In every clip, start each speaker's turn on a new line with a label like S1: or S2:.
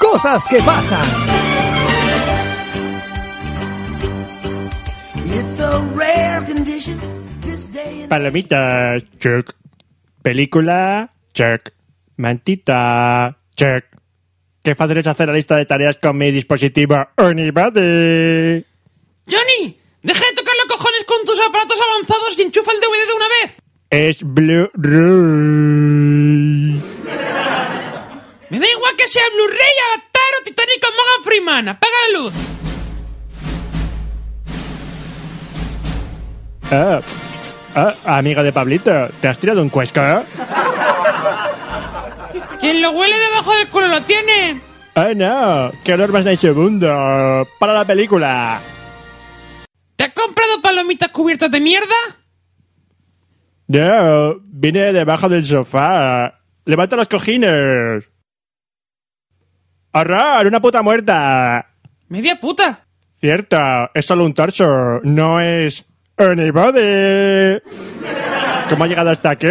S1: cosas que pasan.
S2: It's a rare condition this day and
S3: Palomita, check. Película, check. Mantita, check. Qué fácil es hacer la lista de tareas con mi dispositivo Unibody.
S4: Johnny, deja de tocar los cojones con tus aparatos avanzados y enchufa el DVD de una vez.
S3: Es Blu-ray.
S4: Me da igual que sea Blu-ray, Avatar o Titanic con Morgan Freeman. Apaga la luz.
S3: Ah, ah, amiga de Pablito, ¿te has tirado un cuesco?
S4: Quien lo huele debajo del culo lo tiene.
S3: ¡Ah, no! ¡Qué olor más nice segundo! ¡Para la película!
S4: ¿Te has comprado palomitas cubiertas de mierda?
S3: No, vine debajo del sofá. ¡Levanta los cojines! ¡Horror! ¡Una puta muerta!
S4: Media puta.
S3: Cierto, es solo un torso, no es anybody. ¿Cómo ha llegado hasta aquí?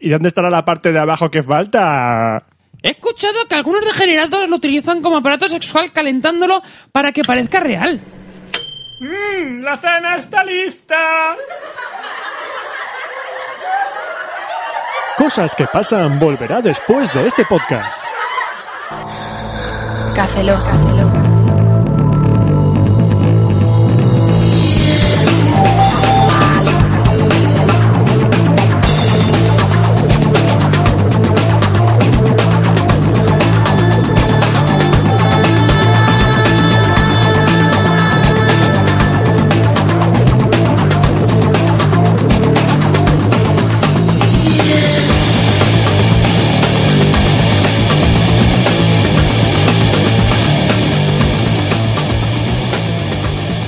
S3: ¿Y dónde estará la parte de abajo que falta?
S4: He escuchado que algunos degenerados lo utilizan como aparato sexual calentándolo para que parezca real.
S3: ¡La cena está lista! Cosas que pasan volverá después de este podcast.
S5: Café Lock. Café Lock.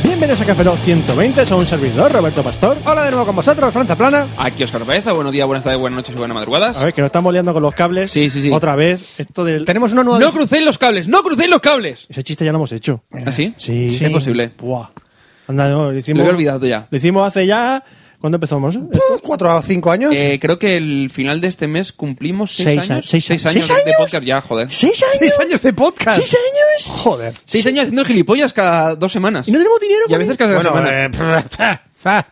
S3: Bienvenidos a Café Lock 120, soy un servidor, Roberto Pastor.
S1: Hola de nuevo con vosotros, Franza Plana.
S6: Aquí Oscar Baeza, buenos días, buenas tardes, buenas noches y buenas madrugadas.
S3: A ver, que nos estamos liando con los cables.
S6: Sí, sí, sí.
S3: Otra vez, esto del...
S1: Tenemos una nueva.
S4: No crucéis los cables, no crucéis los cables.
S3: Ese chiste ya lo hemos hecho.
S6: ¿Ah, sí?
S3: Sí.
S6: Es posible.
S3: Buah. Anda, no, lo hicimos...
S6: Lo había olvidado ya.
S3: Lo hicimos hace ya... ¿Cuándo empezamos?
S1: ¿Cuatro o cinco años?
S6: Eh, creo que el final de este mes cumplimos seis,
S3: Seis a-
S6: años.
S3: seis a-
S6: años,
S3: ¿seis
S6: de
S3: años?
S6: podcast ya, joder.
S3: ¿Seis años?
S1: ¿Seis años de podcast?
S3: ¿Seis años?
S1: Joder.
S6: Seis años haciendo el gilipollas cada dos semanas.
S3: ¿Y no tenemos dinero?
S6: Y
S3: con
S6: a veces
S3: él?
S6: cada semana.
S1: eh, pff, fa, fa. no
S3: eh,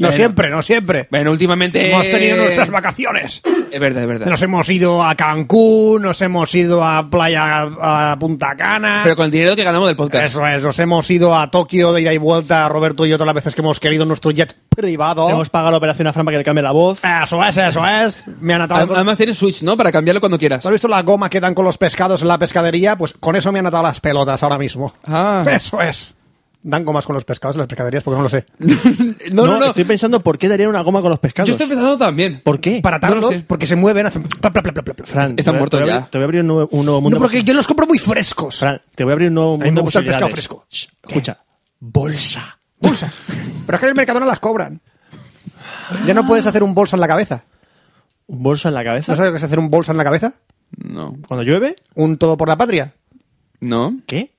S6: Bueno.
S1: siempre, no siempre.
S6: Bueno, últimamente... eh,
S1: Hemos tenido nuestras vacaciones.
S6: Es verdad, es verdad.
S1: Nos hemos ido a Cancún, nos hemos ido a playa a Punta Cana.
S6: Pero con el dinero que ganamos del podcast.
S1: Eso es, nos hemos ido a Tokio de ida y vuelta, Roberto y yo, todas las veces que hemos querido en nuestro jet privado.
S3: Hemos pagado la operación a Fran para que le cambie la voz.
S6: Ah,
S1: Eso es, eso es. Me han atado.
S6: Ad- Además tienes Switch, ¿no? Para cambiarlo cuando quieras.
S1: ¿Tú has visto la goma que dan con los pescados en la pescadería? Pues con eso me han atado las pelotas ahora mismo.
S6: Ah.
S1: Eso es. ¿Dan gomas con los pescados en las pescaderías? Porque no lo sé.
S6: no, no, no.
S3: Estoy pensando por qué darían una goma con los pescados.
S6: Yo estoy pensando también.
S3: ¿Por qué?
S1: Para atarlos,
S6: No lo sé.
S1: porque se mueven, hacen... pla, pla, pla, pla, pla, pla.
S3: Fran,
S6: Están
S3: te voy a-
S6: muertos
S3: te voy a-
S6: ya.
S3: Te voy a abrir un nuevo, un nuevo mundo.
S1: No,
S3: de
S1: porque
S3: posi-
S1: yo los compro muy frescos.
S3: Fran, te voy a abrir un nuevo
S1: mí
S3: mundo.
S1: me
S3: de
S1: gusta el pescado fresco.
S3: posibilidades. Shh,
S1: ¿Qué?
S3: escucha.
S1: Bolsa. Bolsa. Pero es que en el Mercadona las cobran. Ya no puedes hacer un bolsa en la cabeza.
S3: ¿Un bolso en la cabeza?
S1: ¿No sabes lo que es hacer un bolsa en la cabeza?
S6: No.
S3: ¿Cuando llueve?
S1: ¿Un todo por la patria?
S6: No.
S3: ¿Qué?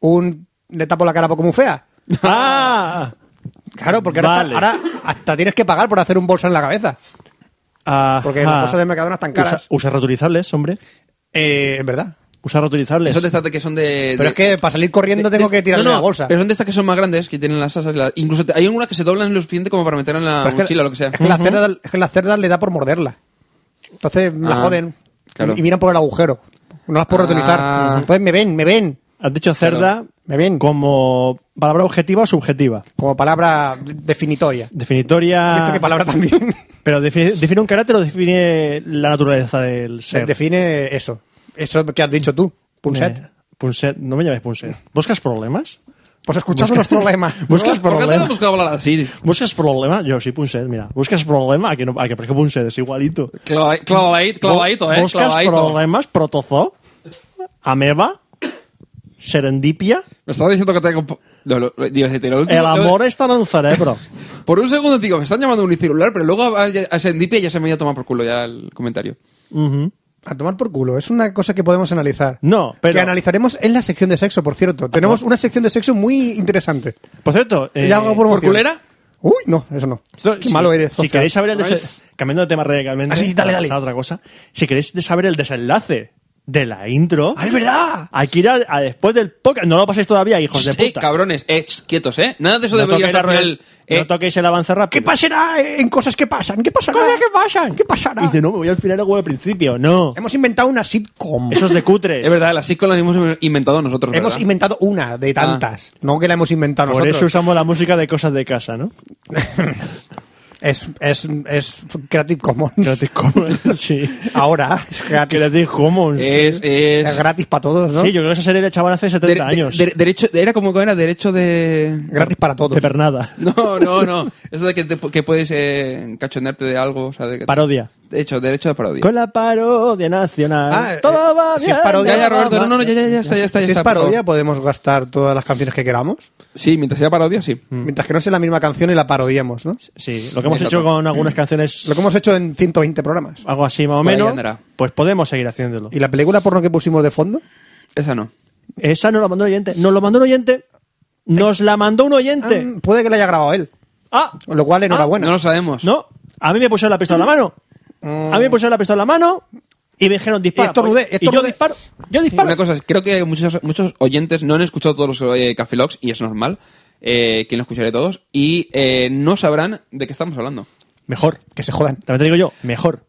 S1: ¿Un le tapo la cara poco muy fea?
S3: ¡Ah!
S1: Claro, porque ahora,
S3: Vale.
S1: hasta, ahora hasta tienes que pagar por hacer un bolsa en la cabeza.
S3: Ajá.
S1: Porque las bolsas de Mercadona están
S3: ah, Usa-
S1: caras.
S3: Usa, reutilizables, hombre.
S1: Eh, es verdad.
S3: Usa reutilizables.
S6: Son de estas que son de...
S1: Pero
S6: de-
S1: es que para salir corriendo tengo que tirarle
S6: no, no,
S1: la bolsa.
S6: Pero son de estas que son más grandes, que tienen las asas. y la- Incluso te- hay algunas que se doblan lo suficiente como para meter en la
S1: Pero es que-
S6: mochila o lo que sea.
S1: Es que, la cerda, es que la cerda le da por morderla. Entonces la
S6: Ah,
S1: joden.
S6: claro.
S1: Y miran por el agujero. No las puedo
S6: Ah.
S1: reutilizar. Entonces me ven, me ven.
S3: Has dicho cerda
S1: Me ven
S3: como palabra objetiva o subjetiva.
S1: como palabra de- definitoria.
S6: Ah.
S3: Definitoria.
S1: ¿Esto qué palabra también?
S3: Pero define, define un carácter o define la naturaleza del
S1: Se
S3: ser.
S1: define eso. Eso que has dicho tú, Punset.
S3: Eh, Punset. No me llames Punset. ¿Buscas problemas?
S1: Pues escuchando nuestro lema.
S3: ¿Buscas
S6: ¿Por qué te lo
S3: problemas?
S6: has buscado hablar así?
S3: ¿Buscas problema? Yo sí, Punset, mira. ¿Buscas problema? ¿A que, no, a que parece Punset? Es igualito.
S6: Clava- Clavadito, clavadito, eh.
S3: ¿Buscas
S6: Clavadito.
S3: problemas? ¿Protozoo? ¿Ameba? ¿Serendipia?
S6: Me estaba diciendo que tengo. No, lo- lo- digo, decirte, lo último-
S3: El amor está en el cerebro.
S6: lo- Por un segundo digo, me están llamando unicelular, pero luego a, a Serendipia ya se me iba a tomar por culo ya el comentario.
S3: Ujú.
S1: A tomar por culo. Es una cosa que podemos analizar.
S3: No, pero-
S1: Que analizaremos en la sección de sexo, por cierto.
S6: Ah,
S1: Tenemos una sección de sexo muy interesante.
S3: Por cierto... eh,
S1: Ya hago por
S6: ¿Por
S1: moción.
S6: culera?
S1: Uy, no, eso no.
S3: esto-
S1: Qué
S3: si-
S1: malo eres.
S3: Si
S1: Oscar.
S3: queréis saber el
S6: ¿No
S3: desen-
S6: es?
S3: Cambiando de tema radicalmente.
S1: Ah, sí, dale,
S3: para
S1: dale.
S3: pasar a otra cosa. Si queréis de- saber el desenlace de la intro.
S1: ¡Ah, es verdad!
S3: Hay que ir a, a después del podcast. No lo paséis todavía, hijos de
S6: Shh, eh,
S3: puta.
S6: cabrones, eh, shh, quietos, ¿eh? Nada de eso
S3: no,
S6: de venir
S3: toquéis
S6: hasta
S3: la-
S6: el final.
S3: no
S6: eh,
S3: toquéis el avance rápido.
S1: ¿Qué pasará en cosas que pasan? ¿Qué pasará?
S3: Cosas que
S1: pasan? ¿Qué pasará?
S3: Y dice, no, me voy al final o al principio. No.
S1: Hemos inventado una sitcom.
S3: Eso es de cutres.
S6: Es verdad, las sitcoms las hemos inventado nosotros.
S1: Hemos
S6: ¿verdad?
S1: inventado una de tantas. No que la hemos inventado
S3: Ah. Por eso
S1: nosotros.
S3: usamos la música de cosas de casa, ¿no?
S1: Es, es, es Creative Commons.
S3: Creative Commons, sí.
S1: Ahora es gratis.
S3: Creative Commons.
S6: Es, es...
S1: Es gratis para todos, ¿no?
S3: Sí, yo creo que esa serie la echaban hace 70
S6: de- de-
S3: años.
S6: de- derecho, era como que era derecho de...
S1: Gratis para todos.
S3: de pernada.
S6: No, no, no. Eso de que, te- que puedes eh, cachondearte de algo. O sea, de, que-
S3: Parodia.
S6: de hecho, derecho de parodia.
S3: Con la parodia nacional.
S1: Ah, eh,
S3: todo va
S1: si
S3: bien.
S1: es parodia-
S6: Ya, ya,
S3: todo va
S6: Roberto.
S3: mal.
S6: No, no, no, ya, ya, ya está, ya está.
S1: si
S6: ya
S1: es
S6: está, por favor.
S1: parodia, podemos gastar todas las canciones que queramos.
S6: Sí, mientras sea parodia, sí.
S3: Mm.
S1: Mientras que no sea la misma canción y la parodiemos, ¿no?
S3: Sí, lo que hemos
S6: Bien,
S3: hecho
S6: loco.
S3: con algunas canciones,
S1: Lo que hemos hecho en 120 programas.
S3: algo así más o
S6: Por ahí
S3: menos,
S6: andará.
S3: pues podemos seguir haciéndolo.
S1: ¿Y la película porno que pusimos de fondo?
S6: Esa no.
S3: Esa nos la mandó un oyente. Nos lo mandó un oyente. Nos la mandó un oyente.
S1: Ah, puede que la haya grabado él.
S3: Ah,
S1: Lo cual, enhorabuena.
S6: No lo sabemos.
S3: no. A mí me pusieron la pistola en la mano. A mí me pusieron la pistola en la mano y me dijeron dispara.
S1: Y estornudé,
S3: Pues, yo
S1: estornudé.
S3: disparo. Yo
S6: Una
S3: disparo.
S6: cosa, es, creo que muchos, muchos oyentes no han escuchado todos los eh, Café Logs, y es normal, eh, que lo escucharé todos, y eh, no sabrán de qué estamos hablando.
S1: Mejor. Que se jodan.
S3: También te digo yo, mejor.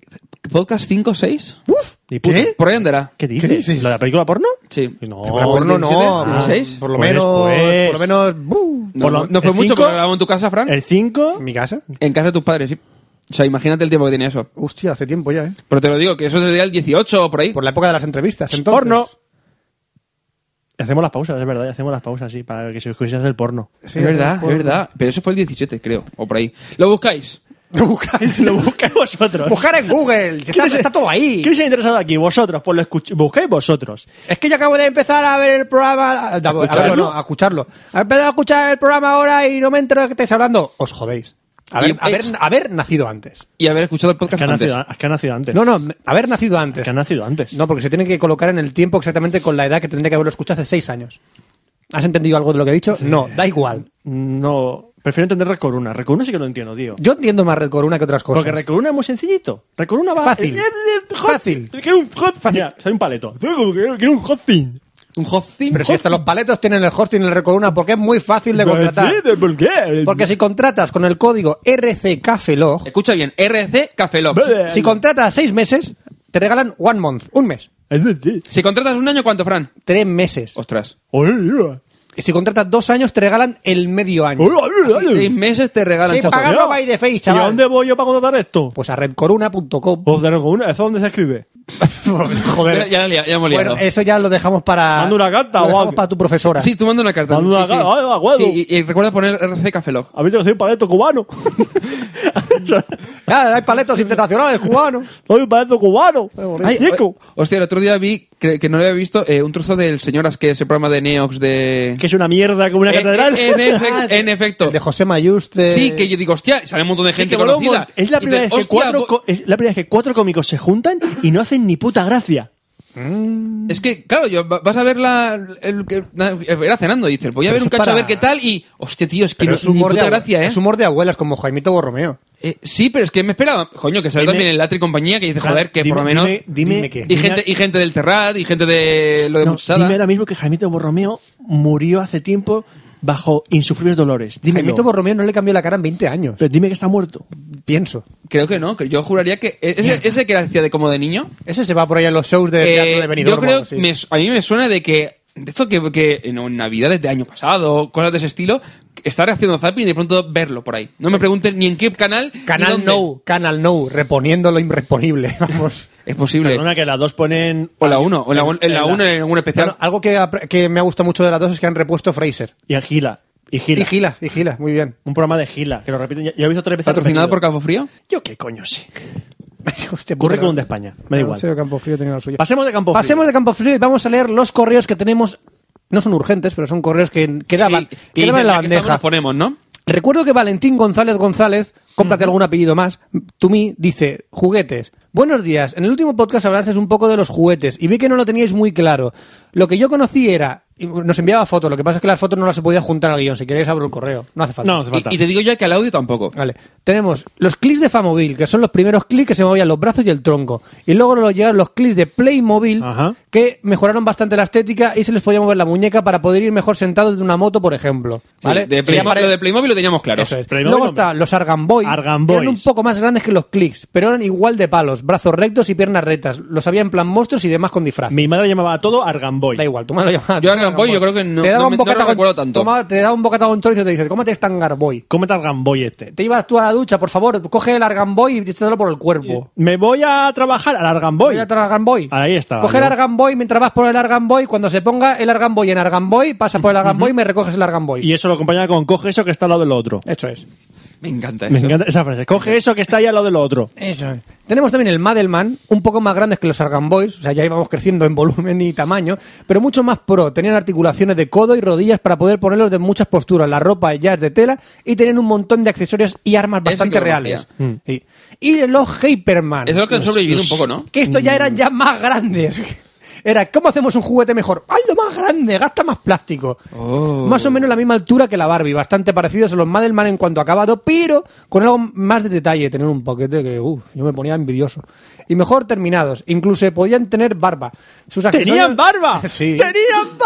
S6: ¿Podcast 5 6?
S1: Uf.
S3: Ni puta.
S1: ¿Qué?
S6: Por ahí andará.
S3: ¿Qué dices?
S1: dices?
S3: ¿La de la película porno?
S6: ¿Eh? Sí.
S3: No.
S1: Película porno no.
S6: 17, 16.
S1: Por lo
S3: Pues,
S1: menos.
S3: pues.
S1: Por lo menos. ¡buh!
S6: No,
S3: Por lo-
S6: no- no fue
S3: el
S6: mucho,
S3: cinco-
S6: pero lo grabamos en tu casa, Frank.
S3: El 5.
S1: ¿En mi casa?
S6: En casa de tus padres, sí. O sea, imagínate el tiempo que tiene eso.
S1: Hostia, hace tiempo ya, ¿eh?
S6: Pero te lo digo, que eso sería el 18 o por ahí.
S1: Por la época de las entrevistas, entonces.
S3: Porno. Hacemos las pausas, es verdad, hacemos las pausas, sí, para que se escuchase el porno.
S1: Sí,
S6: es verdad,
S1: porno.
S6: es verdad. Pero eso fue el 17, creo, o por ahí. Lo buscáis.
S1: Lo buscáis.
S3: Lo buscáis vosotros.
S1: Buscar en Google. si está,
S3: ¿Quién se-
S1: está todo ahí.
S3: ¿Quién se ha interesado aquí? Vosotros, pues lo escuch- buscáis vosotros.
S1: Es que yo acabo de empezar a ver el programa. A, a- a-
S6: escucharlo?
S1: no, a escucharlo. He empezado a escuchar el programa ahora y no me entero de qué estáis hablando. Os jodéis. Haber,
S6: Y-
S1: haber,
S6: es-
S1: haber nacido antes.
S6: Y haber escuchado el
S3: Es
S6: podcast
S3: que han
S6: antes.
S3: nacido, es que han nacido antes.
S1: No, no, haber nacido
S3: Es
S1: antes.
S3: que han nacido antes.
S1: No, porque se tiene que colocar en el tiempo exactamente con la edad que tendría que haberlo escuchado hace seis años. ¿Has entendido algo de lo que he dicho? No, da igual.
S3: No, prefiero entender Red Corona. Red Corona sí que lo entiendo, tío.
S1: Yo entiendo más Red Corona que otras cosas.
S3: Porque Red Corona es muy sencillito. Red Corona va...
S1: Fácil. Fácil.
S3: Quiero un hot... Mira, soy un paleto. Quiero un hot thing.
S6: Un hot thing.
S1: Pero si hasta los paletos tienen el hosting en el Red Corona, porque es muy fácil Pues de contratar.
S3: ¿Por qué?
S1: Porque si contratas con el código RCCafelog,
S6: Escucha bien, RC Café Logs.
S3: Vale.
S1: si contratas seis meses, te regalan one month, un mes,
S6: Si contratas un año, ¿cuánto, Fran?
S1: tres meses.
S6: Ostras.
S1: Y si contratas dos años, te regalan el medio año.
S6: Seis meses te regalan,
S1: Sí,
S6: chazo.
S1: paga- Pagarlo by the face,
S3: ¿Y a
S1: chaval.
S3: dónde voy yo para contratar esto?
S1: Pues a redcoruna.com.
S3: Pues de Red Corona, ¿eso dónde se escribe?
S6: Mira,
S1: Joder.
S6: Ya, la lia- ya hemos liado.
S1: Bueno, eh, eso ya lo dejamos para.
S3: Manda una carta
S1: lo
S3: o
S1: dejamos
S3: algo.
S1: para tu profesora.
S6: Sí, tú manda una carta.
S3: Manda una
S6: Sí, sí.
S3: carta, vale, de acuerdo.
S6: Sí, y, y recuerda poner RC Café Log.
S3: A mí yo soy un paleto cubano.
S1: Ah, hay paletos internacionales cubanos.
S3: soy un paleto cubano.
S6: Ay,
S3: Chico.
S6: o- hostia, el otro día vi, cre- que no lo había visto, eh, un trozo del Señoras, que es el programa de Neox de...
S3: Que es una mierda como una
S6: Eh,
S3: catedral.
S6: eh, en, efec-
S1: Ah,
S6: en efecto.
S1: El de José Mayuste.
S6: Sí, que yo digo, hostia, sale un montón de
S3: Que
S6: gente
S3: mola un
S6: conocida.
S3: montón. pues, Es la,
S6: Y
S3: primera
S6: dices,
S3: vez que
S6: hostia, pues-".
S3: cuatro,
S6: bo-
S3: co- es la primera vez que cuatro cómicos se juntan y no hacen ni puta gracia.
S6: Es que, claro, yo, va- vas a ver la. el que- na- era cenando, y dices, voy a
S1: Pero
S6: ver
S1: eso
S6: un
S1: es
S6: cacho a
S1: para-
S6: ver qué tal, y. Hostia, tío, es que
S1: Pero
S6: no,
S1: es humor,
S6: ni
S1: de,
S6: puta
S1: abue-
S6: gracia, ¿eh?
S1: es humor de abuelas como Jaimito Borromeo.
S6: Eh, Sí, pero es que me esperaba. Coño, que sale
S3: Dime-
S6: también el Latre y compañía, que dice,
S3: Fran,
S6: joder, que
S3: dime-
S6: por lo menos.
S3: Dime, dime,
S1: dime qué.
S6: y, gente, y gente del Terrat, y gente de lo de
S3: No,
S6: Muchada.
S3: dime ahora mismo que Jaimito Borromeo murió hace tiempo bajo insufribles dolores. Dime.
S1: Jaimito Borromeo no le cambió la cara en 20 años.
S3: Pero dime que está muerto.
S1: Pienso.
S6: Creo que no, que yo juraría que. e-, Ese, ese que hacía de como de niño.
S1: Ese se va por ahí a los shows de
S6: eh,
S1: teatro de Benidorm.
S6: yo creo,
S1: o sí.
S6: me- a mí me suena de que. De esto que, que en Navidades de año pasado, cosas de ese estilo, estar haciendo zapping y de pronto verlo por ahí. No me pregunten ni en qué canal. ni
S1: Eh, Canal
S6: dónde.
S1: No, Canal No, reponiendo lo irreponible. Vamos.
S6: Es posible.
S3: Perdona que las dos ponen.
S6: O la 1, o la un- en la 1 en algún especial.
S1: Bueno, ah, algo que, apre- que me ha gustado mucho de las dos es que han repuesto Fraser.
S3: Y a Gila. Y Gila.
S1: Y Gila, y Gila, muy bien.
S3: Un programa de Gila, que lo repiten. ya- Yo he visto tres veces.
S6: ¿Patrocinado por
S3: repetido.
S6: Campo Frío?
S3: Yo qué coño sé.
S1: Hostia,
S3: Currículum de
S1: puta,
S3: España. Me da
S1: no sé,
S3: igual.
S1: Campofrío tenía lo suyo.
S3: Pasemos de campo.
S1: Pasemos de campo frío y vamos a leer los correos que tenemos. No son urgentes, pero son correos que quedaban,
S6: Sí, que
S1: quedaban
S6: dicen,
S1: en la
S6: ya que estamos,
S1: bandeja.
S6: nos ponemos, ¿no?
S1: Recuerdo que Valentín González González, cómprate algún apellido más, to me, dice, juguetes. Buenos días, en el último podcast hablasteis un poco de los juguetes y vi que no lo teníais muy claro. Lo que yo conocí era, y nos enviaba fotos. Lo que pasa es que las fotos no las se podía juntar al guión. Si queréis abro el correo. No hace falta. Ah,
S7: No, no
S3: Pues
S7: hace falta.
S6: Y, y te digo yo que al audio tampoco.
S1: Vale. Tenemos los clics de Famovil, que son los primeros clics que se movían los brazos y el tronco. Y luego nos llegaron los clics de Playmobil,
S7: Ajá.
S1: que mejoraron bastante la estética y se les podía mover la muñeca para poder ir mejor sentado desde una moto, por ejemplo. ¿Vale?
S6: Sí, de
S1: Se
S6: Playmo-
S1: llama-
S6: Lo de Playmobil lo teníamos claro.
S1: Eso es.
S7: Playmobil
S1: Luego
S7: o-
S1: está los Argamboy.
S7: Argan
S1: que Eran
S7: Boys.
S1: un poco más grandes que los clics, pero eran igual de palos, brazos rectos y piernas rectas. Los había en plan monstruos y demás con disfraz.
S7: Mi madre llamaba a todo Argamboy.
S1: Da igual, tú me lo llamabas.
S6: Yo Argan Boy, yo creo que no-
S1: te daba
S6: no
S1: un
S6: me- no lo
S1: bocata con-
S6: recuerdo tanto.
S1: tomaba- te daba un bocata con chorizo y te dice, cómete este Argamboy.
S7: Cómete Argamboy este.
S1: Te ibas tú a la ducha, por favor, coge el Argamboy y échatelo por el cuerpo.
S7: Me voy a trabajar al Argamboy.
S1: Voy a traer Argamboy.
S7: Ahí estaba
S1: Coge
S7: yo.
S1: el Argamboy mientras vas por el Argamboy. Cuando se ponga el Argamboy en Argamboy, pasas por el Argamboy y me recoges el Argamboy.
S7: Y eso lo acompañaba con coge eso que está al lado del otro.
S1: Eso es.
S6: Me encanta eso.
S7: Me encanta esa frase. Coge eso que está ahí al lado del otro.
S1: Eso es. Tenemos también el Madelman, un poco más grandes que los Argan Boys, o sea, ya íbamos creciendo en volumen y tamaño, pero mucho más pro. Tenían articulaciones de codo y rodillas para poder ponerlos de muchas posturas. La ropa ya es de tela y tenían un montón de accesorios y armas
S6: Eso
S1: bastante
S6: sí que lo conocía.
S1: reales. Sí. Y los Hyperman.
S6: Eso es lo que han sobrevivido un poco, ¿no?
S1: Que estos ya eran ya más grandes. Era, ¿cómo hacemos un juguete mejor? ¡Hazlo más grande! ¡Gasta más plástico!
S6: Oh.
S1: Más o menos la misma altura que la Barbie, bastante parecidos a los Madelman en cuanto a acabado, pero con algo más de detalle, tener un paquete que, uff, yo me ponía envidioso. Y mejor terminados, incluso podían tener barba. Sus accesorios-
S7: ¡Tenían barba!
S1: Sí.
S7: ¡Tenían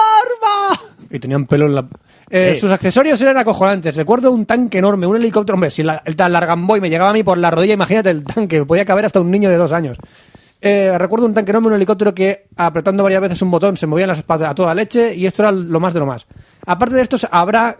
S7: barba!
S1: Y tenían pelo en la... Eh,
S7: Eh.
S1: Sus accesorios eran acojonantes. Recuerdo un tanque enorme, un helicóptero. Hombre, si la- el tal Largamboy me llegaba a mí por la rodilla, imagínate el tanque. Podía caber hasta un niño de dos años. Eh, recuerdo un tanque enorme, un helicóptero que apretando varias veces un botón se movían las espadas a toda leche y esto era lo más de lo más. Aparte de estos, habrá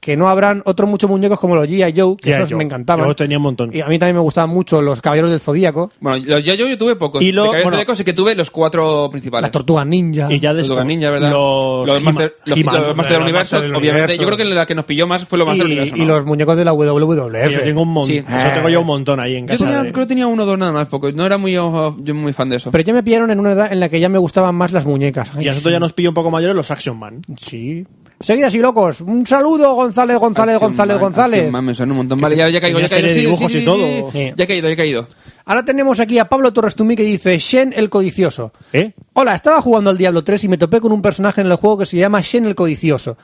S1: que no habrán otros muchos muñecos como los G.I. Joe, que
S7: G.I.
S1: esos
S7: Joe.
S1: me encantaban.
S7: Yo tenía un montón.
S1: Y a mí también me gustaban mucho los Caballeros del Zodíaco,
S6: Bueno, los yo, yo tuve pocos.
S7: Y lo-
S6: de cabeza
S7: bueno.
S6: de cosas que tuve los cuatro principales.
S1: las Tortugas Ninja.
S7: Y ya
S6: Los
S7: después.
S6: Tortugas Ninja, ¿verdad?
S7: Los, He-Man-
S6: Master, los,
S7: He-Man,
S6: los Master del
S7: los
S6: Universo,
S7: Master del
S6: obviamente.
S7: Universo.
S6: Yo creo que la que nos pilló más fue lo más
S1: Y-
S6: del Universo.
S1: y
S6: ¿no?
S1: los muñecos de la WWF.
S7: Que Yo tengo un montón.
S6: Sí.
S7: Eso tengo yo un montón ahí
S6: Yo
S7: en casa.
S6: tenía,
S7: de-
S6: creo que tenía uno o dos nada más, porque no era muy, ojo, yo muy fan de eso.
S1: Pero ya me pillaron en una edad en la que ya me gustaban más las muñecas. Ay,
S7: Y a nosotros ya nos pilló un poco mayores los Action Man.
S1: Sí. Seguidas y locos. Un saludo, González, González,
S6: Action
S1: González,
S6: Man,
S1: González.
S6: Action Man, me suena un montón. Vale, ya, ya he caído, ya he caído.
S7: Tenía serie de
S6: Sí,
S7: dibujos
S6: sí,
S7: y
S6: sí,
S7: todo.
S6: sí. Ya he caído, ya he caído.
S1: Ahora tenemos aquí a Pablo Torres Tumí que dice Shen el Codicioso.
S7: ¿Eh?
S1: Hola, estaba jugando al Diablo 3 y me topé con un personaje en el juego que se llama Shen el Codicioso.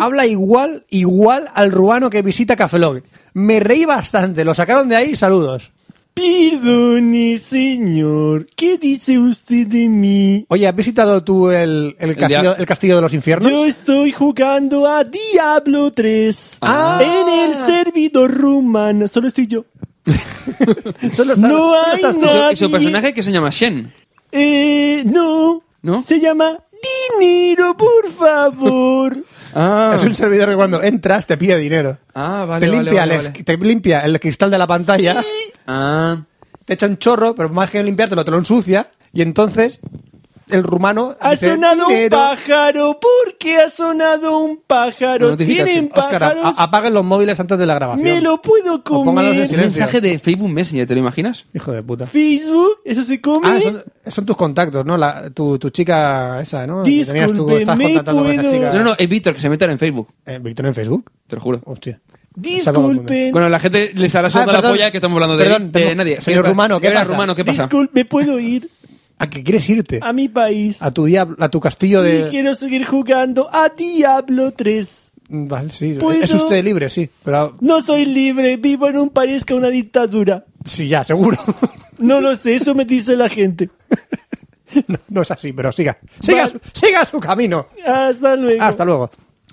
S1: Habla igual, igual al ruano que visita Cafelog. Me reí bastante, lo sacaron de ahí, saludos.
S7: Perdone, señor. ¿Qué dice usted de mí?
S1: Oye, ¿has visitado tú el, el castillo,
S6: dia-
S1: el castillo de los infiernos?
S7: Yo estoy jugando a Diablo 3.
S1: Ah.
S7: En el servidor rumano. Solo estoy yo.
S1: Solo estás-
S7: No
S1: solo
S7: hay
S1: estás tú.
S6: Y su- Y
S7: Nadie.
S6: su personaje que se llama Shen.
S7: Eh, no.
S6: ¿No?
S7: Se llama Dinero, por favor.
S6: Ah,
S1: Es un servidor que cuando entras te pide dinero.
S6: ah vale,
S1: te,
S6: vale,
S1: limpia
S6: vale,
S1: el,
S6: vale.
S1: te limpia el cristal de la pantalla,
S6: Ah,
S1: te echa un chorro, pero más que limpiártelo, te lo ensucia. Y entonces el rumano.
S7: Ha
S1: dice,
S7: sonado un
S1: "Dinero".
S7: pájaro. ¿Por qué ha sonado un pájaro?
S6: Notificación.
S7: ¿Tienen
S1: Óscar, a-
S7: pájaros?
S1: a- apaguen los móviles antes de la grabación.
S7: Me lo puedo
S1: O póngalos en
S7: comer.
S6: un
S1: silencio.
S6: mensaje de Facebook Messenger, ¿te lo imaginas?
S1: Hijo de puta.
S7: Facebook, eso se come.
S1: Ah, son, son tus contactos, ¿no? La- tu, tu chica esa, ¿no? Que tenías tú,
S7: Discúlpeme,
S1: estabas contactando con esa
S7: ¿puedo?
S1: chica.
S6: No, no, es Víctor que se metan en Facebook,
S1: Eh, ¿Víctor en Facebook?
S6: te lo juro.
S1: Hostia.
S7: Disculpen.
S6: Bueno, la gente les estará soltando la polla que estamos hablando de,
S1: Ah, Perdón,
S6: de
S1: tengo-
S6: nadie.
S1: Señor
S6: ¿Qué pa-
S1: rumano, ¿qué
S6: Señora
S1: pasa?
S6: rumano, ¿qué pasa?
S7: Disculpe, ¿puedo ir
S1: ¿A qué quieres irte?
S7: a mi país?
S1: A tu diablo, a tu castillo
S7: Sí,
S1: de.
S7: quiero seguir jugando a Diablo 3.
S1: Vale, sí.
S7: ¿Puedo?
S1: Es usted libre, sí. Pero
S7: No soy libre, vivo en un país con una dictadura.
S1: sí, ya, seguro.
S7: No lo sé, eso me dice la gente.
S1: No, no es así, pero siga. Siga,
S7: Vale.
S1: su- siga su camino.
S7: Hasta luego.
S1: Hasta luego.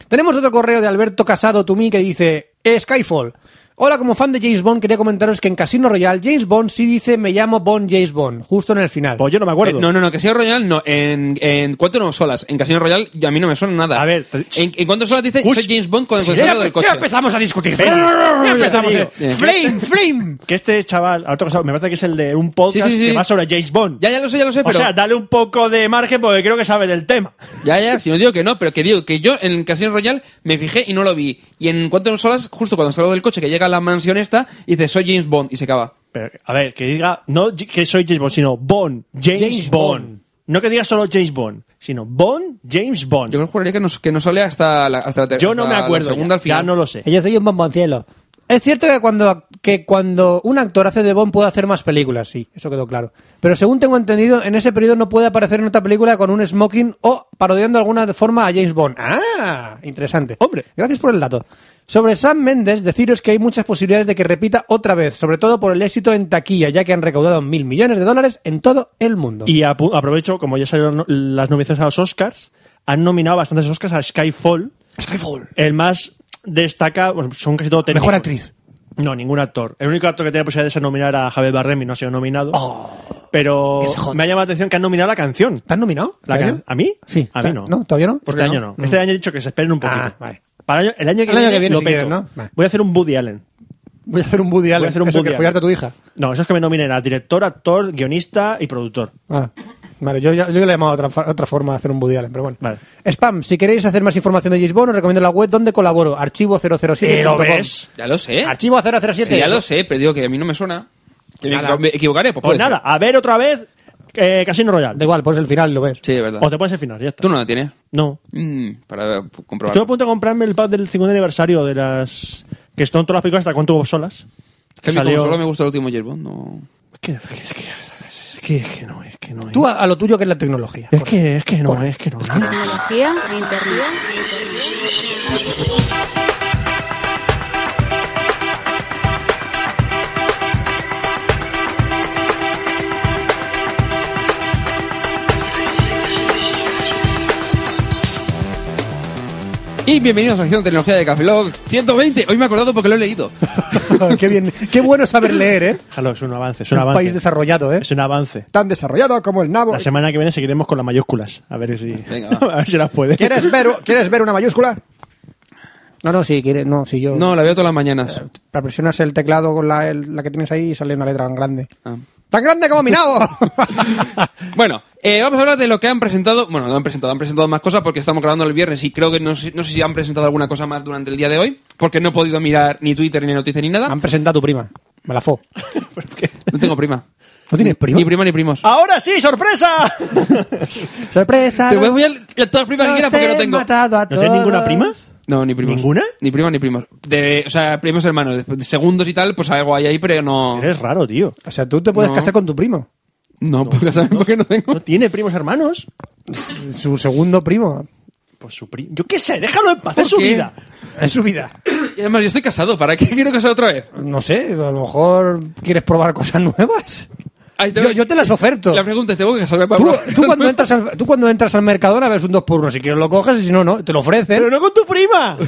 S1: Tenemos otro correo de Alberto Casado Tumí que dice "Eh, Skyfall. Hola, como fan de James Bond, quería comentaros que en Casino Royale James Bond sí dice me llamo Bond James Bond, justo en el final.
S7: Pues yo no me
S6: Eh,
S7: acuerdo.
S6: no, no, no, Casino Royal no. En, en cuánto no solas. En Casino Royal a mí no me suena nada.
S7: A ver, te-
S6: en, en cuánto solas dice
S7: Ush.
S6: soy James Bond con
S7: pues
S6: el
S1: ya,
S6: control del coche.
S1: ya empezamos a discutir.
S7: Ya,
S1: Ya empezamos.
S7: tío.
S1: eh. Flame, flame.
S7: Que este chaval, a otro cosa, me parece que es el de un podcast
S6: Sí, sí, sí.
S7: que va sobre James Bond.
S6: Ya, ya lo sé, ya lo sé,
S7: o
S6: pero.
S7: sea, dale un poco de margen porque creo que sabe del tema.
S6: Ya, ya, si no digo que no, pero que digo que yo en Casino Royal me fijé y no lo vi. Y en cuanto a solas, justo cuando salgo del coche, que llega a la mansión esta, y dice, soy James Bond, y se acaba.
S7: Pero, a ver, que diga, no que soy James Bond, sino Bond, James,
S1: James
S7: Bond.
S1: Bond.
S7: No que diga solo James Bond, sino Bond, James Bond.
S6: Yo
S7: Yo,
S6: juraría que no, que no sale hasta la, hasta la ter-
S7: no
S6: hasta
S7: me
S6: la
S7: acuerdo.
S6: segunda
S7: Ya,
S6: al final.
S7: ya no lo sé.
S1: Yo soy un bomboncielo. Es cierto que cuando, que cuando un actor hace de Bond puede hacer más películas, sí, eso quedó claro. Pero según tengo entendido, en ese periodo no puede aparecer en otra película con un smoking o parodiando de alguna forma a James Bond. ¡Ah! Interesante.
S3: Hombre.
S1: Gracias por el dato. Sobre Sam Mendes, deciros que hay muchas posibilidades de que repita otra vez, sobre todo por el éxito en taquilla, ya que han recaudado mil millones de dólares en todo el mundo.
S3: Y apu- aprovecho, como ya salieron no- las nominaciones a los Oscars, han nominado bastantes Oscars a Skyfall.
S1: Skyfall.
S3: El más destacado, bueno, son casi todo técnicos.
S1: Mejor actriz.
S3: No, ningún actor. El único actor que tenía posibilidad de ser nominar era Javier Bardem y no ha sido nominado. pero
S1: Oh, que se joda.
S3: me ha llamado la atención que han nominado la canción.
S1: ¿Estás nominado?
S3: La
S1: ¿Este
S3: can-
S1: año?
S3: ¿A mí?
S1: Sí.
S3: A
S1: Ta-
S3: mí no.
S1: ¿No? ¿Todavía no? Mm.
S6: ¿Por
S3: Este
S6: qué
S3: año
S6: no?
S3: no. Este año he dicho que se esperen un poquito.
S1: Ah, vale.
S3: Para el año- el año que
S1: El año
S3: viene,
S1: que viene,
S3: lo
S1: si quieres,
S3: peto.
S1: ¿no? Vale.
S3: Voy a hacer un Woody Allen.
S1: Voy a hacer un Woody Allen.
S3: hacer un
S1: eso
S3: Woody
S1: que follarte a tu
S3: Allen.
S1: hija.
S3: No, eso es que me nominen a director, actor, guionista y productor.
S1: Ah, vale, yo, yo, yo le he llamado otra, fa- otra forma de hacer un Woody Allen, pero bueno.
S3: Vale.
S1: Spam, si queréis hacer más información de Gisbon, os recomiendo la web donde colaboro, archivo007.
S3: ¿Lo ves? ¿Eh?
S6: Ya lo sé.
S1: Archivo 007.
S6: Sí, ya lo sé, pero digo que a mí no me suena. Que me,
S3: Nada.
S6: equivo- me equivocaré, pues,
S3: Pues
S6: puede
S3: nada, a ver otra vez eh, Casino
S1: Da
S3: Royale.
S1: igual, pones el final y lo ves.
S6: ser. Sí, es verdad.
S3: O te pones el final, ya está.
S6: Tú no la tienes.
S3: No.
S6: Mm, para eh, comprobar.
S3: Estuve a punto de comprarme el pack del 50 aniversario de las. que son todas las películas hasta cuánto solas.
S6: Que a mí
S3: Salió-
S6: como solo me gustó el último James Bond, no.
S3: Es que, es que, es que, es que no, es que no.
S1: Tú a, a lo tuyo que es la tecnología.
S3: es que, es que no, es que no. es que no.
S5: Tecnología e internet.
S6: Y bienvenidos a Acción Tecnología de Café Log 120. Hoy me he acordado porque lo he leído.
S1: qué bien, qué bueno saber leer, ¿eh?
S3: Jalo, es un avance, es
S1: Un
S3: un avance.
S1: país desarrollado, ¿eh?
S3: Es un avance.
S1: Tan desarrollado como el nabo.
S3: La semana que viene seguiremos con las mayúsculas. A ver si.
S6: Venga.
S3: a ver si las puede.
S1: ¿Quieres ver, ¿Quieres ver una mayúscula? No, no, si quieres, no, si yo.
S6: No, la veo todas las mañanas.
S1: Para presionas el teclado con la, el- la que tienes ahí y sale una letra tan grande.
S6: Ah.
S1: ¡Tan grande como mi nabo!
S6: Bueno, eh, vamos a hablar de lo que han presentado. Bueno, no han presentado, han presentado más cosas porque estamos grabando el viernes y creo que no sé, no sé si han presentado alguna cosa más durante el día de hoy, porque no he podido mirar ni Twitter, ni noticias, ni nada.
S1: Han presentado a tu prima. Me la fo.
S6: No tengo prima.
S1: ¿No tienes prima? Ah,
S6: Ni prima ni primos.
S3: ¡Ahora sí, sorpresa!
S1: ¡Sorpresa!
S6: Te voy a follar a todas las primas que
S1: Los
S6: quieras porque no
S1: he
S6: tengo.
S1: matado a
S3: ¿No tienes ninguna
S1: todos.
S3: prima?
S6: No, ni primos.
S3: ¿Ninguna?
S6: Ni prima ni primos. De, o sea, primos hermanos. De- de segundos y tal, pues algo hay ahí, pero no.
S3: Eres raro, tío.
S1: O sea, tú te puedes
S6: No.
S1: casar con tu primo.
S6: No, porque ¿sabes por qué no tengo?
S3: ¿No tiene primos hermanos?
S1: Su segundo primo.
S3: Pues su primo. Yo qué sé, déjalo en paz,
S6: ¿Por
S3: es su
S6: qué?
S3: vida.
S1: Es su vida.
S6: Y además, yo estoy casado. ¿Para qué quiero casar otra vez?
S1: No sé, a lo mejor quieres probar cosas nuevas.
S6: Ahí
S1: Yo, yo te las oferto.
S6: La pregunta es: ¿tengo que casarme para
S1: Tú,
S6: probar?
S1: tú cuando entras al, tú cuando entras al Mercadona ves un 2x1. Si quieres lo coges y si no, no. Te lo ofrecen.
S3: Pero no con tu prima.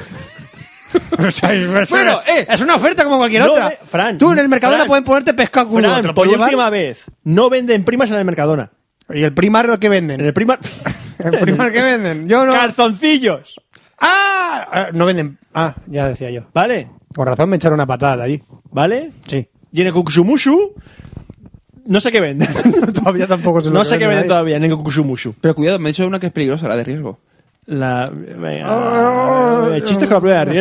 S1: O sea, es, es
S6: Bueno,
S1: una,
S6: eh.
S1: es una oferta como cualquier
S3: No,
S1: otra.
S3: eh, Fran,
S1: tú en el Mercadona
S3: Fran,
S1: pueden ponerte pescado crudo.
S3: Fran,
S1: te lo
S3: por
S1: puedes llevar.
S3: última vez, no venden primas en el Mercadona.
S1: Y el primar que
S3: En
S1: venden.
S3: el Primar.
S1: El primar que venden. Yo no.
S3: Calzoncillos.
S1: ¡Ah! Ah, No venden. Ah, ya decía yo.
S3: ¿Vale?
S1: Con razón me echaron una patada de allí.
S3: ¿Vale?
S1: Sí.
S3: Y en el Kukusumushu. No sé qué venden.
S1: todavía tampoco se lo
S3: no sé qué
S1: creen
S3: venden
S1: ahí.
S3: todavía en el Kukusumushu.
S6: Pero cuidado, me he dicho una que es peligrosa, la de riesgo.
S3: La. venga, el chiste con la prueba de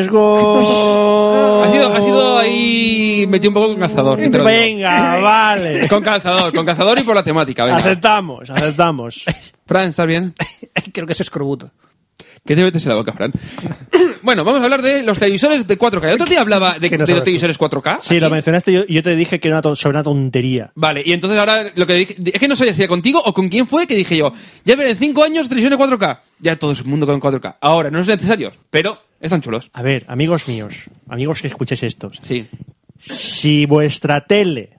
S3: riesgo.
S6: Ha sido, ha sido ahí. Metí un poco con calzador. te lo digo.
S3: Venga, vale.
S6: Con calzador, con calzador y por la temática. Venga.
S3: Aceptamos, aceptamos.
S6: Fran, ¿estás bien?
S1: Creo que eso es escorbuto.
S6: ¿Qué te metes en la boca, Fran? bueno, vamos a hablar de los televisores de 4K. El otro día hablaba de,
S1: Que no
S6: de los
S1: sabes tú.
S6: televisores 4K.
S3: Sí, lo mencionaste y yo, y yo te dije que era una to- sobre una tontería.
S6: Vale, y entonces ahora lo que dije, es que no sabía si era contigo o con quién fue que dije yo, ya veré en 5 años televisión 4K. Ya todo el mundo con 4K. Ahora, no es necesario, pero están chulos.
S3: A ver, amigos míos, amigos que escuchéis estos.
S6: Sí.
S3: Si vuestra tele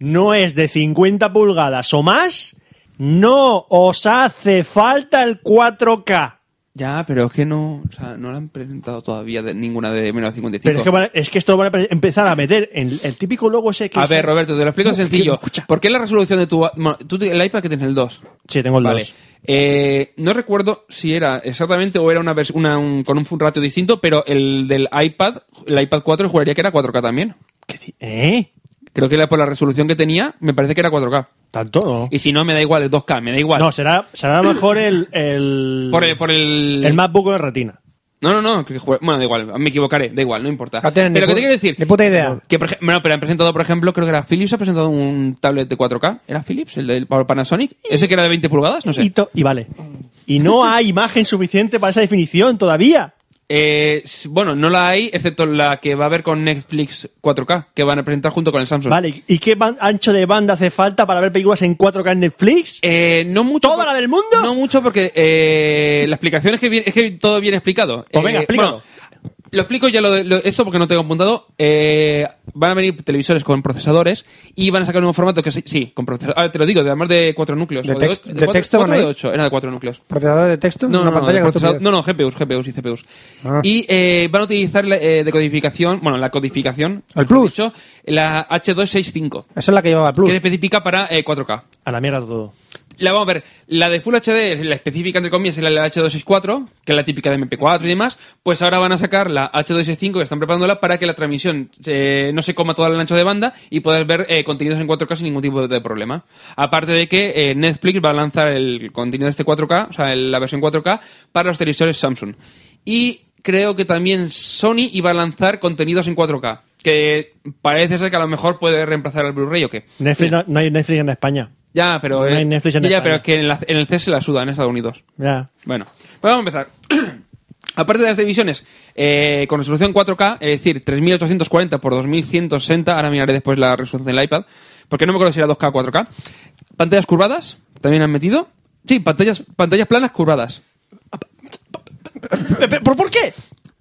S3: no es de 50 pulgadas o más, no os hace falta el 4K.
S6: Ya, pero es que no, o sea, no la han presentado todavía de, ninguna de menos de 55.
S3: Pero es que, van a- es que esto lo van a pre- empezar a meter en el típico logo ese que...
S6: a
S3: es-
S6: ver, Roberto, te lo explico
S3: No, es que-
S6: sencillo.
S3: escucha.
S6: ¿Por qué la resolución de tu... bueno, tú te- el iPad que tienes el 2?
S3: Sí, tengo el
S6: Vale.
S3: dos.
S6: Eh, no recuerdo si era exactamente o era una, vers- una un- con un ratio distinto, pero el del iPad, el iPad 4, juraría que era 4K también.
S3: ¿Qué di- ¿Eh?
S6: Creo que era por la resolución que tenía, me parece que era 4K.
S3: ¿Tanto? No,
S6: Y si no, me da igual, es 2K, me da igual.
S3: No, será, será mejor el... El,
S6: por el, por el...
S3: el MacBook con retina.
S6: No, no, no. que juega- Bueno, da igual, me equivocaré, da igual, no importa.
S1: No tienen ni
S6: pero que
S1: pu-
S6: te quiero decir.
S1: ni puta idea.
S6: Que, por ej- bueno, pero han presentado, por ejemplo, creo que era Philips, ha presentado un tablet de 4K. ¿Era Philips? ¿El del Panasonic? ¿Ese que era de 20 pulgadas? No sé.
S3: Y, to- y vale. Y no hay imagen suficiente para esa definición todavía.
S6: Eh, s- bueno, no la hay, excepto la que va a haber con Netflix 4K, que van a presentar junto con el Samsung.
S3: Vale, ¿y qué ban- ancho de banda hace falta para ver películas en 4K en Netflix?
S6: Eh, no mucho.
S3: ¿Toda
S6: por-
S3: la del mundo?
S6: No mucho porque eh, la explicación es que, viene- es que todo bien explicado.
S3: Pues venga,
S6: Eh,
S3: explícalo.
S6: bueno, lo explico ya lo, de- lo- eso porque no tengo apuntado. Eh, van a venir televisores con procesadores y van a sacar un nuevo formato que es- sí, con procesadores. te lo digo, de además de cuatro núcleos.
S1: De
S6: o
S1: text-
S6: ocho-
S1: de
S6: cuatro-
S1: texto
S6: cuatro
S1: van a
S6: de
S1: ir.
S6: ocho, era de cuatro núcleos.
S1: ¿Procesador de texto? ¿Una
S6: No, no, no,
S1: pantalla
S6: de
S1: que tú
S6: procesador-
S1: pides?
S6: no, no, GPUs, GPUs y CPUs.
S1: Ah.
S6: Y eh, van a utilizar la eh, decodificación, bueno, la codificación. mejor
S1: plus.
S6: dicho, la H265,
S1: Esa es la que llevaba el
S6: que
S1: Plus.
S6: es específica para eh, 4K.
S3: A la mierda todo.
S6: La vamos a ver. La de Full HD, la específica entre comillas, es la H264, que es la típica de MP4 y demás. Pues ahora van a sacar la H265, que están preparándola para que la transmisión eh, no se coma todo el ancho de banda y poder ver eh, contenidos en 4K sin ningún tipo de problema. Aparte de que eh, Netflix va a lanzar el contenido de este 4K, o sea, el- la versión 4K, para los televisores Samsung. Y creo que también Sony iba a lanzar contenidos en 4K, que parece ser que a lo mejor puede reemplazar al Blu-ray o qué.
S3: Netflix,
S6: Eh.
S3: no, no hay Netflix en España.
S6: Ya, pero.
S3: No
S6: eh,
S3: hay Netflix en
S6: ya, ya,
S3: España.
S6: pero que en, la- en el CES se la suda en Estados Unidos.
S3: Ya.
S6: Bueno, pues vamos a empezar. Aparte de las televisiones eh, con resolución 4K, es decir, 3840 por 2160, ahora miraré después la resolución del iPad, porque no me acuerdo si era 2K o 4K. Pantallas curvadas, también han metido. Sí, pantallas, pantallas planas curvadas.
S3: ¿Pero, pero por qué?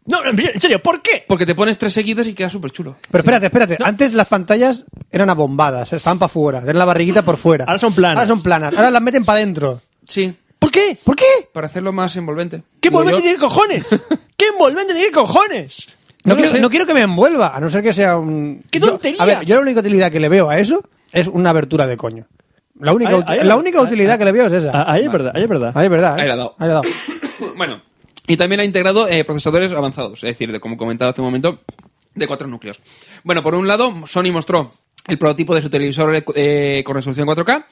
S3: No, en en serio, ¿por qué?
S6: Porque te pones tres seguidas y queda súper chulo.
S1: Pero espérate, espérate. Antes las pantallas eran abombadas, estaban para fuera, tenían la barriguita por fuera.
S3: Ahora son planas.
S1: Ahora son planas. Ahora las meten para adentro.
S6: Sí,
S3: ¿Por qué? ¿Por qué?
S6: para hacerlo más envolvente.
S3: ¿Qué
S6: Digo
S3: envolvente
S6: yo.
S3: tiene cojones? ¿Qué envolvente tiene cojones?
S1: No,
S6: No lo
S1: quiero,
S6: sé.
S1: no quiero que me envuelva, a no ser que sea un.
S3: ¡Qué
S1: Yo-
S3: tontería!
S1: a ver, yo la única utilidad que le veo a eso es una abertura de coño. La única,
S3: Ahí-
S1: uti-
S3: ahí-
S1: la única
S3: ahí-
S1: utilidad que le veo es esa.
S3: Ah, Ahí es verdad, ahí es verdad.
S1: Ahí es verdad. ¿eh?
S6: Ahí la ha dado.
S1: Ahí la ha dado.
S6: bueno, y también ha integrado eh, procesadores avanzados, es decir, de, como comentaba hace un momento, de cuatro núcleos. Bueno, por un lado, Sony mostró el prototipo de su televisor eh, con resolución 4K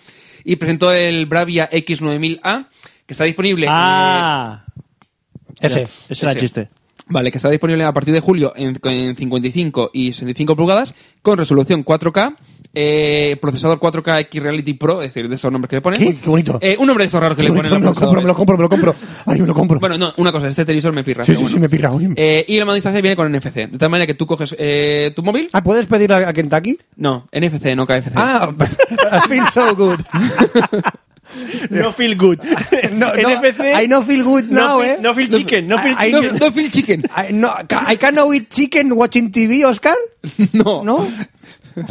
S6: y presentó el Bravia X9000A, que está disponible. eh,
S3: Ah,
S1: Ese.
S3: ese era el
S6: Ese.
S3: chiste.
S6: Vale, que está disponible a partir de julio en, en 55 y 65 pulgadas con resolución 4K, eh, procesador 4K X Reality Pro, es decir, de esos nombres que le ponen.
S1: ¿Qué? Qué bonito.
S6: Eh, un nombre de esos raros que le ponen a
S1: me
S6: los
S1: lo compro,
S6: procesadores.
S1: me lo compro, me lo compro. Ay, me lo compro.
S6: Bueno, no, una cosa, este televisor me pirra.
S1: sí,
S6: pero
S1: sí,
S6: bueno.
S1: sí, me pirra. oye.
S6: Eh, y la mando distancia viene con NFC. De tal manera que tú coges eh, tu móvil.
S1: Ah, ¿puedes pedirle a a Kentucky?
S6: No, NFC, no KFC.
S1: Ah, I feel so good.
S3: No feel good.
S1: No, no,
S3: NFC.
S1: I no feel good
S3: no
S1: now,
S3: feel-
S1: eh.
S3: no feel chicken, no feel
S1: I- I
S6: Ah, no,
S1: no-
S3: chicken.
S6: no Phil Chicken.
S1: I, no, ca- I can't eat chicken watching TV, Oscar.
S6: No.
S1: ¿No?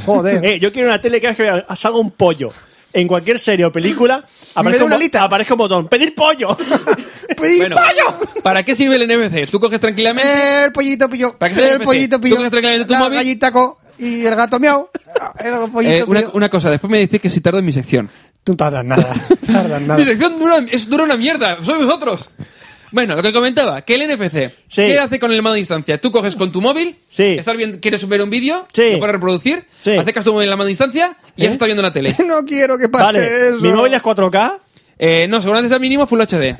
S1: Joder.
S3: Eh, yo quiero una tele que haga que salga un pollo. En cualquier serie o película aparece
S1: da una
S3: un, bo-
S1: alita.
S3: aparezca un botón. ¡Pedir pollo! Pues
S1: ¡Pedí
S6: Bueno,
S1: pollo!
S6: ¿Para qué sirve el NFC? Tú coges tranquilamente.
S3: Eh,
S6: eh,
S1: El pollito pilló.
S6: ¿Para qué se
S1: El
S6: repite?
S1: pollito
S6: ¿Tú
S1: pilló.
S6: coges tranquilamente tu
S1: La
S6: móvil?
S1: gallita co y el gato miau. El pollito
S6: Eh, una,
S1: pilló.
S6: una cosa, después me dices que si tardo en mi sección.
S1: Tú no tardas nada. Tardas
S6: Mi
S1: nada.
S6: sección dura, es dura una mierda, sois vosotros. Bueno, lo que comentaba, que el NFC,
S3: Sí.
S6: ¿qué hace con el mando a distancia? Tú coges con tu móvil,
S3: Sí.
S6: estás viendo, quieres ver un vídeo,
S3: Sí.
S6: lo puedes reproducir,
S3: Sí.
S6: acercas tu móvil a la mano a distancia y ya
S3: ¿Eh?
S6: está viendo la tele.
S1: No quiero que pase
S3: vale,
S1: eso.
S3: mi móvil es 4K.
S6: Eh, no, seguramente está mínimo Full HD.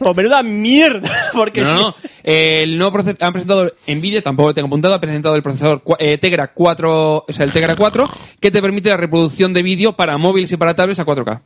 S3: Pues menuda mierda. Porque
S6: no,
S3: sí.
S6: no, no. Eh, el nuevo proces- han presentado Nvidia, tampoco lo tengo apuntado, ha presentado el procesador cua- eh, Tegra 4, o sea, el Tegra 4, que te permite la reproducción de vídeo para móviles y para tablets a 4K.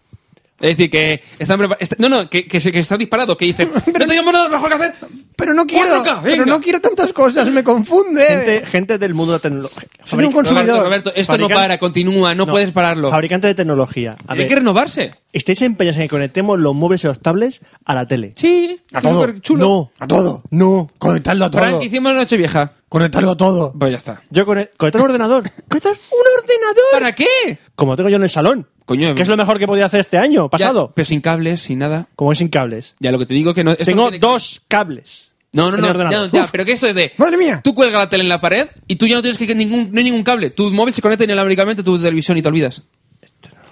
S6: Es decir, que están prepar- está- No, no, que, que, se- que está disparado, que dicen, no tenemos nada mejor que hacer.
S1: Pero no quiero.
S6: 4K,
S1: pero
S6: venga.
S1: no quiero tantas cosas. Me confunde.
S3: Gente, gente del mundo de la tecnología.
S1: Soy un consumidor.
S6: Roberto, Roberto, esto no
S3: Fabricante-
S6: para, continúa, no, puedes pararlo.
S3: Fabricante de tecnología. A
S6: Hay
S3: ver,
S6: que renovarse.
S3: ¿estáis empeñados en que conectemos los móviles y los tablets a la tele?
S6: Sí,
S1: A todo.
S6: súper chulo.
S3: No.
S1: A todo. No. Conectarlo a todo.
S6: Frank, hicimos Nochevieja.
S1: Conectarlo a todo.
S6: Pues ya está.
S3: Yo con conectar un ordenador. ¿Conectar un ordenador?
S6: ¿Para qué?
S3: Como tengo yo en el salón.
S6: Coño,
S3: que es lo mejor que podía hacer este año, pasado.
S6: Ya, pero sin cables, sin nada.
S3: Como es sin cables.
S6: Ya lo que te digo que no. esto no
S3: tengo
S6: tiene que-
S3: dos cables.
S6: No, no,
S3: en
S6: no,
S3: el
S6: ya,
S3: ordenador.
S6: ya,
S3: Uf,
S6: pero que eso es de...
S1: Madre mía.
S6: Tú cuelga la tele en la pared y tú ya no tienes que... que Ningún, no hay ningún cable. Tu móvil se conecta inalámbricamente a tu televisión y te olvidas.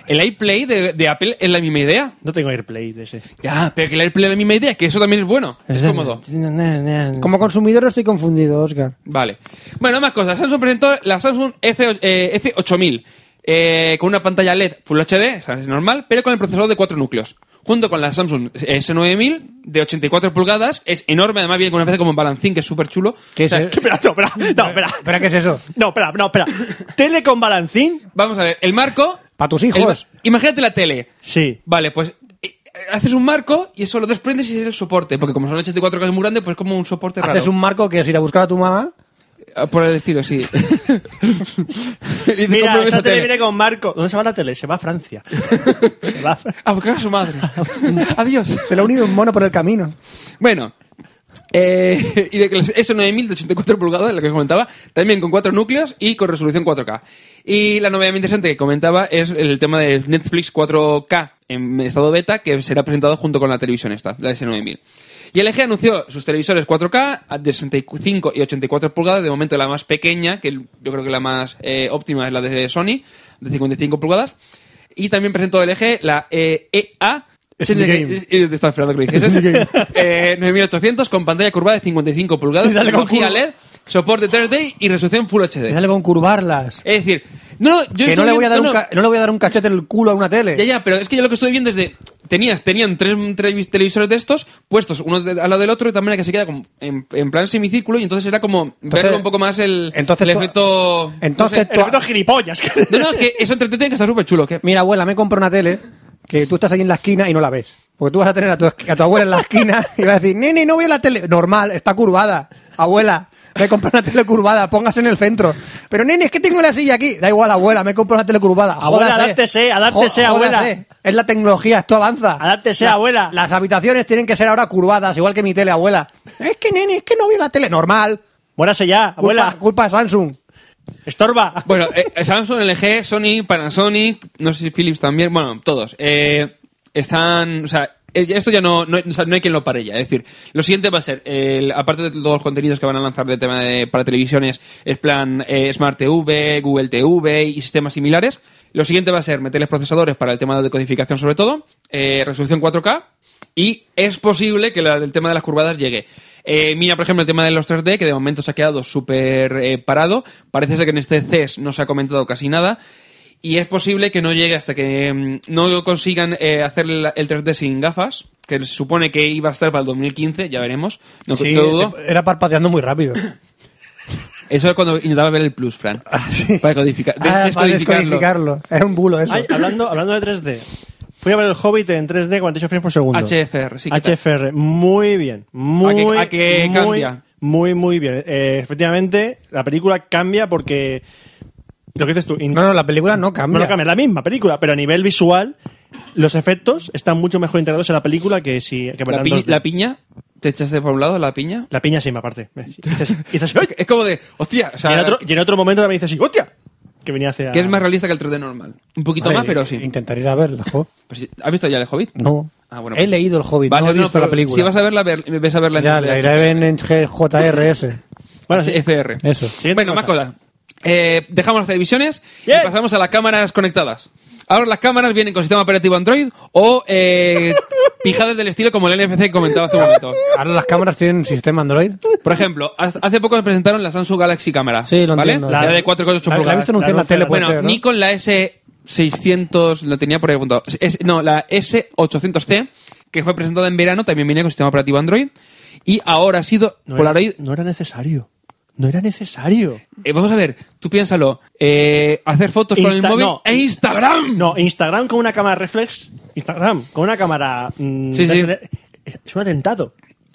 S6: El AirPlay de, de Apple es la misma idea.
S3: No tengo AirPlay de ese.
S6: Ya, pero que el AirPlay es la misma idea, que eso también es bueno. Es cómodo.
S1: Como consumidor estoy confundido, Oscar.
S6: Vale. Bueno, más cosas. Samsung presentó la Samsung F, eh, F8000 eh, con una pantalla LED Full HD, o sea, es normal, pero con el procesador de cuatro núcleos. Junto con la Samsung S9000 de 84 pulgadas, es enorme, además viene con una especie como un balancín que es súper chulo.
S1: ¿Qué es eso?
S3: Espera, no, espera, no, espera.
S1: ¿Pero qué es eso?
S3: No, espera, no, espera. ¿Tele con balancín?
S6: Vamos a ver, el marco...
S1: Pa' tus hijos.
S6: el- imagínate la tele.
S3: Sí.
S6: Vale, pues eh, haces un marco y eso lo desprendes y es el soporte. Porque como son 84K es muy grande, pues es como un soporte raro.
S1: Haces un marco que es ir a buscar a tu mamá.
S6: Ah, Por el estilo, sí.
S3: Mira,
S6: Mira,
S3: esa tele viene con Marco. ¿Dónde se va la tele? Se va a Francia. Se va a Fra-
S6: A buscar a su madre. Adiós.
S1: Se le ha unido un mono por el camino.
S6: Bueno. eh, y de que los- eso 9000 de 84 pulgadas, lo que os comentaba, también con cuatro núcleos y con resolución 4K. Y la novedad interesante que comentaba es el tema de Netflix 4K en estado beta, que será presentado junto con la televisión esta, la S9000. Y LG anunció sus televisores 4K de 65 y 84 pulgadas, de momento la más pequeña, que yo creo que la más eh, óptima es la de Sony, de 55 pulgadas. Y también presentó LG la eh, EA.
S1: Es un game.
S6: Eh, Te estaba esperando que lo dijeses. Eh, 9800 con pantalla curvada de 55 pulgadas,
S1: Y dale con
S6: tecnología
S1: curva.
S6: LED, soporte 3D y resolución Full HD.
S1: Dale con curvarlas.
S6: Es decir, no, no, yo
S1: Que
S6: estoy
S1: no le, voy a
S6: viendo-
S1: dar un
S6: no,
S1: ca- no le voy a dar un cachete en el culo a una tele.
S6: Ya, ya, pero es que yo lo que estoy viendo es de... Tenías, tenían tres, tres televisores de estos puestos uno de- al lado del otro de tal manera que se queda como en, en plan semicírculo y entonces era como
S1: Entonces-
S6: verlo un poco más el,
S1: entonces
S6: el
S1: tú-
S6: efecto...
S1: Entonces,
S3: El
S1: tú-
S3: efecto gilipollas.
S6: No, no, es que eso entretiene que está súper chulo. Que...
S1: mira, abuela, me compro una tele que tú estás ahí en la esquina y no la ves. Porque tú vas a tener a tu, esqui- a tu abuela en la esquina y vas a decir, nene, no veo la tele. Normal, está curvada. Abuela, me comprado una tele curvada, póngase en el centro. Pero, nene, es que tengo la silla aquí. Da igual, abuela, me compro una tele curvada.
S3: Abuela,
S1: Jódase.
S3: adáptese, adáptese,
S1: Jo- jódase.
S3: abuela.
S1: Es la tecnología, esto avanza.
S3: Adáptese, abuela.
S1: Las habitaciones tienen que ser ahora curvadas, igual que mi tele, abuela. Es que, nene, es que no veo la tele. Normal.
S3: Muérase ya,
S1: Culpa-
S3: abuela.
S1: culpa de Samsung.
S3: Estorba.
S6: Bueno, eh, Samsung, LG, Sony, Panasonic, no sé si Philips también, bueno, todos. eh, están, o sea, eh, esto ya no, no, o sea, no hay quien lo pare ya. Es decir, lo siguiente va a ser, el- aparte de todos los contenidos que van a lanzar de tema de, para televisiones, es plan eh, Smart TV, Google TV y sistemas similares. Lo siguiente va a ser meterles procesadores para el tema de decodificación sobre todo, eh, resolución 4K y es posible que la, el tema de las curvadas llegue. Eh, mira, por ejemplo, el tema de los 3D, que de momento se ha quedado súper eh, parado. Parece ser que en este CES no se ha comentado casi nada. Y es posible que no llegue hasta que mm, no consigan eh, hacer la- el 3D sin gafas, que se supone que iba a estar para el 2015, ya veremos. No,
S1: Sí,
S6: no dudo.
S1: se- era parpadeando muy rápido.
S6: Eso es cuando intentaba ver el plus, Fran.
S3: Ah,
S6: Para codificar.
S1: Ah, para
S6: descodificarlo.
S1: descodificarlo. Es un bulo eso.
S3: Ay, hablando, hablando de 3D. Fui a ver el Hobbit en 3D 48 frames por segundo.
S6: HFR, sí. ¿qué tal?
S3: HFR, muy bien. Muy,
S6: ¿A qué- a qué
S3: muy,
S6: cambia?
S3: Muy, muy bien. Eh, efectivamente, la película cambia porque. Lo que dices tú. in-
S1: no, no, la película no cambia.
S3: no, no cambia, es la misma película, pero a nivel visual, los efectos están mucho mejor integrados en la película que si. Que para
S6: La,
S3: en
S6: pi-
S3: 2D.
S6: la piña. ¿Te echaste por un lado la piña?
S3: La piña sí, me aparte. Dices- dices, "Ay".
S6: Es como de, hostia, o
S3: y,
S6: sea,
S3: en otro, y en otro momento también dices, ¡hostia! Que venía hacia.
S6: que es más realista que el 3D normal. Un poquito
S3: Vale,
S6: más, pero sí.
S1: Intentaré ir a verla, jo.
S6: Pues sí. ¿Has visto ya el Hobbit?
S1: No.
S6: Ah, bueno,
S1: he
S6: pues-
S1: leído el Hobbit,
S6: Vale,
S1: no he
S6: no,
S1: visto
S6: pero
S1: la película.
S6: Si vas a verla, ver, ves a verla en
S1: ya,
S6: 3D.
S1: la iré en GJRS.
S3: Bueno, sí.
S6: FR.
S1: Eso.
S3: Siguiente
S6: Bueno, más
S3: cosa.
S6: cosas. Eh, dejamos las televisiones
S3: Bien.
S6: y pasamos a las cámaras conectadas. Ahora las cámaras vienen con sistema operativo Android o eh, pijadas del estilo como el NFC que comentaba hace un momento.
S1: Ahora las cámaras tienen sistema Android.
S6: Por ejemplo, ha- hace poco se presentaron la Samsung Galaxy Cámara.
S1: Sí, lo
S6: ¿vale?
S1: entiendo.
S6: La,
S1: La-
S6: de 4,8
S1: La,
S6: pulgadas.
S1: la he visto anunciar en
S3: la
S1: la tele, puede
S3: anuncia-
S6: bueno,
S1: ser, ¿no?
S6: Nikon la S600, lo tenía por ahí apuntado. Es- no, la S800C, que fue presentada en verano, también viene con sistema operativo Android. Y ahora ha sido
S3: No era-
S6: Polaroid.
S3: no era necesario. No era necesario.
S6: Eh, vamos a ver, tú piénsalo. Eh, hacer fotos con
S3: Insta-
S6: el móvil
S3: no.
S6: e Instagram.
S3: No, Instagram con una cámara reflex. Instagram con una cámara. mm,
S6: Sí, sí.
S3: DSLR, Es, es un atentado.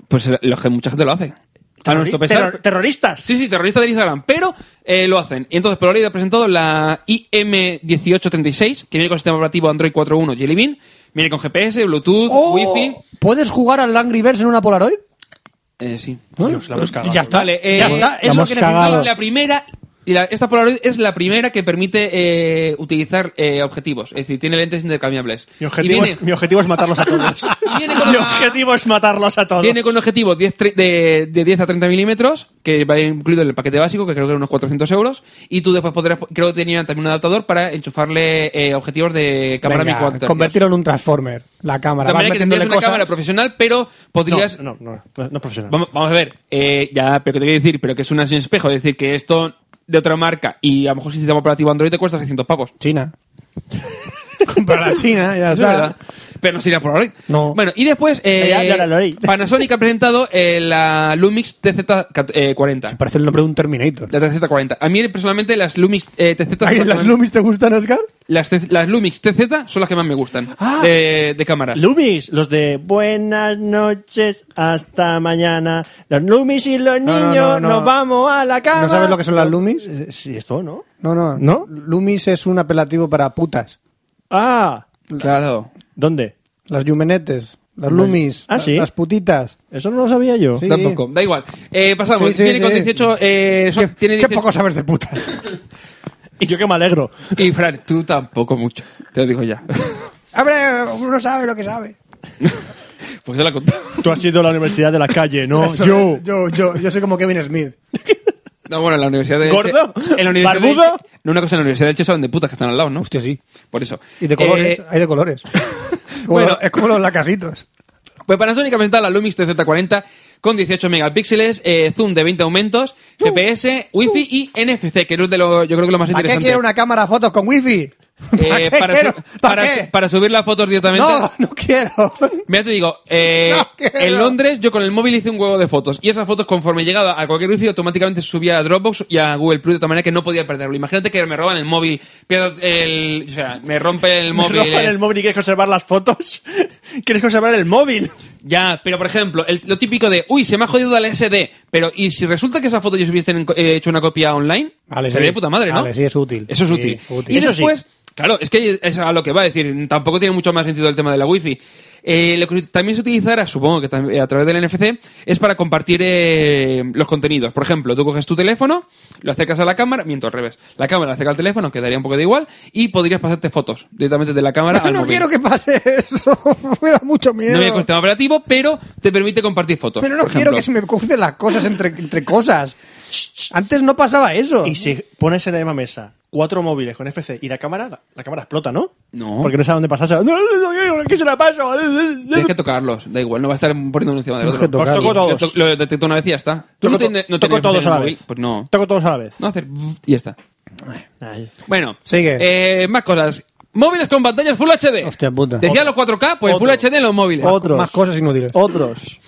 S6: Pues eh, lo que mucha gente lo hace. A nuestro
S3: Terrori-
S6: pesar.
S3: terror- terroristas.
S6: Sí, sí, terrorista de Instagram, pero eh, lo hacen. Y entonces Polaroid ha presentado la IM1836, que viene con sistema operativo Android 4.1 Jelly Bean, viene con GPS, Bluetooth,
S1: Oh.
S6: Oh. Wi-Fi.
S1: ¿Puedes jugar al Angry Birds en una Polaroid?
S6: Eh, sí.
S3: Dios, la hemos cagado.
S1: Ya está.
S6: Vale, eh,
S1: ya está.
S6: la
S1: Es lo
S3: hemos
S1: que
S3: cagado.
S1: necesitaba.
S6: Y la primera. y la- esta Polaroid es la primera que permite eh, utilizar eh, objetivos. Es decir, tiene lentes intercambiables.
S3: Mi objetivo,
S6: y
S3: es,
S6: viene,
S3: mi objetivo es matarlos a todos.
S6: Viene con
S3: mi
S6: la-
S3: objetivo es matarlos a todos.
S6: viene con un objetivo 10 tre- de, de 10 a 30 milímetros, que va incluido en el paquete básico, que creo que eran unos 400 euros. Y tú después podrás. Creo que tenían también un adaptador para enchufarle eh, objetivos de cámara
S1: Venga,
S6: 4
S1: convertirlo en un transformer. La cámara. Vas
S6: También que tendrías
S1: metiéndole
S6: una
S1: cosas.
S6: cámara profesional, pero
S3: no,
S6: podrías.
S3: no, no, no, no es profesional.
S6: Vamos, vamos a ver, eh, ya, pero que te quiero decir, pero que es una sin espejo, es decir, que esto de otra marca y a lo mejor si sistema operativo Android te cuesta 600 pavos.
S1: China. Comprar la China, ya
S6: Eso es
S1: está.
S6: verdad.
S1: Pero,
S6: pero no sería Polaroid.
S1: No.
S6: Bueno, y después eh,
S7: Ya, ya la lo oí.
S6: Panasonic ha presentado eh, la Lumix eh, TZ40.
S1: Parece el nombre de un Terminator.
S6: La TZ40. A mí personalmente las Lumix eh, TZ son
S1: Ay,
S6: las, que
S1: ¿Las
S6: más-
S1: Lumis te gustan, Oscar?
S6: las TZ las Lumix TZ son las que más me gustan eh,
S1: Ah.
S6: de, de cámara.
S3: Lumis, los de buenas noches, hasta mañana. Los Lumis y los
S1: no,
S3: niños,
S1: no, no.
S3: nos vamos a la cama.
S1: ¿No sabes lo que son las Lumis?
S3: Eh, Sí, esto, ¿no?
S1: No, no.
S3: ¿No?
S1: Lumis es un apelativo para putas.
S3: Ah,
S6: Claro.
S3: ¿dónde?
S1: Las Yumenetes, las Lumis,
S3: Ah,
S1: la-
S3: sí.
S1: las putitas.
S3: Eso no lo sabía yo.
S1: Sí.
S6: Tampoco. Da igual. Eh, pasamos.
S1: Sí, sí,
S6: viene
S1: sí.
S6: con 18. Eh, son-
S1: ¿Qué,
S6: tiene
S1: qué
S6: 18
S1: poco sabes de putas.
S3: Y yo que me alegro.
S6: Y Fran, tú tampoco mucho. Te lo digo ya.
S1: Hombre, uno sabe lo que sabe.
S6: Pues ya la conté.
S3: Tú has ido a la universidad de la calle, ¿no?
S1: Eso,
S3: yo.
S1: Oh, yo, yo, yo soy como Kevin Smith.
S6: No, bueno, en la universidad de.
S3: ¿Gordo?
S6: Elche- En la universidad de
S3: ¿Barbudo?
S6: Elche- no, una cosa, en la universidad de Elche saben de putas que están al lado, ¿no?
S1: Hostia, sí.
S6: Por eso.
S1: Y de colores,
S6: Eh,
S1: hay de colores. Como
S6: Bueno.
S1: los- es como los lacasitos.
S6: pues Panasonic ha presentado la Lumix TZ40 con 18 megapíxeles, eh, zoom de 20 aumentos,
S1: Uh.
S6: GPS, Wi-Fi y NFC, que es de lo, yo creo que lo más
S1: ¿Para qué
S6: interesante.
S1: quiero una cámara de fotos con wifi? ¿Para
S6: Eh,
S1: qué
S6: para,
S1: quiero? ¿Para,
S6: su- para
S1: qué?
S6: su- para subir las fotos directamente.
S1: No, no quiero.
S6: Mira, te digo, eh,
S1: No quiero.
S6: en Londres yo con el móvil hice un juego de fotos y esas fotos conforme llegaba a cualquier wifi automáticamente se subía a Dropbox y a Google Plus de tal manera que no podía perderlo. Imagínate que me roban el móvil, pierdo el... O sea, me rompe el móvil.
S3: ¿Roban
S6: eh.
S3: el móvil y quieres conservar las fotos? ¿Quieres conservar el móvil?
S6: Ya, pero por ejemplo, el- lo típico de, uy, se me ha jodido la SD, pero ¿y si resulta que esa foto yo hubiesen eh, hecho una copia online?
S1: Vale,
S6: Sería
S1: sí.
S6: de puta madre, ¿no?
S1: Vale, sí, es útil.
S6: Eso es
S1: Sí,
S6: útil.
S1: útil.
S6: Y
S1: Eso sí.
S6: después, claro, es que es a lo que va a decir, tampoco tiene mucho más sentido el tema de la wifi. Eh, lo que también se utilizará, supongo que tam- eh, a través del NFC, es para compartir eh, los contenidos. Por ejemplo, tú coges tu teléfono, lo acercas a la cámara, miento al revés, la cámara acerca al teléfono, quedaría un poco de igual, y podrías pasarte fotos directamente de la cámara al
S1: no
S6: móvil.
S1: quiero que pase eso. me da mucho miedo.
S6: No me cuesta operativo, pero te permite compartir fotos.
S1: Pero no
S6: por
S1: quiero
S6: ejemplo.
S1: que se me confunden las cosas entre, entre cosas. Antes no pasaba eso.
S3: Y si pones en la misma mesa cuatro móviles con FC y la cámara, la, la cámara explota, ¿no?
S6: No.
S3: Porque no sabe dónde pasarse. No, no, no, no, aquí se la paso.
S6: Tienes que tocarlos, da igual, no va a estar poniendo uno encima del
S1: Tienes
S6: otro.
S1: que Los
S3: toco
S6: Lo
S3: todos.
S6: to- Lo, detecto una vez y ya está. Tú
S3: Toco
S6: no
S3: to-
S6: tienes- no
S3: toco
S6: tienes
S3: todos a la
S6: móvil,
S3: vez.
S6: Pues no.
S3: Toco todos a la vez.
S6: No hacer y ya está.
S3: Ay.
S6: Bueno,
S1: Sigue.
S6: eh, más cosas. Móviles con pantallas Full HD.
S1: Hostia puta.
S6: Decía
S1: Otro.
S6: los 4K, pues
S3: Otro.
S6: Full HD en los móviles.
S3: Otros.
S1: Más cosas inútiles.
S3: Otros.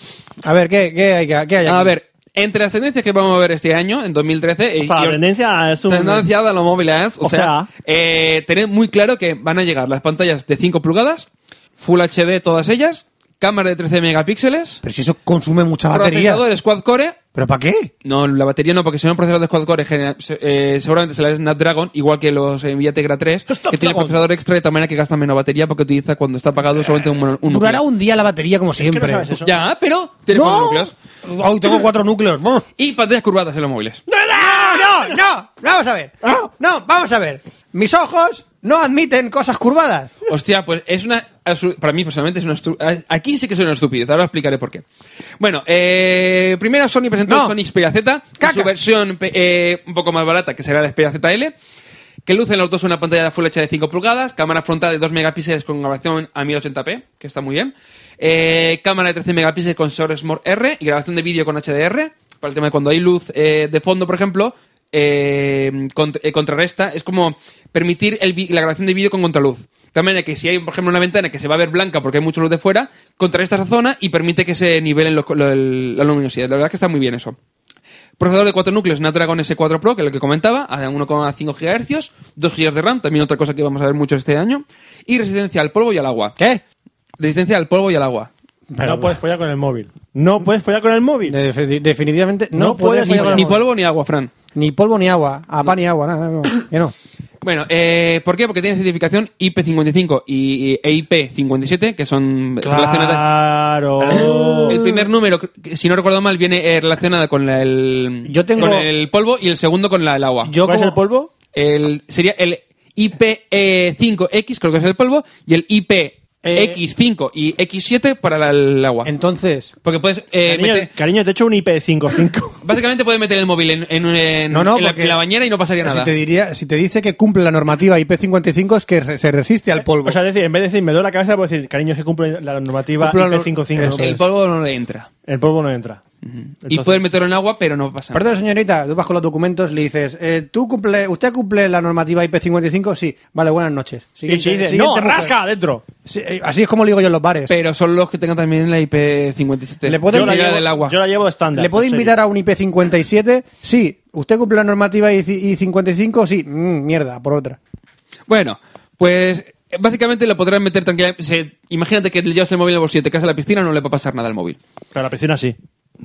S1: A ver, ¿qué, qué hay, que- qué hay aquí?
S6: A ver, entre las tendencias que vamos a ver este año, en 2013, eh,
S3: O sea,
S6: yo-
S3: la tendencia es un...
S6: tendencia de los móviles, o,
S3: O
S6: sea,
S3: sea-
S6: eh, tened muy claro que van a llegar las pantallas de 5 pulgadas, Full HD todas ellas, cámara de 13 megapíxeles,
S1: Pero si eso consume mucha batería.
S6: procesador Squad Core,
S1: ¿Pero para qué?
S6: no, la batería no, porque si no el procesador de Squad Core genera- se- eh, seguramente será el Snapdragon, igual que los Nvidia Tegra 3, que tiene
S3: Snapdragon.
S6: procesador extra de tal manera que gasta menos batería porque utiliza cuando está apagado solamente un, mono- un
S1: Durará
S6: núcleo.
S1: un día la batería como siempre.
S3: sabes eso.
S6: Ya, pero tiene cuatro
S1: ¡No!
S6: núcleos.
S1: Ay, tengo cuatro núcleos. ¡Brr!
S6: Y pantallas curvadas en los móviles.
S1: No, no, no. Vamos a ver. No, vamos a ver. Mis ojos no admiten cosas curvadas.
S6: Hostia, pues es una. absu- Para mí, personalmente, es una. estru- a- Aquí sí que soy una estupidez. Ahora os explicaré por qué. Bueno, eh, primero Sony presentó
S1: No.
S6: el Sony Xperia Z,
S1: Caca.
S6: su versión pe- eh, un poco más barata, que será la Xperia ZL. Que luce en los dos una pantalla de Full HD de 5 pulgadas, cámara frontal de 2 megapíxeles con grabación a 1080p, que está muy bien. eh, cámara de 13 megapíxeles con sensor Smart R y grabación de vídeo con HDR. Para el tema de cuando hay luz eh, de fondo, por ejemplo, eh, cont- eh, contrarresta. Es como permitir el vi- la grabación de vídeo con contraluz. De manera que si hay, por ejemplo, una ventana que se va a ver blanca porque hay mucha luz de fuera, contrarresta esa zona y permite que se nivelen los co- lo- el- la luminosidad. La verdad es que está muy bien eso. Procesador de 4 núcleos, Snapdragon S4 Pro, que es lo que comentaba, a 1,5 GHz, 2 GB de RAM, también otra cosa que vamos a ver mucho este año, y resistencia al polvo y al agua.
S1: ¿Qué?
S6: Resistencia al polvo y al agua.
S3: No puedes follar con el móvil. No puedes follar con el móvil.
S1: definitivamente
S3: no puedes
S1: ni,
S3: llevar-
S6: Ni polvo ni agua, Fran.
S1: ni polvo ni agua. A pan ni agua, nada, no, que no.
S6: Bueno, eh, ¿por qué? Porque tiene certificación IP55 y, y- e IP57, que son relacionadas...
S3: Claro.
S6: El primer número, que, si no recuerdo mal, viene eh, relacionada con la- el,
S1: Yo tengo-
S6: con el polvo y el segundo con la- el agua.
S1: Yo
S3: ¿Cuál es
S1: como-
S3: el polvo?
S6: El, sería el IP5X, creo que es el polvo, y el IPX5 y X7 para la- el agua.
S1: Entonces,
S6: Porque puedes. eh,
S3: Cariño,
S6: meter-
S3: cariño, te he hecho un IP55.
S6: básicamente puedes meter el móvil en, en- en-
S1: No, no,
S6: en la,
S1: porque-
S6: en la bañera y no pasaría
S1: si
S6: nada.
S1: te, diría, si te dice que cumple la normativa IP55 es que re- se resiste al polvo.
S3: O sea, es decir, en vez de decir me duele la cabeza, puedo decir, cariño, es que cumple la normativa
S1: Cumple la nor-
S3: IP55.
S1: Eso
S3: ¿no?
S6: El polvo no le entra.
S3: El polvo no entra.
S6: y puedes meterlo en agua, pero no pasa nada.
S1: Perdón, señorita, tú vas con los documentos, le dices, eh, ¿tú cumple, ¿usted cumple la normativa IP55? Sí. Vale, buenas noches.
S3: Y si
S1: Siguiente-
S3: dices,
S1: siguiente
S3: no,
S1: mujer.
S3: rasca adentro.
S1: Sí, eh, así es como lo digo yo en los bares.
S6: Pero son los que tengan también la E IP57.
S1: Le puedo
S6: Yo la
S1: enseñar
S6: llevo del agua.
S3: Yo la llevo estándar.
S1: ¿Le puedo
S3: en serio.
S1: invitar a un IP57? Sí. ¿Usted cumple la normativa y y 55? Sí. Mm, mierda, por otra.
S6: Bueno, pues eh, básicamente lo podrán meter tranquilamente. Se- imagínate que le llevas el móvil al bolsillo, te caes a la piscina, no le va a pasar nada al móvil.
S3: Pero la piscina sí.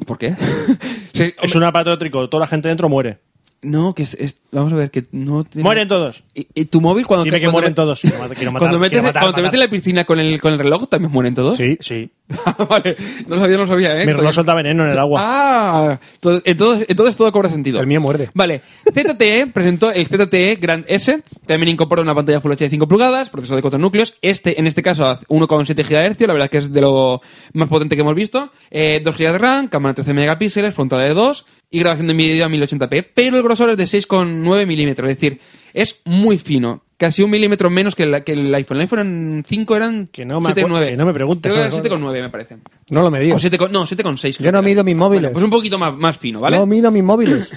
S6: ¿Por qué? Se-
S3: Es un aparato eléctrico, toda la gente dentro muere.
S6: No, que es, es- vamos a ver, que no... tiene-
S3: Mueren todos.
S6: ¿Y, y tu móvil cuando...
S3: Dime
S6: te-
S3: que
S6: cuando
S3: mueren
S6: me-
S3: todos. Quiero matar, quiero matar,
S6: cuando metes-
S3: quiero matar,
S6: cuando te
S3: matar.
S6: metes en la piscina con el, con el reloj, ¿también mueren todos?
S3: Sí, sí.
S6: Ah, vale. No lo sabía, no lo sabía, ¿eh?
S3: Mi reloj solta veneno en el agua.
S6: Ah, to- entonces, entonces todo cobra sentido.
S1: El mío muerde.
S6: Vale, ZTE presentó el ZTE Grand S, también incorpora una pantalla Full HD de 5 pulgadas, procesador de 4 núcleos, este en este caso a 1,7 GHz, la verdad es que es de lo más potente que hemos visto, eh, 2 GB de RAM, cámara de 13 megapíxeles, frontal de 2 y grabación de vídeo a 1080p, pero el grosor es de 6,9 milímetros, es decir, es muy fino. Casi un milímetro menos que, la- que el iPhone. El iPhone 5 eran
S3: Que no me
S6: 7,9.
S3: acuer- que no me preguntes,
S6: Creo que
S3: no me
S6: eran
S3: acuerdo.
S6: 7,9 me parece.
S1: No lo me digo.
S6: O siete con- no, 7,6.
S1: Yo no mido mis móviles.
S6: pues un poquito más, más fino, ¿vale?
S1: No mido mis móviles.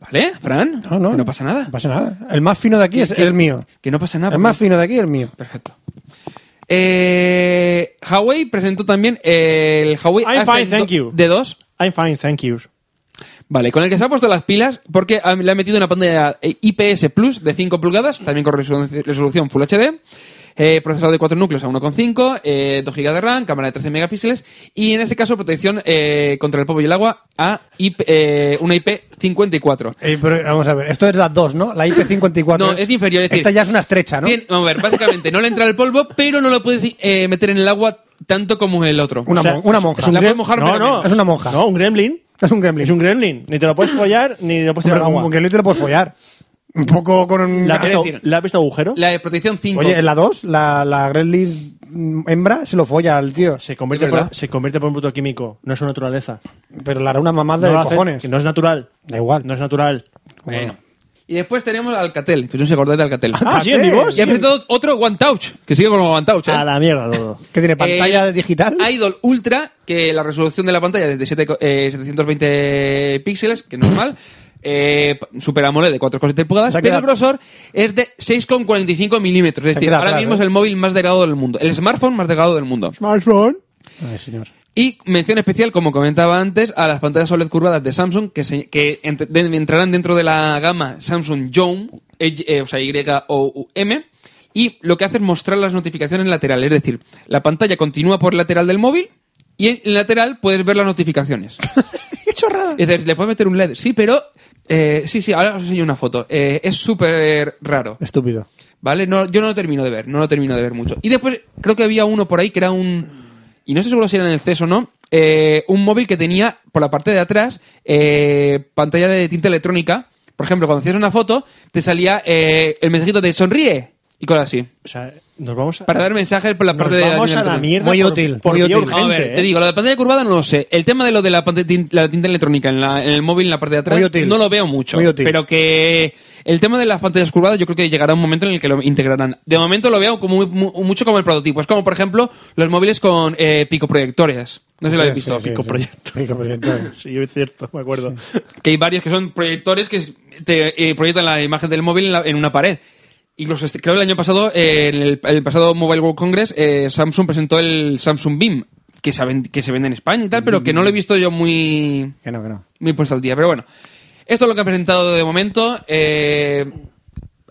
S6: ¿Vale, Fran?
S1: No, no.
S6: Que no pasa nada. Ah,
S1: No pasa nada. El más fino de aquí
S6: Que-
S1: es
S6: que-
S1: el mío.
S6: Que no pasa nada.
S1: El más fino de aquí es el mío.
S6: Perfecto. Eh, Huawei presentó también el Huawei
S3: I'm
S6: Ascend
S3: fine, thank you.
S6: D2.
S3: I'm fine, thank you.
S6: Vale, con el que se ha puesto las pilas porque ha- le ha metido una pantalla eh, IPS Plus de 5 pulgadas, también con resolu- resolución Full HD, eh, procesador de 4 núcleos a 1,5, eh, 2 GB de RAM, cámara de 13 megapíxeles y en este caso protección eh, contra el polvo y el agua a IP, eh, una IP54.
S1: Eh, pero vamos a ver, esto es las dos, ¿no? La IP54.
S6: No, es inferior, es decir-
S1: Esta ya es una estrecha, ¿Ah, ¿no?
S6: Tiene- vamos a ver, básicamente no le entra el polvo, pero no lo puedes eh, meter en el agua tanto como el otro.
S1: Una,
S3: O sea,
S1: mon- una monja.
S3: es un
S6: La
S3: grem-
S6: puedes mojar,
S3: no,
S6: pero
S3: no.
S6: menos.
S1: Es una monja.
S3: No, un gremlin.
S1: Es un gremlin.
S3: Es un gremlin. Ni te lo puedes follar, ni lo puedes tirar
S1: Hombre,
S3: al agua.
S1: con que te lo puedes follar. Un poco con un...
S3: ¿Le has
S6: Es
S3: visto,
S6: decir-
S3: le has visto agujero?
S6: La de protección 5.
S1: Oye, en la 2, la, la Gremlin mm, hembra se lo folla al tío.
S3: Se convierte,
S6: Es verdad.
S3: por, se convierte por un producto químico. No es su naturaleza.
S1: Pero le hará una
S3: No,
S1: mamada
S3: lo
S1: de
S3: hace-
S1: cojones.
S3: que no es natural.
S1: Da igual.
S3: No es natural.
S6: Bueno. Y después tenemos Alcatel, que no se acordáis de Alcatel.
S3: Ah, sí, en mi voz.
S6: Y ha presentado otro One Touch, que sigue como One Touch, ¿eh?
S3: A la mierda todo.
S1: ¿Qué tiene? ¿Pantalla
S6: Eh,
S1: digital?
S6: Idol Ultra, que la resolución de la pantalla es de 7 co- eh, 720 píxeles, que normal. Eh, Super AMOLED de 4,7 pulgadas,
S1: Se ha
S6: pero el
S1: quedado-
S6: grosor es de 6,45 milímetros. Es
S1: Se ha
S6: decir,
S1: quedado
S6: ahora
S1: atrás,
S6: mismo
S1: ¿eh?
S6: es el móvil más delgado del mundo, el smartphone más delgado del mundo.
S3: Smartphone.
S1: Ay, señor.
S6: Y mención especial, como comentaba antes, a las pantallas OLED curvadas de Samsung que, se- que ent- de- entrarán dentro de la gama Samsung Young, eh, o sea, Y-O-U-M. Y lo que hace es mostrar las notificaciones laterales. Es decir, la pantalla continúa por el lateral del móvil y en el lateral puedes ver las notificaciones.
S1: ¡Qué chorrada!
S6: Es decir, le puedes meter un LED. Sí, pero. eh, sí, sí, ahora os enseño una foto. Eh, es súper raro.
S1: Estúpido.
S6: ¿Vale? No, yo no lo termino de ver, no lo termino de ver mucho. Y después creo que había uno por ahí que era un. Y no estoy seguro si era en el CES o no. eh, un móvil que tenía por la parte de atrás eh, pantalla de tinta electrónica. Por ejemplo, cuando hacías una foto, te salía eh, el mensajito de sonríe y cosas así.
S3: O sea, nos vamos a...
S6: Para dar mensajes por la
S3: nos
S6: parte de
S3: vamos a
S6: tinta
S3: la
S6: electrónica.
S3: mierda.
S1: Muy
S3: por-
S1: útil,
S3: Por
S1: muy
S3: vía
S1: útil.
S6: A
S3: urgente,
S6: ver,
S3: ¿eh?
S6: te digo, lo de pantalla curvada no lo sé. El tema de lo de la, pante- tin- la tinta electrónica en, la- en el móvil, en la parte de atrás,
S1: Muy útil.
S6: no lo veo mucho.
S1: Muy útil.
S6: Pero que el tema de las pantallas curvadas, yo creo que llegará un momento en el que lo integrarán. De momento lo veo como muy- mu- mucho como el prototipo. Es como, por ejemplo, los móviles con eh, picoproyectores. No sé si lo habéis visto.
S3: Pico proyecto.
S1: Pico proyecto.
S3: Sí, es cierto, me acuerdo.
S6: Que hay varios que son proyectores que te eh, proyectan la imagen del móvil en, la- en una pared. Incluso este- creo que el año pasado, eh, en el, el pasado Mobile World Congress, eh, Samsung presentó el Samsung Beam, que se, ven- que se vende en España y tal, pero que no lo he visto yo muy,
S1: Que no, que no.
S6: muy puesto al día. Pero bueno, esto es lo que han presentado de momento. Eh,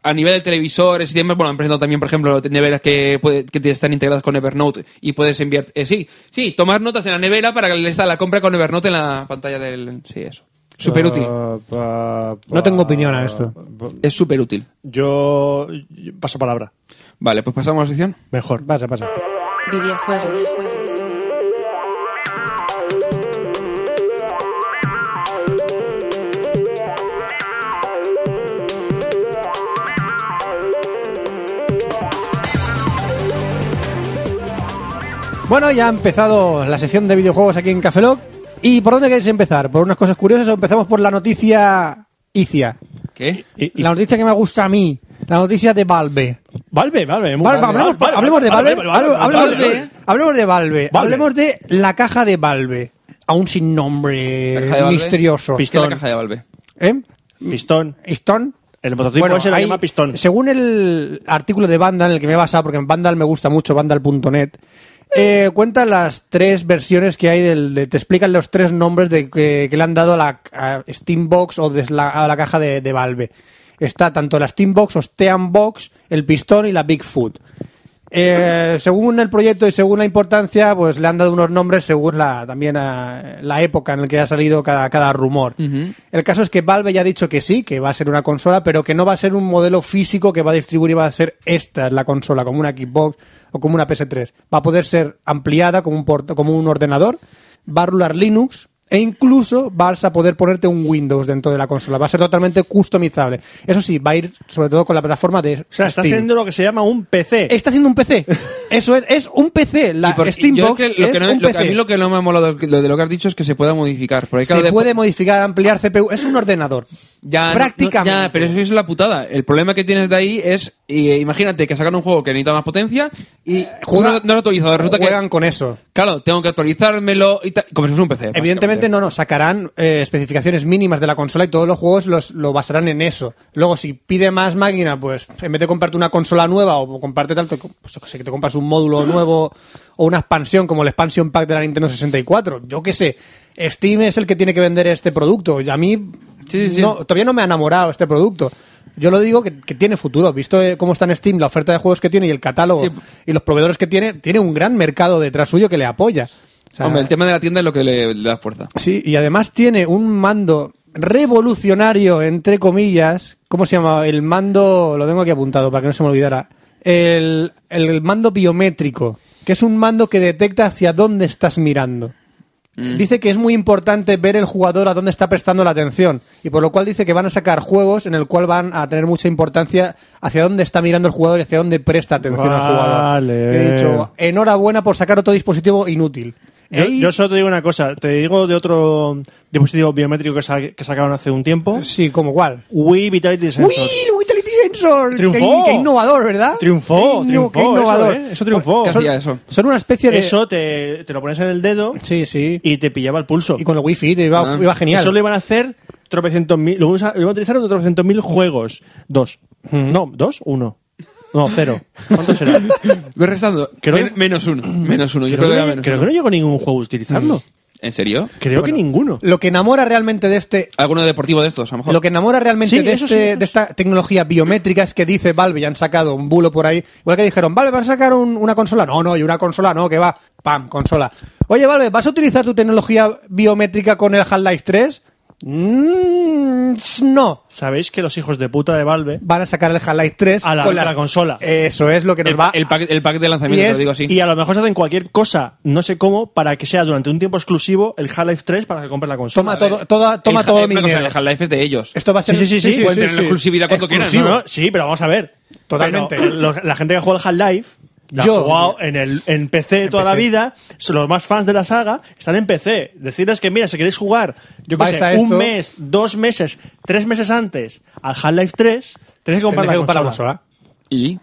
S6: a nivel de televisores y demás, bueno, han presentado también, por ejemplo, neveras que, puede- que te están integradas con Evernote y puedes enviar... eh, sí, sí, tomar notas en la nevera para que le está la compra con Evernote en la pantalla del... Sí, eso. Súper útil.
S1: Ah. No tengo opinión a esto.
S6: Es súper útil.
S3: Yo yo- paso palabra.
S6: Vale, pues pasamos a la sección.
S3: Mejor.
S1: Pasa, pasa.
S5: Videojuegos.
S1: Bueno, ya ha empezado la sección de videojuegos aquí en Cafeloc. ¿Y por dónde queréis empezar? ¿Por unas cosas curiosas o empezamos por la noticia Icia?
S6: ¿Qué?
S3: Y- y-
S1: La noticia que me gusta a mí. La noticia de Valve.
S3: Valve, Valve. hemos-
S1: Valve, hablemos,
S3: Valve,
S1: hablemos de Valve.
S3: Valve,
S1: Hablemos hablemos
S6: Valve.
S1: de- hablemos de Valve.
S3: Valve.
S1: Hablemos de la caja de Valve. aún sin
S6: La
S1: nombre
S6: caja de Valve.
S1: Eh, misterioso.
S6: ¿Qué es la caja de Valve?
S1: ¿Eh?
S3: Pistón.
S1: ¿Pistón?
S3: El prototipo ese lo
S1: hay-
S3: llama pistón.
S1: Según el artículo de Vandal en el que me he basado, porque en Vandal me gusta mucho, Vandal.net, eh, cuenta las tres versiones que hay del. de- te explican los tres nombres de, que, que le han dado a la a Steambox o de la- a la caja de, de Valve. Está tanto la Steambox o Steambox, el pistón y la Bigfoot. Eh, según el proyecto y según la importancia, pues le han dado unos nombres según la, también ah, la época en la que ha salido cada, cada rumor. El caso es que Valve ya ha dicho que sí, que va a ser una consola, pero que no va a ser un modelo físico que va a distribuir y va a ser esta la consola, como una Xbox o como una PS3. Va a poder ser ampliada como un, port- como un ordenador, va a rular Linux, e incluso vas a poder ponerte un Windows dentro de la consola. Va a ser totalmente customizable. Eso sí, va a ir sobre todo con la plataforma de
S3: O sea, está
S1: Steam.
S3: haciendo lo que se llama un PC.
S1: Está haciendo un PC. Eso es, es un PC. La
S6: Y por- y yo
S1: Steambox
S6: que lo que
S1: Ah, es
S6: no me-
S1: un
S6: lo que
S1: PC.
S6: a mí lo que no me ha molado de lo, de lo que has dicho es que se pueda modificar. Porque
S1: Se
S6: claro, de-
S1: puede modificar, ampliar CPU. Es un ordenador.
S6: Ya, no-
S1: Prácticamente.
S6: no- ya, pero eso es la putada. El problema que tienes de ahí es, eh, imagínate que sacan un juego que necesita más potencia y
S1: Eh, Juega-
S6: no, no lo he actualizado. Resulta
S1: juegan
S6: que,
S1: con eso.
S6: claro, tengo que actualizármelo y tal, como si fuese un PC.
S1: Evidentemente no, no, sacarán eh, especificaciones mínimas de la consola y todos los juegos los, lo basarán en eso. Luego, si pide más máquina, pues en vez de comprarte una consola nueva o comparte tal, te, pues, yo qué sé, que te compras un módulo nuevo o una expansión como el expansion pack de la Nintendo 64. Yo qué sé, Steam es el que tiene que vender este producto. Y a mí
S6: Sí, sí, sí.
S1: no- todavía no me ha enamorado este producto. Yo lo digo que, que tiene futuro. Visto eh, cómo está en Steam, la oferta de juegos que tiene y el catálogo
S6: Sí.
S1: y los proveedores que tiene, tiene un gran mercado detrás suyo que le apoya. O sea,
S6: Hombre, el tema de la tienda es lo que le, le da fuerza.
S1: Sí, y además tiene un mando revolucionario, entre comillas. ¿Cómo se llama? El mando, lo tengo aquí apuntado para que no se me olvidara. El, el mando biométrico, que es un mando que detecta hacia dónde estás mirando. Dice que es muy importante ver el jugador a dónde está prestando la atención y por lo cual dice que van a sacar juegos en el cual van a tener mucha importancia hacia dónde está mirando el jugador y hacia dónde presta atención al jugador.
S3: Vale.
S1: He dicho, enhorabuena por sacar otro dispositivo inútil.
S3: Yo,
S1: Ey,
S3: yo solo te digo una cosa. Te digo de otro dispositivo biométrico que, sa- que sacaron hace un tiempo.
S1: Sí, como cuál.
S3: Wii Vitality
S1: ¡Uy!
S3: Sensor.
S1: El Vitality Sensor.
S3: Triunfó.
S1: Qué, qué innovador, ¿verdad?
S3: Triunfó,
S1: Qué
S3: triunfó,
S1: qué innovador.
S3: eso, ¿eh? Eso triunfó.
S1: Porque
S6: ¿Qué
S1: Son,
S6: hacía eso?
S1: son una especie de.
S3: Eso te, te lo pones en el dedo
S1: Sí, sí.
S3: y te pillaba el pulso.
S1: Y con el wifi te iba,
S6: Ah.
S1: iba genial.
S3: Eso lo iban a hacer tropecientos mil. Lo usa- lo iban a utilizar en tropecientos mil juegos. Dos. No, dos, uno. No, cero. ¿Cuántos eran?
S6: Voy restando.
S3: Creo-
S6: Men- menos uno. Menos uno. Yo creo,
S3: creo,
S6: que era
S3: que,
S6: menos
S3: creo que no
S6: uno.
S3: llegó ningún juego a utilizarlo.
S6: ¿En serio?
S3: Creo que ninguno.
S1: Lo que enamora realmente de este.
S6: ¿Alguno deportivo de estos? A lo mejor.
S1: Lo que enamora realmente
S3: Sí,
S1: de,
S3: eso
S1: este,
S3: sí, eso
S1: de esta tecnología biométrica es que dice Valve, ya han sacado un bulo por ahí. Igual que dijeron, Valve, ¿vas a sacar un- una consola? No, no, y una consola no, que va. Pam, consola. Oye, Valve, ¿vas a utilizar tu tecnología biométrica con el Half-Life 3? Mm, no.
S3: Sabéis que los hijos de puta de Valve
S1: van a sacar el Half-Life 3
S3: A la- a la consola.
S1: Eso es lo que nos
S6: el,
S1: va.
S6: el pack, el pack de lanzamiento,
S1: Y es-
S6: te digo así.
S3: y a lo mejor se hacen cualquier cosa, no sé cómo, para que sea durante un tiempo exclusivo el Half-Life 3 para que compres la
S1: toma
S3: consola.
S1: todo, toda- toma
S6: El-
S1: todo
S6: una
S1: mi
S6: cosa,
S1: dinero.
S6: El Half-Life es de ellos.
S1: Esto va a ser.
S3: Sí, sí, sí, sí.
S6: Pueden tener la exclusividad cuanto quieran,
S1: Exclusivo.
S3: No, no, sí, pero vamos a ver.
S1: Totalmente.
S3: Pero lo- la gente que juega al Half-Life, la
S1: Yo.
S3: ha jugado en, el, en PC toda la
S1: PC.
S3: vida, son los más fans de la saga están en PC. Decirles que, mira, si queréis jugar, yo qué
S1: Vais a
S3: sé, un
S1: esto.
S3: mes, dos meses, tres meses antes al Half-Life 3, tenéis que comprar
S1: Tendré
S3: la
S1: que comprar la Eh, consola.
S3: consola.
S6: Y.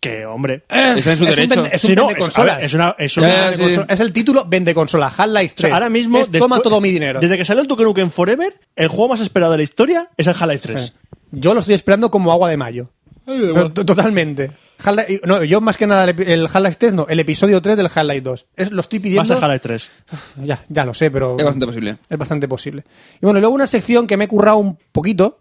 S3: Que, hombre.
S6: Está en su
S1: Es un
S6: derecho.
S1: vende- es un
S3: Si no,
S1: vende
S3: es- a
S1: consolas.
S3: ver, es una- es
S6: una-
S1: vende
S6: Sí.
S1: consola. Es el título vende consola. Half-Life
S3: O sea,
S1: 3.
S3: ahora mismo,
S1: Es, toma
S3: después-
S1: todo mi dinero.
S3: Desde que salió el Duke Nukem Forever, el juego más esperado de la historia es el Half-Life 3.
S1: Yo lo estoy esperando como agua de mayo. To- to- Totalmente. Half-Life- no, yo más que nada el epi- el Half-Life 3, no, el episodio 3 del Half-Life 2. Es, lo estoy
S3: Más
S1: pidiendo.
S3: el Half-Life 3.
S1: Ya, ya lo sé, pero.
S6: Es bastante posible.
S1: Es bastante posible. Y bueno, luego una sección que me he currado un poquito.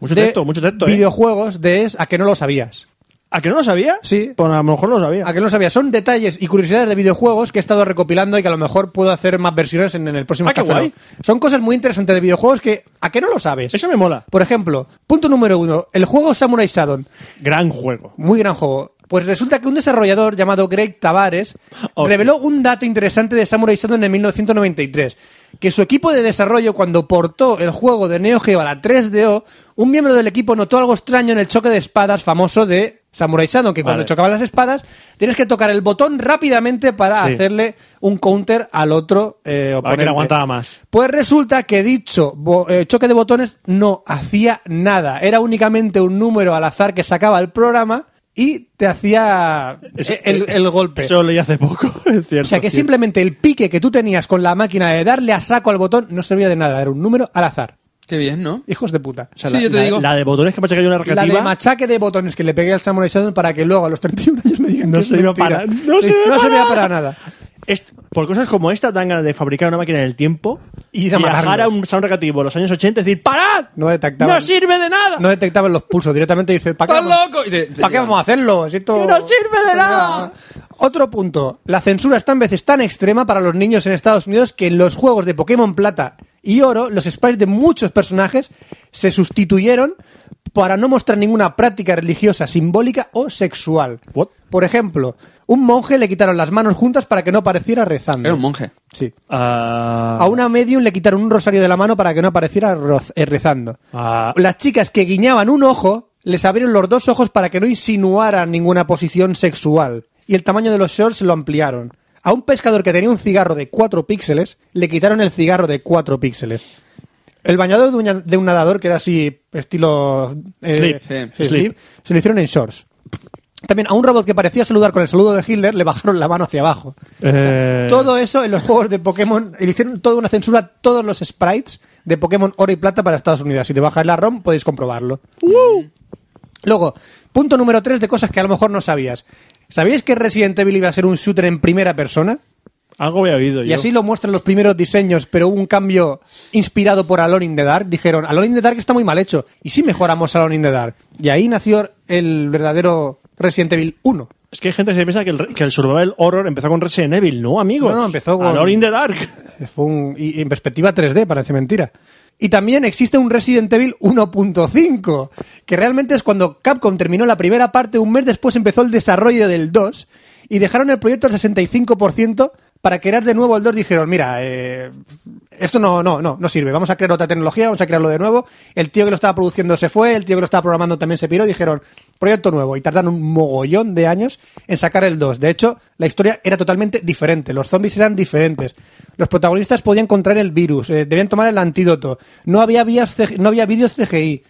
S3: Mucho
S1: de
S3: texto, mucho texto, ¿eh?
S1: Videojuegos de es a que no lo sabías.
S3: ¿A que no lo sabía?
S1: Sí.
S3: Pues a lo mejor no lo sabía.
S1: A que no lo sabías. Son detalles y curiosidades de videojuegos que he estado recopilando y que a lo mejor puedo hacer más versiones en, en el próximo
S3: Ah, qué
S1: Café
S3: guay.
S1: Lock. Son cosas muy interesantes de videojuegos que a que no lo sabes.
S3: Eso me mola.
S1: Por ejemplo, punto número uno, el juego Samurai Shodown.
S3: Gran juego.
S1: Muy gran juego. Pues resulta que un desarrollador llamado Greg Tavares
S3: Oh.
S1: reveló un dato interesante de Samurai Shodown en 1993. Que su equipo de desarrollo, cuando portó el juego de Neo Geo a la 3DO, un miembro del equipo notó algo extraño en el choque de espadas famoso de Samurai Shodown, que cuando
S3: Vale.
S1: chocaban las espadas tienes que tocar el botón rápidamente para
S3: Sí.
S1: hacerle un counter al otro eh,
S3: Para
S1: oponente.
S3: que le aguantaba más.
S1: Pues resulta que dicho bo- eh, choque de botones no hacía nada. Era únicamente un número al azar que sacaba el programa y te hacía eh, el, el golpe.
S3: Eso leí hace poco, es cierto.
S1: o sea que
S3: sí.
S1: simplemente el pique que tú tenías con la máquina de darle a saco al botón no servía de nada, era un número al azar.
S6: Qué bien, ¿no?
S1: Hijos de puta.
S3: O sea,
S6: Sí,
S3: la,
S6: yo te
S3: la-
S6: digo.
S3: la de botones que pasa que hay una
S1: La
S3: recreativa.
S1: de machaque de botones que le pegué al Samurai Shodown para que luego a los 31 años me digan
S3: No
S1: que es
S3: sirve
S1: mentira.
S3: para- no
S1: Sí,
S3: sirve
S1: no
S3: para
S1: servía
S3: nada.
S1: para nada.
S3: Est- por cosas como esta dan ganas de fabricar una máquina del tiempo
S1: Y de
S3: viajar
S1: matarlos.
S3: a un sound recreativo de los años 80 y decir ¡Parad!
S1: No detectaban.
S3: ¡No sirve de nada!
S1: No detectaban los pulsos, directamente dice, ¿para qué,
S6: ¡Estás
S1: vamos-
S6: loco! Y te- te
S1: ¿Para qué
S6: llevan.
S1: vamos a hacerlo? Si esto...
S3: ¡Que no sirve de nada!
S1: Otro punto, la censura está en veces tan extrema para los niños en Estados Unidos que en los juegos de Pokémon Plata y Oro, los sprites de muchos personajes se sustituyeron para no mostrar ninguna práctica religiosa, simbólica o sexual.
S3: What?
S1: Por ejemplo, un monje le quitaron las manos juntas para que no pareciera rezando.
S6: Era un monje.
S1: Sí.
S3: Ah,
S1: A una medium le quitaron un rosario de la mano para que no apareciera roz- eh, rezando.
S3: Ah.
S1: Las chicas que guiñaban un ojo les abrieron los dos ojos para que no insinuaran ninguna posición sexual. Y el tamaño de los shorts lo ampliaron. A un pescador que tenía un cigarro de 4 píxeles, le quitaron el cigarro de 4 píxeles. El bañador de un, de un nadador, que era así, estilo. eh,
S3: Slip,
S6: sí,
S1: slip,
S3: slip.
S1: se lo hicieron en shorts. También a un robot que parecía saludar con el saludo de Hitler, le bajaron la mano hacia abajo.
S3: eh,
S1: Todo eso en los juegos de Pokémon. Le hicieron toda una censura a todos los sprites de Pokémon Oro y Plata para Estados Unidos. Si te bajáis la ROM, podéis comprobarlo. Luego, punto número 3 de cosas que a lo mejor no sabías. ¿Sabíais que Resident Evil iba a ser un shooter en primera persona?
S3: Algo había oído
S1: Y
S3: yo.
S1: así lo muestran los primeros diseños, pero hubo un cambio inspirado por Alone in the Dark. Dijeron, Alone in the Dark está muy mal hecho. ¿Y si mejoramos Alone in the Dark? Y ahí nació el verdadero Resident Evil 1.
S3: Es que hay gente que se piensa que el, re- que el survival horror empezó con Resident Evil, ¿no, amigos?
S1: No, no, empezó con-
S3: Alone in the Dark.
S1: Fue un- y, y en perspectiva 3D, parece mentira. Y también existe un Resident Evil 1.5, que realmente es cuando Capcom terminó la primera parte, un mes después empezó el desarrollo del 2 y dejaron el proyecto al 65% para crear de nuevo el 2. Dijeron, mira, eh, esto no, no, no, no sirve, vamos a crear otra tecnología, vamos a crearlo de nuevo. El tío que lo estaba produciendo se fue, el tío que lo estaba programando también se piró, dijeron, proyecto nuevo. Y tardaron un mogollón de años en sacar el 2. De hecho, la historia era totalmente diferente, los zombies eran diferentes. Los protagonistas podían contraer el virus, eh, debían tomar el antídoto, no había, vías C- no había vídeos CGI.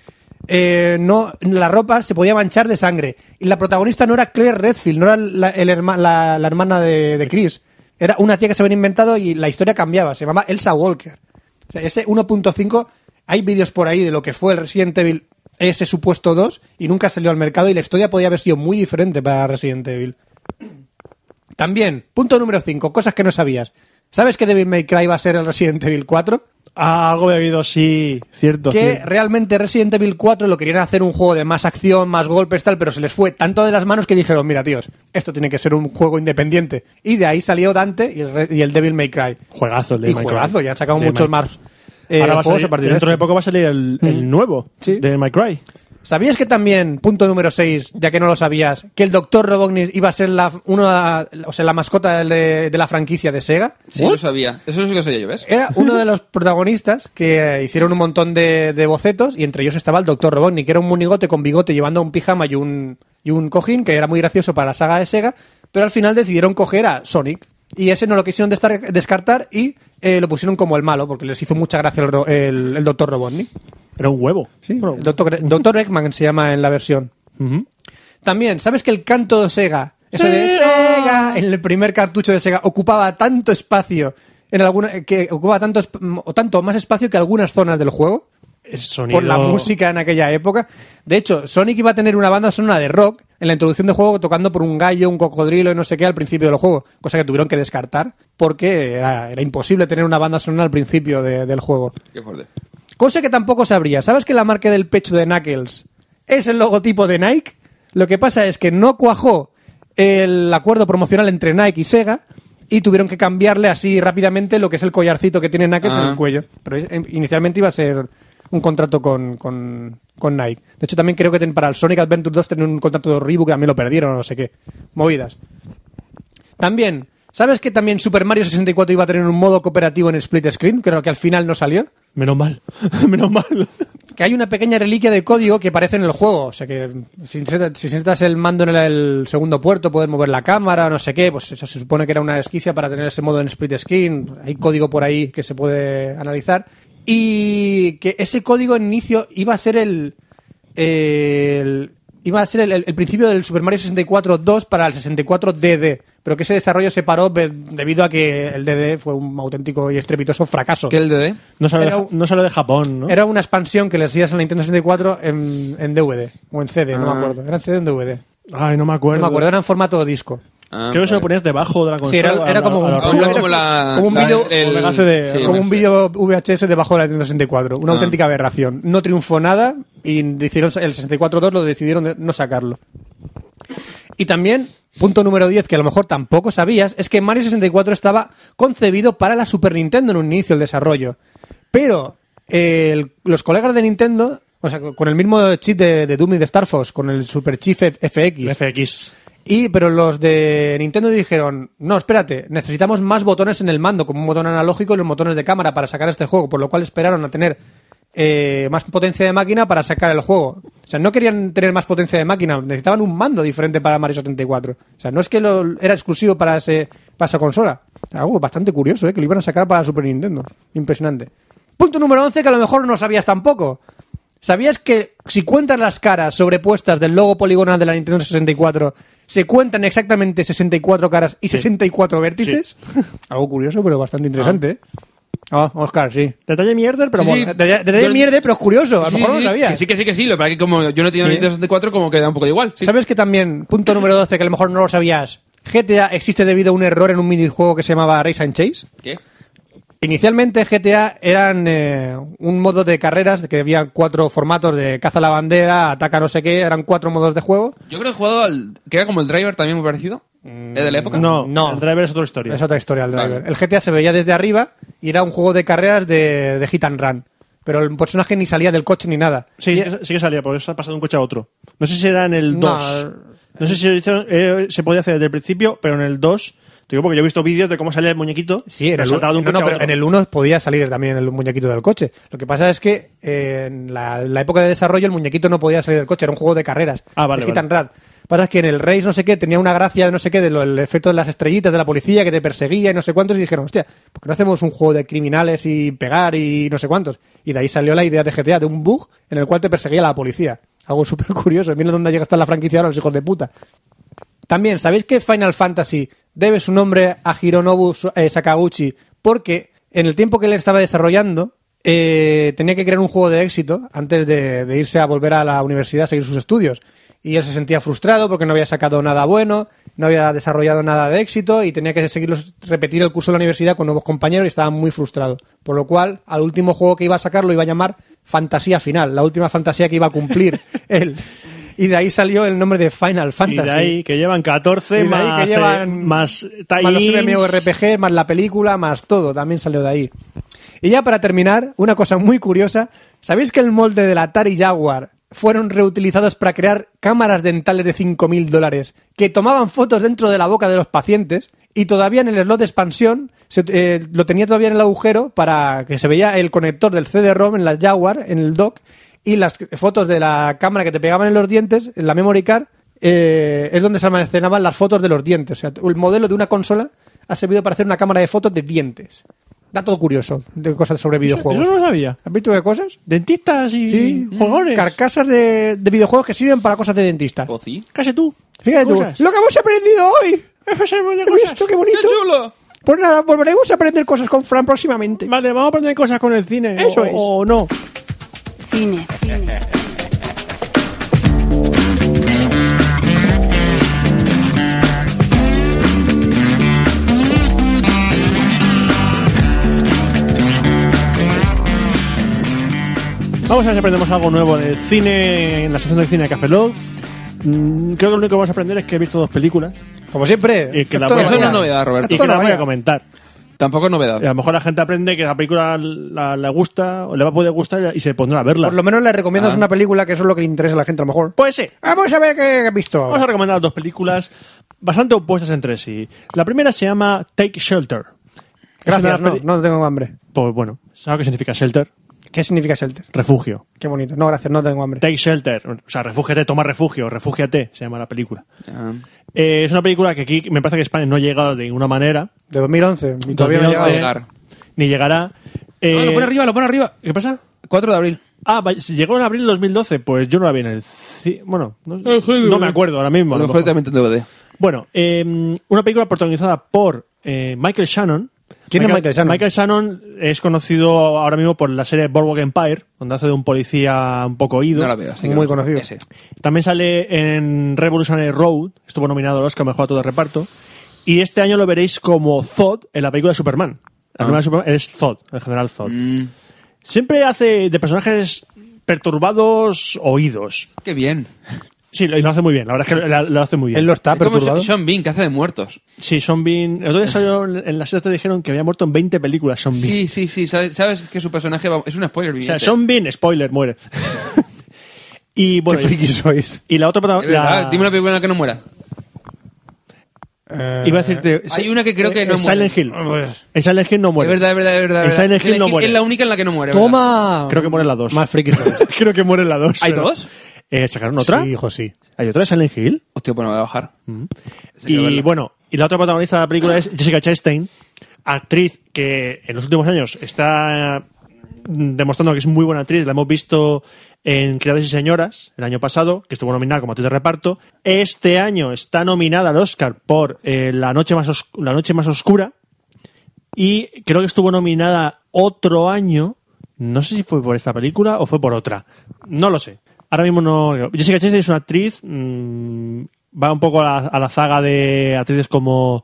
S1: eh, no, la ropa se podía manchar de sangre. Y la protagonista no era Claire Redfield, no era la, el herma- la- la hermana de, de Chris. Era una tía que se habían inventado y la historia cambiaba. Se llamaba Elsa Walker. O sea, ese 1.5, hay vídeos por ahí de lo que fue el Resident Evil, ese supuesto 2, y nunca salió al mercado y la historia podía haber sido muy diferente para Resident Evil. También, punto número 5, cosas que no sabías. ¿Sabes que Devil May Cry va a ser el Resident Evil 4?
S3: Ah, algo había oído, sí. Cierto.
S1: Que
S3: cierto.
S1: realmente Resident Evil 4 lo querían hacer un juego de más acción, más golpes, tal, pero se les fue tanto de las manos que dijeron, mira tíos, esto tiene que ser un juego independiente. Y de ahí salió Dante y el, Re- y el Devil May Cry.
S3: Juegazo, el de
S1: y
S3: Minecraft.
S1: juegazo, ya han sacado
S3: De
S1: muchos
S3: Minecraft.
S1: más eh,
S3: Ahora va a
S1: juegos
S3: salir-
S1: a partir de
S3: dentro de,
S1: esto. Mm.
S3: poco va a salir el, el nuevo
S1: Sí.
S3: de My Cry.
S1: ¿Sabías que también, punto número 6, ya que no lo sabías, que el Doctor Robotnik iba a ser la, una, o sea, la mascota del- de, de la franquicia de Sega?
S6: Sí, lo sabía. Eso es lo que sabía yo, ¿ves?
S1: Era uno de los protagonistas que eh, hicieron un montón de, de bocetos y entre ellos estaba el Doctor Robotnik, que era un monigote con bigote llevando un pijama y un, y un cojín, que era muy gracioso para la saga de Sega, pero al final decidieron coger a Sonic. Y ese no lo quisieron destar- descartar y eh, lo pusieron como el malo, porque les hizo mucha gracia el, ro- el- el Doctor Robotnik.
S3: Era un huevo.
S1: Sí,
S3: Bueno,
S1: Doctor, Doctor Eggman se llama en la versión.
S3: ujú.
S1: También, ¿sabes que el canto de Sega, eso de
S3: Sega.
S1: Sega en el primer cartucho de Sega ocupaba tanto espacio en alguna que ocupaba tanto esp- mm, o tanto más espacio que algunas zonas del juego
S3: El sonido-
S1: por la música en aquella época. De hecho, Sonic iba a tener una banda sonora de rock en la introducción del juego tocando por un gallo, un cocodrilo y no sé qué al principio del juego, cosa que tuvieron que descartar porque era, era imposible tener una banda sonora al principio de- del juego.
S6: Qué fuerte.
S1: Cosa que tampoco sabría. ¿Sabes que la marca del pecho de Knuckles es el logotipo de Nike? Lo que pasa es que no cuajó el acuerdo promocional entre Nike y Sega y tuvieron que cambiarle así rápidamente lo que es el collarcito que tiene Knuckles en
S6: Ah.
S1: el cuello. Pero eh, inicialmente iba a ser un contrato con, con- con Nike. De hecho, también creo que ten- para el Sonic Adventure 2 tenían un contrato de Reebok que también lo perdieron o no sé qué. Movidas. También, ¿sabes que también Super Mario 64 iba a tener un modo cooperativo en split screen? Creo que al final no salió
S3: Menos mal. Menos mal.
S1: que hay una pequeña reliquia de código que aparece en el juego. O sea que si insertas, si insertas el mando en el, el segundo puerto, puedes mover la cámara, no sé qué. Pues eso se supone que era una esquicia para tener ese modo en split screen. Hay código por ahí que se puede analizar. Y que ese código en inicio iba a ser el. el iba a ser el, el- el principio del Super Mario 64 2 para el 64 DD, pero que ese desarrollo se paró be- debido a que el DD fue un auténtico y estrepitoso fracaso.
S6: ¿Qué es el DD?
S3: No salió,
S1: Era
S3: de,
S1: un-
S3: no salió de Japón, ¿no?
S1: Era una expansión que le hacías a la Nintendo 64 en, en DVD o en CD, no me acuerdo. Era en CD o en DVD.
S3: Ay, no
S1: No
S3: me acuerdo.
S1: me acuerdo, era en formato disco.
S6: Ah,
S3: Creo que se lo
S6: vale.
S3: ponías debajo de la consola.
S1: Sí, era,
S3: a
S1: era
S3: la-
S1: como
S3: a
S1: un,
S3: la
S6: Ah,
S3: rollo-
S6: como la-
S1: como un
S6: la-
S1: vídeo
S6: el-
S3: como el enlace de-
S6: sí,
S1: como
S6: no
S1: un
S6: sé.
S1: vídeo VHS debajo de la Nintendo 64. Una
S6: Ah.
S1: auténtica aberración. No triunfó nada y decidieron, el 64.2 lo decidieron de no sacarlo. Y también, punto número 10, que a lo mejor tampoco sabías, es que Mario 64 estaba concebido para la Super Nintendo en un inicio el desarrollo. Pero eh, el- los colegas de Nintendo, o sea, con el mismo chip de, de Doom y de Star Fox, con el Super Chief F-
S3: el FX.
S1: y pero los de Nintendo dijeron, no, espérate, necesitamos más botones en el mando, como un botón analógico y los botones de cámara para sacar este juego, por lo cual esperaron a tener eh, más potencia de máquina para sacar el juego. O sea, no querían tener más potencia de máquina, necesitaban un mando diferente para Mario 74. O sea, no es que lo, era exclusivo para, ese, para esa consola. O sea, algo bastante curioso, ¿eh? que lo iban a sacar para Super Nintendo. Impresionante. Punto número 11 que a lo mejor no sabías tampoco. ¿Sabías que si cuentas las caras sobrepuestas del logo poligonal de la Nintendo 64, se cuentan exactamente 64 caras y 64 vértices? Algo curioso, pero bastante interesante. ¿eh? Ah, Oscar, sí.
S3: Detalle mierda, pero
S6: Sí,
S3: bueno.
S6: sí.
S1: Te, te- te doy
S6: Yo-
S1: mierda, pero es curioso. A lo
S6: Sí,
S1: mejor no
S6: sí,
S1: lo sabías.
S6: que sí, que sí, que sí. Lo que pasa es que como yo no he tenido
S1: Sí.
S6: Nintendo 64, como que da un poco de igual. sí.
S1: ¿Sabes que también, punto número 12, que a lo mejor no lo sabías, GTA existe debido a un error en un minijuego que se llamaba Race and Chase?
S6: ¿Qué?
S1: Inicialmente GTA eran eh, un modo de carreras, que había cuatro formatos de caza la bandera, ataca no sé qué, eran cuatro modos de juego.
S6: Yo creo que he jugado al. que era como el driver también muy parecido. ¿Es de la época?
S3: Mm, No,
S1: No.
S3: el driver es otra historia.
S1: Es otra historia el driver.
S6: Vale.
S1: El GTA se veía desde arriba y era un juego de carreras de, de hit and run. Pero el personaje ni salía del coche ni nada.
S3: Sí,
S1: Y-
S3: sí, sí que salía, porque eso ha pasado de un coche a otro. No sé si era en el
S1: No.
S3: 2. No, sé si lo hizo- eh, se podía hacer desde el principio, pero en el 2. Te digo porque yo he visto vídeos de cómo salía el muñequito.
S1: Sí, en
S3: pero
S1: el,
S3: saltaba de un
S1: no,
S3: coche
S1: no,
S3: a
S1: pero
S3: otro.
S1: en el 1 podía salir también el muñequito del coche. Lo que pasa es que eh, en la, la época de desarrollo el muñequito no podía salir del coche, era un juego de carreras,
S3: Ah, vale,
S1: de hit
S3: vale.
S1: and run. Lo que pasa es que en el Race no sé qué tenía una gracia de no sé qué, del efecto de las estrellitas de la policía que te perseguía y no sé cuántos, y dijeron, hostia, ¿por qué no hacemos un juego de criminales y pegar y no sé cuántos? Y de ahí salió la idea de GTA, de un bug en el cual te perseguía la policía. Algo súper curioso, mira dónde llega hasta la franquicia ahora los hijos de puta. También, ¿sabéis que Final Fantasy debe su nombre a Hironobu Su- eh, Sakaguchi? Porque en el tiempo que él estaba desarrollando, eh, tenía que crear un juego de éxito antes de, de irse a volver a la universidad a seguir sus estudios. Y él se sentía frustrado porque no había sacado nada bueno, no había desarrollado nada de éxito y tenía que seguir los- repetir el curso de la universidad con nuevos compañeros y estaba muy frustrado. Por lo cual, al último juego que iba a sacar lo iba a llamar Fantasía Final, la última fantasía que iba a cumplir él. Y de ahí salió el nombre de Final
S3: Y
S1: Fantasy.
S3: de ahí que llevan 14
S1: Y de ahí
S3: más,
S1: que
S3: eh,
S1: llevan-
S3: más
S1: Más los
S3: tie-ins.
S1: MMORPG, más la película, más todo, también salió de ahí. Y ya para terminar, una cosa muy curiosa, ¿sabéis que el molde del Atari Jaguar fueron reutilizados para crear cámaras dentales de 5.000 dólares que tomaban fotos dentro de la boca de los pacientes y todavía en el slot de expansión se- eh, lo tenía todavía en el agujero para que se veía el conector del CD-ROM en la Jaguar, en el dock, y las fotos de la cámara que te pegaban en los dientes, en la memory card, eh, es donde se almacenaban las fotos de los dientes. O sea, el modelo de una consola ha servido para hacer una cámara de fotos de dientes. Dato curioso de cosas sobre
S3: Eso,
S1: videojuegos.
S3: eso no lo sabía.
S1: ¿Has visto qué cosas?
S3: Dentistas y
S1: Sí.
S3: jugadores.
S1: Carcasas de, de videojuegos que sirven para cosas de dentista.
S6: ¿O sí?
S3: Casi tú.
S1: Fíjate tú,
S3: Cosas.
S1: lo que hemos aprendido hoy.
S3: Eso es un montón de
S1: ¿Has
S3: cosas.
S1: visto qué
S6: ¡Qué
S1: bonito?
S6: chulo!
S1: Pues nada, volveremos a aprender cosas con Fran próximamente.
S3: Vale, vamos a aprender cosas con el cine.
S1: Eso
S3: o,
S1: es.
S3: o no.
S5: Cine, cine.
S3: Vamos a ver si aprendemos algo nuevo en el cine, en la sección de cine de Café Lock. Mm, creo que lo único que vamos a aprender es que he visto dos películas.
S1: Como siempre.
S3: Y que la
S1: toda
S3: voy a-
S6: Eso no es
S1: mañana.
S6: novedad, Roberto.
S3: Y
S1: Esto
S3: que
S1: no
S3: las voy
S1: vaya.
S3: a comentar.
S6: Tampoco es novedad.
S3: Y a lo mejor la gente aprende que la película la- le gusta o le va a poder gustar y se pondrá a verla.
S1: Por lo menos le recomiendas
S6: Ah.
S1: una película que eso es lo que le interesa a la gente a lo mejor.
S3: Pues sí.
S1: Vamos a ver qué he visto.
S3: Vamos a recomendar dos películas bastante opuestas entre sí. La primera se llama Take Shelter. Es
S1: Gracias,
S3: una
S1: no,
S3: peli-
S1: no tengo hambre.
S3: Pues bueno, ¿sabes qué significa shelter?
S1: ¿Qué significa shelter?
S3: Refugio.
S1: Qué bonito. No, gracias, no tengo hambre.
S3: Take Shelter. O sea, refúgiate, toma refugio, refúgiate, se llama la película.
S6: Ah.
S3: Eh, es una película que aquí me parece que España no ha llegado de ninguna manera,
S1: De 2011. Y todavía no ha
S3: 2011.
S1: llegado.
S6: Llegar.
S3: ni llegará. Eh,
S6: No, lo pone Ah, arriba, lo pone arriba.
S3: ¿Qué pasa?
S6: 4 de abril.
S3: Ah, va- si llegó en abril de 2012, pues yo no la vi en el... ci- Bueno, no, sé.
S6: Eh, joder.
S3: No me acuerdo ahora mismo.
S6: A
S3: a
S6: lo
S3: lo
S6: mejor
S3: mejor.
S6: también en DVD.
S3: Bueno, eh, una película protagonizada por eh, Michael Shannon.
S1: ¿Quién es Michael Shannon?
S3: Michael Shannon es conocido ahora mismo por la serie Boardwalk Empire, donde hace de un policía un poco ido.
S6: No la veo. así que
S1: Muy
S6: no sé.
S1: conocido.
S6: Ese.
S3: También sale en Revolutionary Road, estuvo nominado al Oscar Mejor Actor de Reparto. Y este año lo veréis como Zod en la película de Superman. La primera de Superman es Zod, el general Zod.
S6: Mm,
S3: Siempre hace de personajes perturbados oídos.
S6: qué bien.
S3: Sí, lo, y lo hace muy bien, la verdad es que lo, lo hace muy bien.
S1: Él lo está
S6: Es como
S1: perturbado.
S6: Sean Bean, que hace de muertos.
S3: Sí, Sean Bean. El otro día salió en en la serie te dijeron que había muerto en 20 películas Sean Bean.
S6: Sí, sí, sí. Sabes, sabes que su personaje va- es un spoiler.
S3: o sea,
S6: evidente.
S3: Sean Bean, spoiler, muere. y
S1: Qué
S3: bueno,
S1: friki sois.
S3: y la otra
S6: Es verdad,
S3: protagonista.
S6: Dime una película en la que no muera.
S3: Iba a decirte.
S6: Hay una que creo que
S3: en-
S6: no
S3: en Silent
S6: muere.
S3: Hill.
S1: Ah, pues.
S3: En Silent Hill no muere.
S6: Es verdad, es verdad, es verdad.
S3: En
S6: es verdad.
S3: Silent Hill no muere.
S6: Es la única en la que no muere. ¿verdad?
S1: ¡Toma!
S3: Creo que muere en la 2.
S1: Más friki sois.
S3: Creo que muere en la 2.
S6: ¿Hay dos?
S3: Eh, ¿Sacaron otra?
S1: Sí, hijo, sí.
S3: ¿Hay otra de Silent Hill?
S6: Hostia, bueno, voy a bajar. Esa quiero
S3: Mm. Y
S6: verla.
S3: bueno, y la otra protagonista de la película es Jessica Chastain, actriz que en los últimos años está mm, demostrando que es muy buena actriz. La hemos visto en Criadas y Señoras el año pasado, que estuvo nominada como actriz de reparto. Este año está nominada al Oscar por eh, la, noche más os- la Noche Más Oscura. Y creo que estuvo nominada otro año. No sé si fue por esta película o fue por otra. No lo sé. Ahora mismo no. Jessica Chastain es una actriz. mm, va un poco a la, a la zaga de actrices como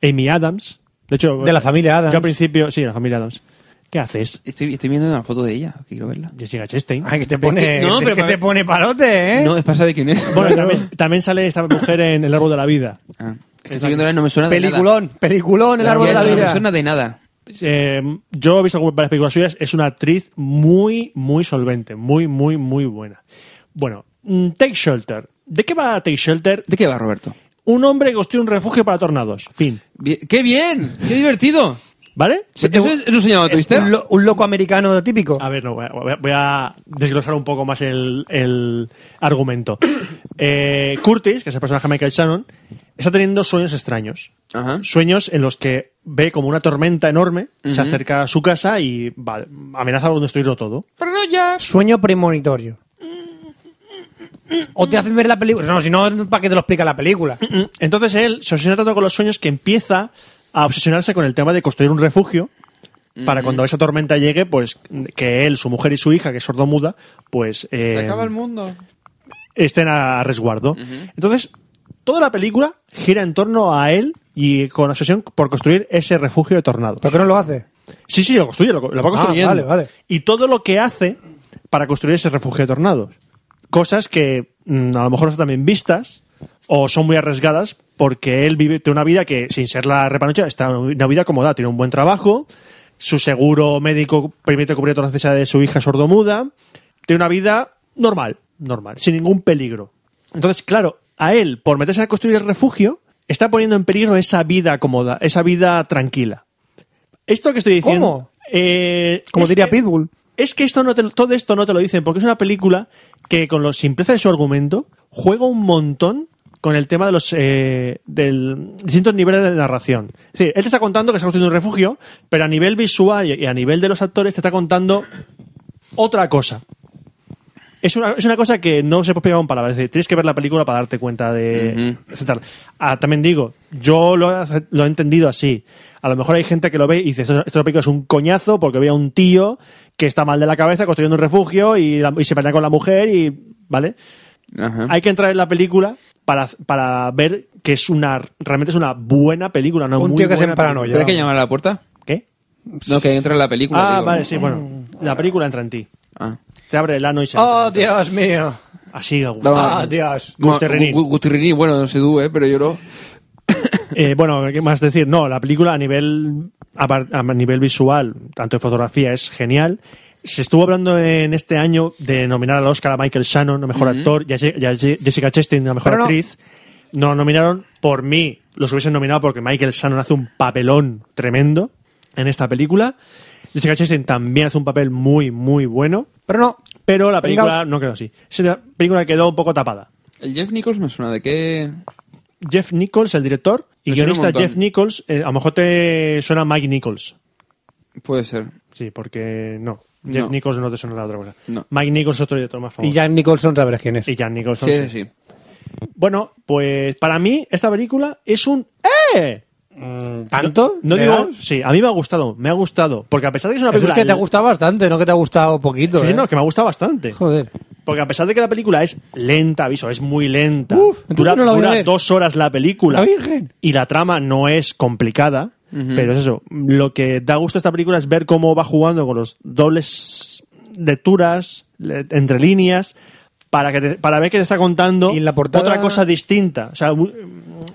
S3: Amy Adams. De hecho,
S1: De la familia Adams.
S3: yo al principio. Sí, de la familia Adams. ¿Qué haces?
S6: Estoy, estoy viendo una foto de ella. que Quiero verla.
S3: Jessica Chastain.
S1: Ay, que te
S6: Es
S1: pone,
S6: que- no, pero
S1: que
S6: para-
S1: te pone palote, ¿eh?
S6: No, es para saber quién es.
S3: Bueno, también, también sale esta mujer en El árbol de la vida.
S6: Ah, es que estoy viendo no me suena de nada.
S1: peliculón, peliculón, el árbol de la
S6: No me
S1: vida.
S6: suena de nada.
S3: Eh, yo he visto algunas varias películas suyas. Es una actriz muy, muy solvente. Muy, muy, muy buena. Bueno, mm, Take Shelter. ¿De qué va Take Shelter?
S6: ¿De qué va, Roberto?
S3: Un hombre que construye un refugio para tornados. Fin.
S6: Bien- ¡Qué bien! ¡Qué divertido!
S3: ¿Vale?
S6: ¿Eso eso se llama Twister?
S1: Un, lo- un loco americano típico.
S3: A ver, no, voy a, voy a- voy a desglosar un poco más el, el argumento. Eh, Curtis, que es el personaje de Michael Shannon, está teniendo sueños extraños.
S6: Ajá.
S3: Sueños en los que ve como una tormenta enorme se acerca a su casa y va, amenaza con destruirlo todo.
S1: Sueño premonitorio. O te hacen ver la película. No, si no, ¿para qué te lo explica la película?
S3: Mm, Entonces él se obsesiona tanto con los sueños que empieza a obsesionarse con el tema de construir un refugio para cuando esa tormenta llegue, pues que él, su mujer y su hija, que es sordomuda, pues
S6: Se
S3: eh,
S6: acaba el mundo.
S3: estén a resguardo. Entonces, toda la película gira en torno a él y con obsesión por construir ese refugio de tornados.
S1: ¿Por qué no lo hace?
S3: Sí, sí, lo construye, lo, lo va construyendo.
S1: Ah, vale, vale.
S3: Y todo lo que hace para construir ese refugio de tornados. Cosas que mm, a lo mejor no están bien vistas o son muy arriesgadas porque él vive tiene una vida que, sin ser la repanocha, está en una vida cómoda. Tiene un buen trabajo, su seguro médico permite cubrir todas las necesidades de su hija sordomuda. Tiene una vida normal, normal, sin ningún peligro. Entonces, claro, a él, por meterse a construir el refugio, está poniendo en peligro esa vida cómoda, esa vida tranquila. Esto que estoy diciendo.
S1: ¿Cómo?
S3: eh,
S1: Como
S3: es
S1: diría
S3: que-
S1: Pitbull.
S3: Es que esto no te, todo esto no te lo dicen, porque es una película que, con la simpleza de su argumento, juega un montón con el tema de los eh, del distintos niveles de narración. Es decir, él te está contando que se ha construido un refugio, pero a nivel visual y y a nivel de los actores te está contando otra cosa. Es una, es una cosa que no se puede explicar con palabras. Es decir, tienes que ver la película para darte cuenta de. etcétera. Ah, también digo, yo lo, he ace- lo he entendido así. A lo mejor hay gente que lo ve y dice: Esto, esta película es un coñazo porque ve a un tío que está mal de la cabeza construyendo un refugio y, la- y se pelea con la mujer y. ¿Vale?
S6: Ajá.
S3: Hay que entrar en la película para, para ver que es una. Realmente es una buena película, no
S1: Un
S3: muy
S1: tío que se
S3: buena
S1: emparanoia.
S6: ¿Pero hay que llamar a la puerta?
S3: película. ¿Qué?
S6: No, que entra en la película.
S3: Ah,
S6: digo.
S3: vale, sí, bueno. La película entra en ti.
S6: Ah.
S3: Te abre el ano y se.
S1: ¡Oh, Dios mío!
S3: Así, a gusto.
S6: Dame-
S1: ¡Ah, Dios!
S6: Bueno,
S3: Gusterrini.
S6: Gu- Gu- Gusterrini, bueno, no sé tú, eh, pero yo no.
S3: Eh, bueno, ¿qué más decir? No, la película a nivel, a, par- a nivel visual, tanto de fotografía, es genial. Se estuvo hablando en este año de nominar al Oscar a Michael Shannon, a mejor actor, y a, Je- y a Je- Jessica Chastain, a mejor
S1: Pero no.
S3: actriz. No nominaron por mí, los hubiesen nominado porque Michael Shannon hace un papelón tremendo en esta película. Jessica Chastain también hace un papel muy, muy bueno,
S1: Pero no.
S3: pero la película
S1: Vengaos.
S3: no quedó así. Sí, La película quedó un poco tapada.
S6: El Jeff Nichols me suena de qué.
S3: Jeff Nichols, el director, y
S6: Me suena un
S3: guionista
S6: montón.
S3: Jeff Nichols, eh, a lo mejor te suena Mike Nichols.
S6: Puede ser.
S3: Sí, porque no. Jeff
S6: No.
S3: Nichols no te sonará otra cosa.
S6: No.
S3: Mike Nichols otro y otro más famoso.
S1: Y Jan Nicholson sabrás quién es.
S3: Y Jack Nicholson.
S6: Sí,
S3: sí.
S6: sí, sí.
S3: Bueno, pues para mí esta película es un ¡Eh!
S1: ¿Tanto?
S3: No
S1: ¿Le
S3: digo,
S1: das?
S3: sí, a mí me ha gustado, me ha gustado, porque a pesar de que es una
S1: Eso es
S3: película
S1: que te ha gustado bastante, no que te ha gustado poquito.
S3: Sí, sí,
S1: ¿eh?
S3: no, que me ha gustado bastante.
S1: Joder.
S3: Porque a pesar de que la película es lenta, aviso, es muy lenta.
S1: Uf, entonces
S3: dura
S1: no la voy a
S3: dura
S1: ver.
S3: dos horas la película.
S1: La Virgen.
S3: Y la trama no es complicada, pero es eso. Lo que da gusto a esta película es ver cómo va jugando con los dobles lecturas, le- entre líneas, para, que te- para ver que te está contando
S1: Y en la portada-
S3: otra cosa distinta. O sea, u-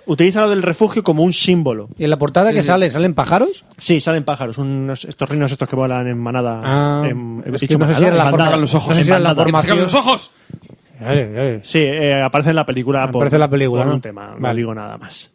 S3: utiliza lo del refugio como un símbolo.
S1: ¿Y en la portada que salen? ¿Salen pájaros?
S3: Sí, salen pájaros, unos, estos rinos estos que volan en manada.
S1: Ah,
S3: en- he
S1: es que
S3: dicho
S1: no sé si
S3: manada,
S1: era la forma-
S3: en bandada.
S6: Sacan los ojos.
S1: No sé si
S3: En
S1: era la
S3: bandada.
S1: forma-
S6: ¡Que te sacan los ojos!
S3: Sí, eh, aparece en la película. por-
S1: Aparece en la película,
S3: por
S1: ¿no?
S3: un tema, no
S1: Vale.
S3: digo nada más.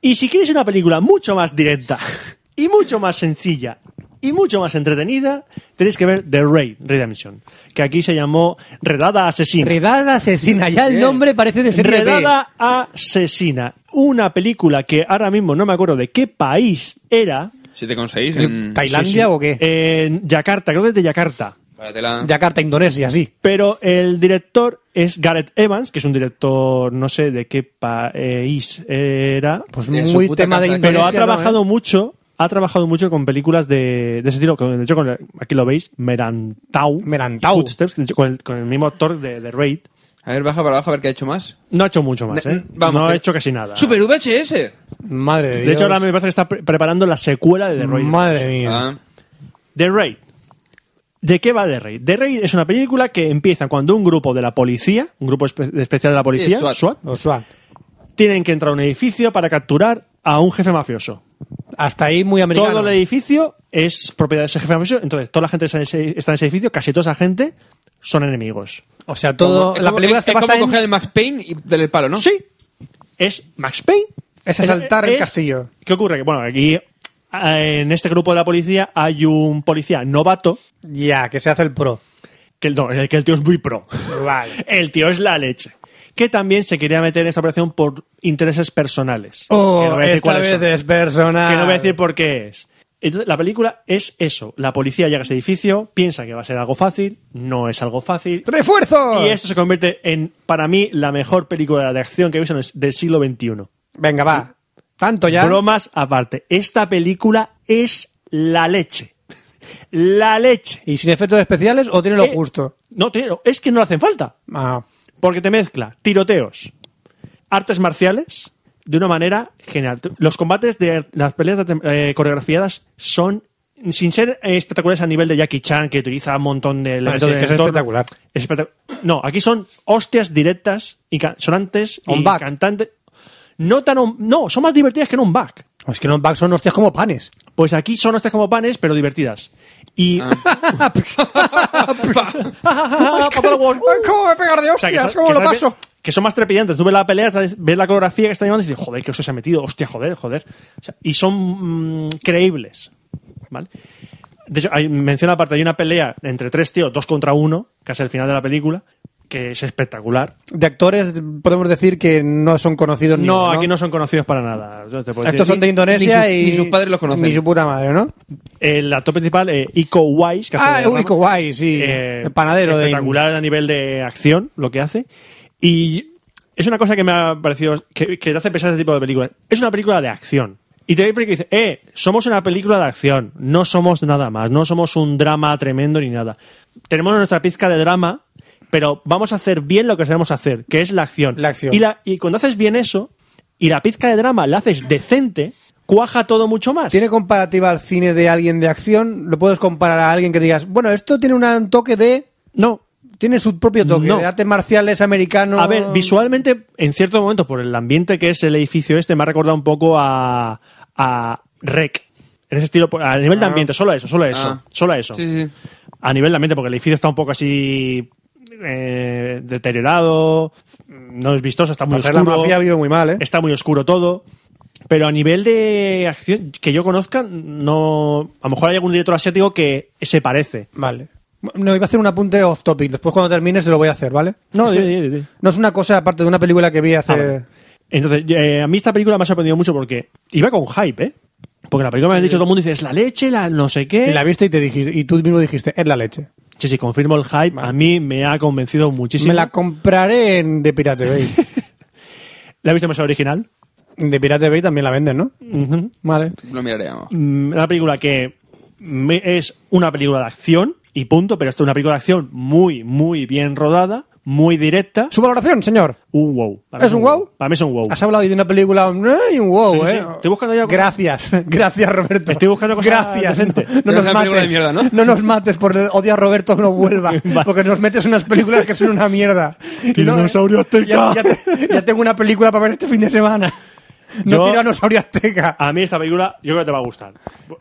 S3: Y si quieres una película mucho más directa y mucho más sencilla y mucho más entretenida, tenéis que ver The Raid Redemption, que aquí se llamó Redada Asesina.
S1: Redada asesina. Ya el nombre parece de serie B.
S3: Redada Asesina, una película que ahora mismo no me acuerdo de qué país era.
S6: 7,6 en...
S1: ¿Tailandia
S3: Sí, Eh. sí.
S1: o qué?
S3: En Yakarta, creo que es de Yakarta.
S6: Vaya tela.
S1: Yakarta, Indonesia, sí.
S3: Pero el director es Gareth Evans, que es un director, no sé de qué país era,
S1: Pues
S6: De su
S1: muy
S6: puta
S1: tema de
S6: casa.
S1: Indonesia.
S3: pero ha
S1: ¿no,
S3: trabajado
S1: eh?
S3: mucho, ha trabajado mucho con películas de, de ese estilo. Con, de hecho, con el- aquí lo veis, Merantau.
S1: Merantau.
S3: Footsteps, de hecho, con, el, con el mismo actor de, de Raid.
S6: A ver, baja para abajo a ver qué ha hecho más.
S3: No ha hecho mucho
S1: Pues,
S3: más,
S6: Ne-
S3: ¿eh?
S6: vamos,
S3: no ha
S6: pero-
S3: hecho casi nada.
S6: ¡Super VHS!
S1: Madre de
S3: de
S1: Dios.
S3: hecho, ahora me parece que está pre- preparando la secuela de The Raid.
S1: Madre mía.
S6: Ah,
S3: The Raid. ¿De qué va The Raid? The Raid es una película que empieza cuando un grupo de la policía, un grupo espe- especial de la policía,
S6: SWAT.
S3: SWAT,
S1: O sea,
S3: tienen que entrar a un edificio para capturar a un jefe mafioso.
S1: hasta ahí muy americano.
S3: Todo el edificio es propiedad de ese jefe mafioso, entonces toda la gente que está en ese, está en ese edificio, casi toda esa gente son enemigos.
S1: o sea, todo.
S6: como- es
S1: la
S6: como-
S1: película
S6: es-
S1: se
S6: es como
S1: basa en.
S6: coger el Max Payne y darle el palo, ¿no?
S3: Sí, es Max Payne.
S1: Es asaltar Ah. el castillo.
S3: ¿Qué ocurre? Que bueno, aquí eh, en este grupo de la policía hay un policía novato,
S1: Ya, que se hace el pro.
S3: que el, no, el- que el tío es muy pro.
S1: Vale.
S3: El tío es la leche. Que también se quería meter en esta operación por intereses personales. Que no
S1: Oh,
S3: voy a decir
S1: esta
S3: cuáles
S1: vez
S3: son.
S1: es personal.
S3: Que no voy a decir por qué es. Entonces, la película es eso. La policía llega a ese edificio, piensa que va a ser algo fácil, no es algo fácil.
S1: ¡Refuerzo!
S3: Y esto se convierte en, para mí, la mejor película de acción que he visto en el- del siglo XXI.
S1: Venga, va. Tanto ya.
S3: Bromas aparte. Esta película es la leche. La leche.
S1: ¿Y sin efectos especiales o tiene lo
S3: Eh,
S1: justo?
S3: No, tío, es que no le hacen falta.
S1: Ah,
S3: Porque te mezcla tiroteos, artes marciales, de una manera genial. Tú- Los combates de las peleas de- eh, coreografiadas son, sin ser eh, espectaculares a nivel de Jackie Chan, que utiliza un montón de elementos
S1: sí, es
S3: del
S1: que es
S3: entorno.
S1: espectacular.
S3: Es espectac- no, aquí son hostias directas y ca- sonantes y
S1: On back.
S3: cantantes. No tan on- no, son más divertidas que en un back.
S1: es que los backs son hostias como panes.
S3: Pues aquí son hostias como panes, pero divertidas. Y Papá lo guarda.
S1: ¿Cómo me pegar de
S3: Oh, O sea, que son- que son- Que son más trepidantes. Tú ves la pelea, sabes- ves la coreografía que están llevando y dices, joder, que os se ha metido, hostia, joder, joder. O sea, y son mm, creíbles. ¿Vale? De hecho, hay, menciona aparte, hay una pelea entre tres tíos, dos contra uno, casi al final de la película, que es espectacular.
S1: De actores podemos decir que no son conocidos ni
S3: No,
S1: uno,
S3: aquí no son conocidos para nada. Yo te puedo
S1: Estos
S3: decir-
S1: son de Indonesia
S6: ni
S1: y
S6: su- ni sus padres los conocen.
S1: Ni su puta madre, ¿no?
S3: El actor principal, eh, Iko Wise. que hace
S1: Ah,
S3: de Rama.
S1: uy, guay, sí.
S3: Eh,
S1: el panadero de
S3: espectacular a nivel de acción lo que hace y es una cosa que me ha parecido que, que te hace pensar este tipo de películas es una película de acción y te que dice eh somos una película de acción no somos nada más no somos un drama tremendo ni nada tenemos nuestra pizca de drama pero vamos a hacer bien lo que sabemos hacer que es la acción
S1: La acción.
S3: y, la- y cuando haces bien eso y la pizca de drama la haces decente cuaja todo mucho más
S1: ¿Tiene comparativa al cine de alguien de acción? ¿Lo puedes comparar a alguien que digas, bueno, esto tiene una- un toque de...
S3: no
S1: Tiene su propio toque
S3: No.
S1: de artes marciales americano.
S3: A ver, visualmente, en cierto momento, por el ambiente que es el edificio este, me ha recordado un poco a, a Rec. En ese estilo, por- a nivel de ambiente, solo a eso, solo a eso,
S6: Ah.
S3: solo a eso.
S6: Sí, sí, sí.
S3: A nivel de ambiente, porque el edificio está un poco así eh, deteriorado, no es vistoso, está muy
S1: Para ser
S3: oscuro.
S1: Pues la mafia vive muy mal, ¿eh?
S3: Está muy oscuro todo. Pero a nivel de acción que yo conozca, no. A lo mejor hay algún director asiático que se parece.
S1: Vale. No, iba a hacer un apunte off topic. Después cuando termine se lo voy a hacer, ¿vale?
S3: No,
S1: Es que
S3: di- di- di- di.
S1: no es una cosa aparte de una película que vi hace...
S3: Ah, vale. Entonces, eh, a mí esta película me ha sorprendido mucho porque iba con hype, ¿eh? Porque la película me han dicho todo el mundo, dice, es la leche, la no sé qué.
S1: Y la viste y te dijiste, y tú mismo dijiste, es la leche.
S3: Sí, sí, confirmo el hype. A mí me ha convencido muchísimo.
S1: Me la compraré en de Pirate Bay.
S3: ¿La viste más original?
S1: de Pirate Bay también la venden, ¿no?
S3: Ujú.
S1: Vale.
S6: Lo miraré. vamos.
S3: Mm, Una película que me- es una película de acción y punto, pero esta es una película de acción muy, muy bien rodada, muy directa.
S1: Su valoración, señor.
S3: Un wow. Para
S1: ¿Es
S3: mí
S1: un wow?
S3: Para mí es un wow.
S1: Has hablado hoy de una película un eh, y un wow,
S3: Sí, sí, sí.
S1: ¿eh?
S3: Estoy buscando ya-
S1: Gracias, gracias Roberto.
S3: Estoy buscando cosas
S1: Gracias.
S3: decentes.
S1: No,
S6: Pero
S1: nos
S6: es una película
S1: mates.
S6: de mierda, ¿no?
S1: nos mates por el odio a Roberto, no vuelva. Porque nos metes unas películas que son una mierda. Y no, eh,
S3: Tiranosaurio azteca.
S1: Ya, ya te- ya tengo una película para ver este fin de semana. No
S3: Yo- Ah,
S1: tiranosaurio azteca.
S3: A mí esta película yo creo que te va a gustar.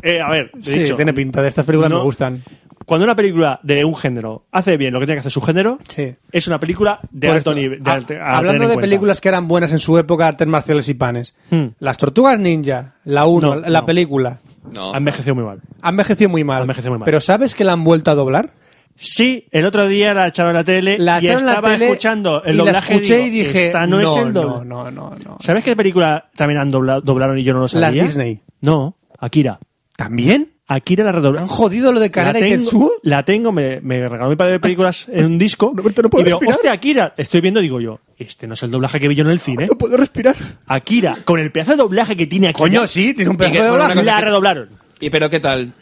S3: Eh, a ver, he
S1: Sí,
S3: dicho,
S1: tiene pinta. De estas películas
S3: No.
S1: me gustan.
S3: cuando una película de un género hace bien lo que tiene que hacer su género,
S1: Sí.
S3: es una película de
S1: Por
S3: alto
S1: esto,
S3: nivel.
S1: ha-
S3: alto- a tener
S1: hablando
S3: en
S1: de
S3: cuenta.
S1: películas que eran buenas en su época, artes marciales y panes.
S3: Hmm.
S1: Las Tortugas Ninja, la 1,
S3: No,
S1: la
S3: no.
S1: película.
S6: No.
S3: Ha envejecido muy mal.
S1: Ha envejecido muy mal.
S3: Ha envejecido muy mal.
S1: Pero ¿sabes que la han vuelto a doblar?
S3: Sí, el otro día la echaron en la tele
S1: La
S3: Eh, y
S1: echaron en la
S3: estaba
S1: tele
S3: escuchando el
S1: y
S3: doblaje
S1: la escuché y
S3: digo,
S1: dije,
S3: "Esta no, es el
S1: no,
S3: doblaje".
S1: no, no, no.
S3: ¿Sabes qué película también han dobla- doblaron y yo no lo sabía?
S1: Las Disney.
S3: No, Akira.
S1: ¿También?
S3: Akira la redoblaron.
S1: ¿Han jodido lo de
S3: La
S1: Canara y
S3: tengo,
S1: Tetsuo?
S3: la tengo, me, me regaló mi padre de películas en un disco.
S1: Roberto, no puedo
S3: y veo,
S1: respirar.
S3: hostia, Akira. Estoy viendo y digo yo, este no es el doblaje que vi yo en el cine.
S1: No puedo respirar.
S3: Akira, con el pedazo de doblaje que tiene Akira,
S1: Coño, sí, tiene un
S6: Y
S1: pedazo
S6: que
S1: de
S6: fue una
S1: doblaje.
S6: cosa-
S3: la redoblaron.
S6: ¿Y pero qué tal?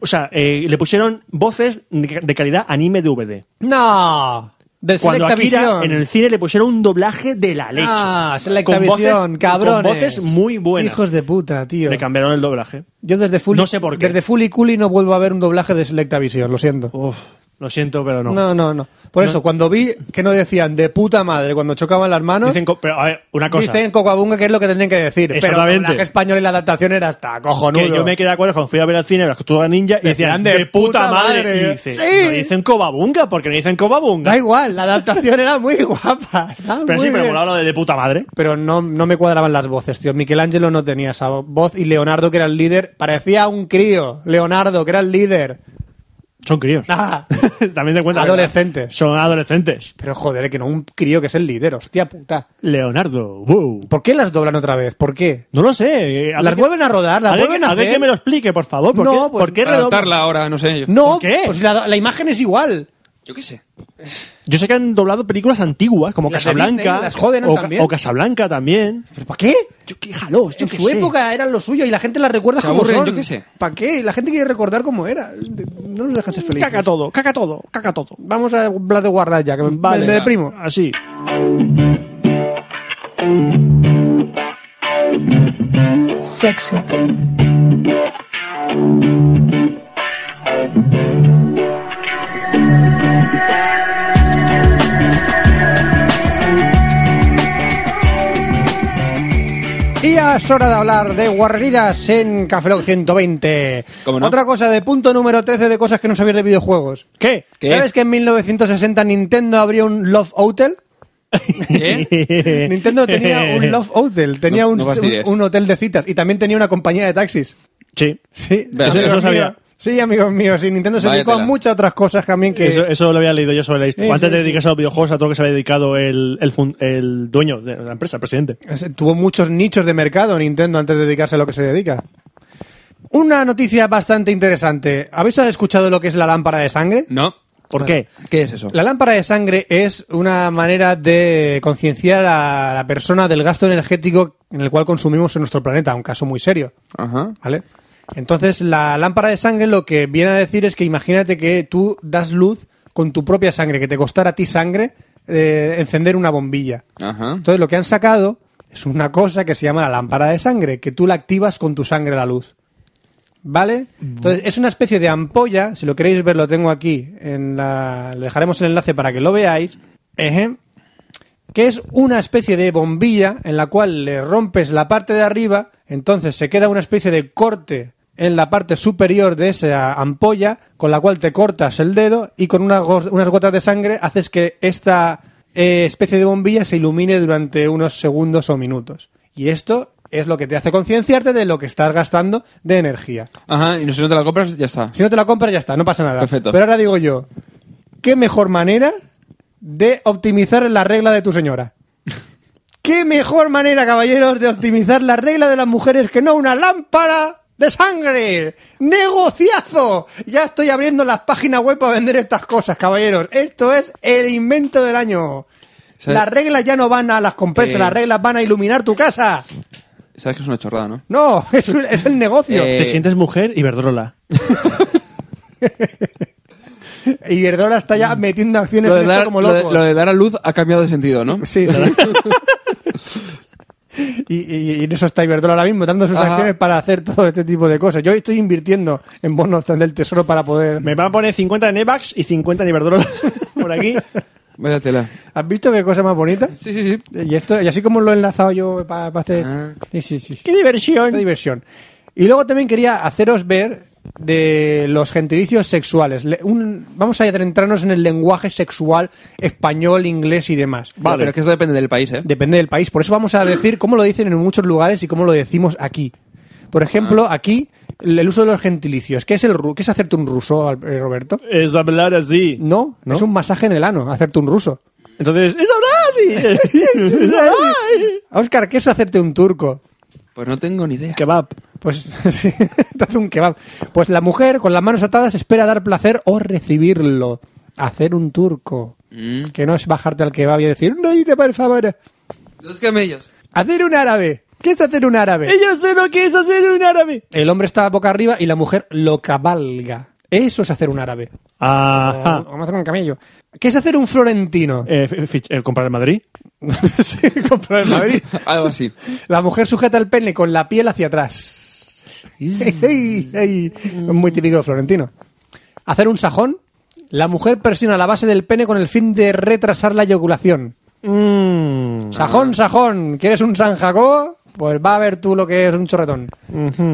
S3: O sea, eh, le pusieron voces de de calidad anime DVD.
S1: No. De
S3: Cuando
S1: Selecta
S3: Akira
S1: Visión.
S3: en el cine le pusieron un doblaje de la leche.
S1: Ah,
S3: Con voces-
S1: Selectavision, cabrones.
S3: Con voces muy buenas.
S1: Hijos de puta, tío.
S3: Le cambiaron el doblaje.
S1: Yo desde Fully,
S3: No sé por qué.
S1: desde Fully Cooley no vuelvo a ver un doblaje de Selecta Visión, lo siento.
S3: Uf, lo siento, pero no.
S1: No, no, no. Por eso, cuando vi que no decían de puta madre cuando chocaban las manos,
S3: Dicen, co- pero a ver, una cosa.
S1: dicen cocoabunga que es lo que tendrían que decir. Pero el
S3: Exactamente.
S1: doblaje español y la adaptación era hasta cojonudo.
S3: que yo me quedé de acuerdo cuando fui a ver al cine las tortugas ninja y
S1: Decían,
S3: decían de,
S1: "De
S3: puta,
S1: puta
S3: madre.
S1: madre".
S3: Y dices,
S1: Sí.
S3: no dicen cobabunga, porque no dicen cobabunga.
S1: Da igual, la adaptación era muy guapa. estaba
S3: pero
S1: muy
S3: sí, pero
S1: bien.
S3: molaba lo de, de puta madre.
S1: Pero no, no me cuadraban las voces, tío. Michelangelo no tenía esa voz y Leonardo, que era el líder, parecía un crío. Leonardo, que era el líder.
S3: Son críos.
S1: Ah.
S3: También te cuentas.
S1: Adolescentes.
S3: Son adolescentes.
S1: Pero joder, que no, un crío que es el líder, hostia puta.
S3: Leonardo, wow.
S1: ¿Por qué las doblan otra vez? ¿Por qué?
S3: No lo sé. eh,
S1: Las
S3: alguien-
S1: vuelven a rodar, las
S3: alguien-
S1: vuelven a
S3: alguien
S1: hacer.
S3: que me lo explique, por favor. ¿Por
S1: No,
S3: qué,
S1: pues,
S3: por qué
S6: Para
S3: redoblan-
S6: adaptarla ahora, no sé yo.
S1: No,
S3: ¿Por qué?
S1: pues la, la imagen es igual.
S6: Yo qué sé.
S3: Yo sé que han doblado películas antiguas, como
S1: Las de
S3: Casablanca.
S1: Disney, las joden
S3: o,
S1: también.
S3: o Casablanca también.
S1: ¿Pero para qué?
S3: Yo qué jalos, yo
S1: En
S3: qué
S1: su
S3: sé.
S1: época eran lo suyo y la gente la recuerda
S6: Se
S1: como
S6: aburren,
S1: son.
S6: yo qué sé.
S1: ¿Para qué? La gente quiere recordar cómo era. No nos dejan ser felices.
S3: Caca todo, caca todo, caca todo.
S1: Vamos a hablar de Guarraya, que me,
S3: Vale.
S1: me deprimo.
S3: Así.
S5: Sexo.
S1: Y ya es hora de hablar de guarreridas en Café Lock 120.
S6: ¿Cómo no?
S1: Otra cosa de punto número 13 de cosas que no sabías de videojuegos.
S3: ¿Qué?
S6: ¿Qué?
S1: ¿Sabes que en 1960 Nintendo abrió un Love Hotel?
S6: ¿Qué?
S1: Nintendo tenía un Love Hotel, tenía
S6: No-
S1: un,
S6: no
S1: un,
S6: fastidies.
S1: un hotel de citas y también tenía una compañía de taxis.
S3: Sí.
S1: Sí,
S6: Vale. Eso-
S1: amigos
S3: eso sabía.
S1: míos. Sí, amigos míos, sí, Nintendo se
S6: Vaya
S1: dedicó a
S6: tela.
S1: muchas otras cosas también que...
S3: Eso, eso lo había leído yo sobre la historia.
S1: Sí,
S3: Antes
S1: sí,
S3: de
S1: sí.
S3: dedicarse a los videojuegos, a todo lo que se había dedicado el, el, fun- el dueño de la empresa, el presidente.
S1: Es- Tuvo muchos nichos de mercado Nintendo antes de dedicarse a lo que se dedica. Una noticia bastante interesante. ¿Habéis escuchado lo que es la lámpara de sangre?
S6: No.
S3: ¿Por qué?
S6: ¿Qué es eso?
S1: La lámpara de sangre es una manera de concienciar a la persona del gasto energético en el cual consumimos en nuestro planeta, un caso muy serio.
S6: Ajá.
S1: ¿Vale? Entonces, la lámpara de sangre lo que viene a decir es que imagínate que tú das luz con tu propia sangre, que te costara a ti sangre eh, encender una bombilla.
S6: Ajá.
S1: Entonces, lo que han sacado es una cosa que se llama la lámpara de sangre, que tú la activas con tu sangre la luz. ¿Vale? Entonces, es una especie de ampolla, si lo queréis ver, lo tengo aquí, en la... le dejaremos el enlace para que lo veáis, Ejem. que es una especie de bombilla en la cual le rompes la parte de arriba, entonces se queda una especie de corte en la parte superior de esa ampolla, con la cual te cortas el dedo y con unas go- unas gotas de sangre haces que esta eh, especie de bombilla se ilumine durante unos segundos o minutos. Y esto es lo que te hace concienciarte de lo que estás gastando de energía.
S6: Ajá. Y no sé, no te la compras, ya está.
S1: Si no te la compras, ya está, no pasa nada.
S6: Perfecto.
S1: Pero ahora digo yo, ¿qué mejor manera de optimizar la regla de tu señora? ¿Qué mejor manera, caballeros, de optimizar la regla de las mujeres que no una lámpara de sangre. ¡Negociazo! Ya estoy abriendo las páginas web para vender estas cosas, caballeros. Esto es el invento del año.
S6: ¿Sabes?
S1: Las reglas ya no van a las compresas,
S6: Eh.
S1: las reglas van a iluminar tu casa.
S6: Sabes que es una chorrada, ¿no?
S1: No, es, un- es el negocio.
S6: Eh,
S3: Te sientes mujer y verdrola.
S1: Y Iberdrola está ya metiendo acciones
S6: Lo de,
S1: en esto
S6: dar,
S1: como
S6: lo de-
S1: loco.
S6: lo de dar a luz ha cambiado de sentido, ¿no?
S1: Sí, sí. y, y- y en eso está Iberdrola ahora mismo, dando sus
S6: Ajá.
S1: acciones para hacer todo este tipo de cosas. Yo estoy invirtiendo en bonos del tesoro para poder...
S3: Me van a poner 50 en Evax y 50 en Iberdrola por aquí.
S6: Vaya tela.
S1: ¿Has visto qué cosa más bonita?
S6: Sí, sí, sí.
S1: Y, esto, y así como lo he enlazado yo para hacer...
S6: Ah.
S1: Sí, sí, sí, sí.
S3: ¡Qué diversión!
S1: Qué diversión. Y luego también quería haceros ver de los gentilicios sexuales. Le- un- vamos a adentrarnos en el lenguaje sexual español, inglés y demás.
S6: Vale. Pero es que eso depende del país, ¿eh?
S1: Depende del país. Por eso vamos a decir cómo lo dicen en muchos lugares y cómo lo decimos aquí. Por ejemplo, aquí el el uso de los gentilicios. ¿Qué es el ru- qué es hacerte un ruso, al- eh, Roberto?
S3: Es hablar así.
S1: No, es un masaje en el ano, hacerte un ruso.
S3: Entonces, ¡es hablar así!
S1: Oscar, ¿qué es hacerte un turco?
S6: Pues no tengo ni idea.
S3: Kebab.
S1: Pues sí, te hace un kebab. Pues la mujer con las manos atadas espera dar placer o recibirlo. Hacer un turco.
S6: Mm.
S1: Que no es bajarte al kebab y decir, no, por favor.
S6: Los camellos.
S1: Hacer un árabe. ¿Qué es hacer un árabe?
S3: Ella sé lo que es hacer un árabe.
S1: El hombre está boca arriba y la mujer lo cabalga. Eso es hacer un árabe.
S3: Ajá.
S1: Vamos a hacer un camello. ¿Qué es hacer un florentino?
S3: Ah. Eh, fi- fi- eh, comprar en Madrid.
S1: Sí, comprar en Madrid.
S6: Algo así.
S1: La mujer sujeta el pene con la piel hacia atrás. Ey, ey. Muy típico de florentino. Hacer un sajón. La mujer presiona la base del pene con el fin de retrasar la eyaculación.
S3: Mm.
S1: Sajón, sajón. ¿Quieres un San Jacob? Pues va a ver tú lo que es un chorretón.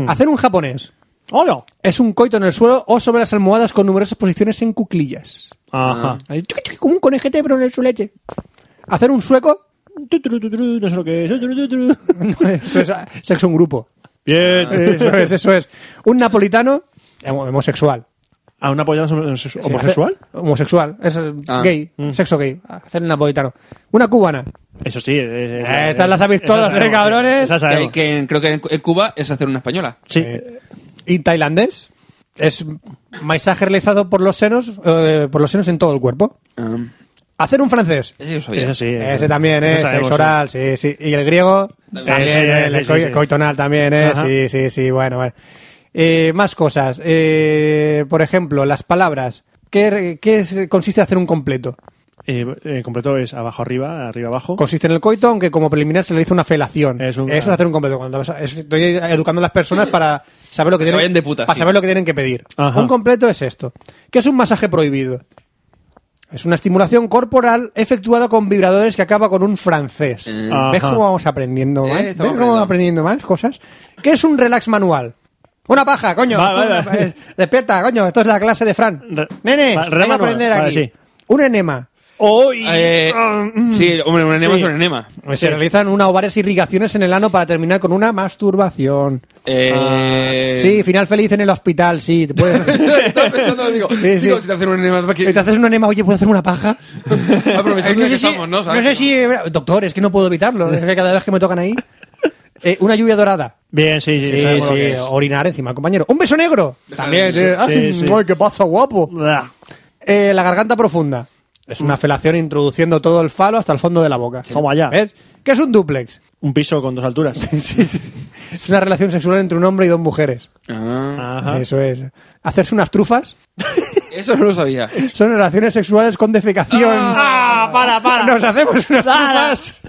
S1: Hacer un japonés.
S3: ¡Hola!
S1: Es un coito en el suelo o sobre las almohadas con numerosas posiciones en cuclillas.
S3: Ajá.
S1: Ahí, chuqui, chuqui, Como un conejete, pero en el chulete. Hacer un sueco.
S3: Tuturu, tuturu, No sé lo que es. Tuturu, tuturu.
S1: No, eso es ah, sexo en grupo.
S3: Bien.
S1: Eso es, eso es. Un napolitano homo- homosexual.
S3: ¿A Ah, una polla homosexual? homosexual? Mm.
S1: Hacer- homosexual. Es eh,
S6: Ah.
S1: gay. Sexo gay. Hacer un napolitano. Una cubana.
S3: Eso sí. eh, eh,
S1: Eh,
S3: eh,
S1: estas las sabéis
S3: esas
S1: todas,
S3: sabemos.
S1: ¿eh, cabrones?
S3: Esas
S6: Que,
S3: sabemos.
S6: que creo que en, en Cuba es hacer una española.
S3: Sí.
S1: Eh. Y tailandés. Es maisaje realizado por los senos, eh, por los senos en todo el cuerpo.
S6: Ah,
S1: Hacer un francés.
S6: ese yo sabía.
S3: Eso sí. eh,
S1: Ese también,
S3: eso
S1: ¿eh?
S3: sabemos,
S1: Sexo oral, sí, sí. Y el griego
S3: También.
S1: también,
S3: Sí, sí,
S1: ¿eh?
S3: sí,
S1: El
S3: sí,
S1: coi-
S3: sí.
S1: coitonal también, ¿eh?
S3: Ajá.
S1: Sí, sí, sí, bueno, bueno. Eh, más cosas. Eh, por ejemplo, las palabras. ¿Qué, qué es- consiste hacer un completo?
S3: eh. Eh, eh, completo es abajo arriba, arriba abajo.
S1: Consiste en el coito, aunque como preliminar se le hizo una felación.
S3: Es un-
S1: Eso es hacer un completo. Cuando vas a- es- estoy educando a las personas para saber lo que,
S6: Que
S1: tienen
S6: vayan de putas,
S1: para
S6: sí.
S1: saber lo que tienen que pedir.
S3: Ajá.
S1: Un completo es esto. ¿Qué es un masaje prohibido? Es una estimulación corporal efectuada con vibradores que acaba con un francés.
S6: Eh,
S3: Ah.
S1: ¿Ves
S3: Ajá.
S1: cómo vamos aprendiendo
S6: Eh,
S1: más? ¿Ves
S6: estamos
S1: cómo vamos aprendiendo más cosas? ¿Qué es un relax manual? Una paja, coño.
S3: Va, va,
S1: Una
S3: va.
S1: pa- es- Despierta, coño. Esto es la clase de Fran.
S3: Re-
S1: Nene,
S3: va,
S1: hay
S3: relax
S1: que
S3: manual.
S1: aprender
S3: Vale,
S1: aquí.
S3: sí.
S1: Un enema.
S3: Hoy.
S6: eh, sí, hombre, un enema
S3: Sí.
S6: es un enema.
S1: Se realizan una o varias irrigaciones en el ano para terminar con una masturbación.
S6: Eh,
S1: Sí, final feliz en el hospital, sí. Te, puedes...
S6: Estaba pensando, digo,
S1: Sí, sí.
S6: digo, si te hacen un enema,
S1: te haces un enema, oye, ¿puedo hacer una paja?
S6: aprovechando
S1: Eh,
S6: que estamos, ¿no? ¿Sabes?
S1: sé si... eh, Doctor, es que no puedo evitarlo. Es que cada vez que me tocan ahí... Eh, una lluvia dorada.
S3: Bien, sí, sí.
S1: Sí,
S3: sabemos lo
S1: sí, oh.
S3: que es.
S1: orinar encima, compañero. ¡Un beso negro! También, sí. Ay,
S3: sí.
S1: ay, qué pasa, guapo!
S3: Blah.
S1: Eh, la garganta profunda. Es una felación introduciendo todo el falo hasta el fondo de la boca.
S3: Mm. Toma ya.
S1: ¿Ves? ¿Qué es un duplex?
S3: Un piso con dos alturas.
S1: Es una relación sexual entre un hombre y dos mujeres.
S6: Ah,
S3: Ajá.
S1: Eso es. Hacerse unas trufas
S6: eso no lo sabía.
S1: son relaciones sexuales con defecación.
S3: Ah, para, para.
S1: Nos hacemos unas
S3: Para.
S1: trufas.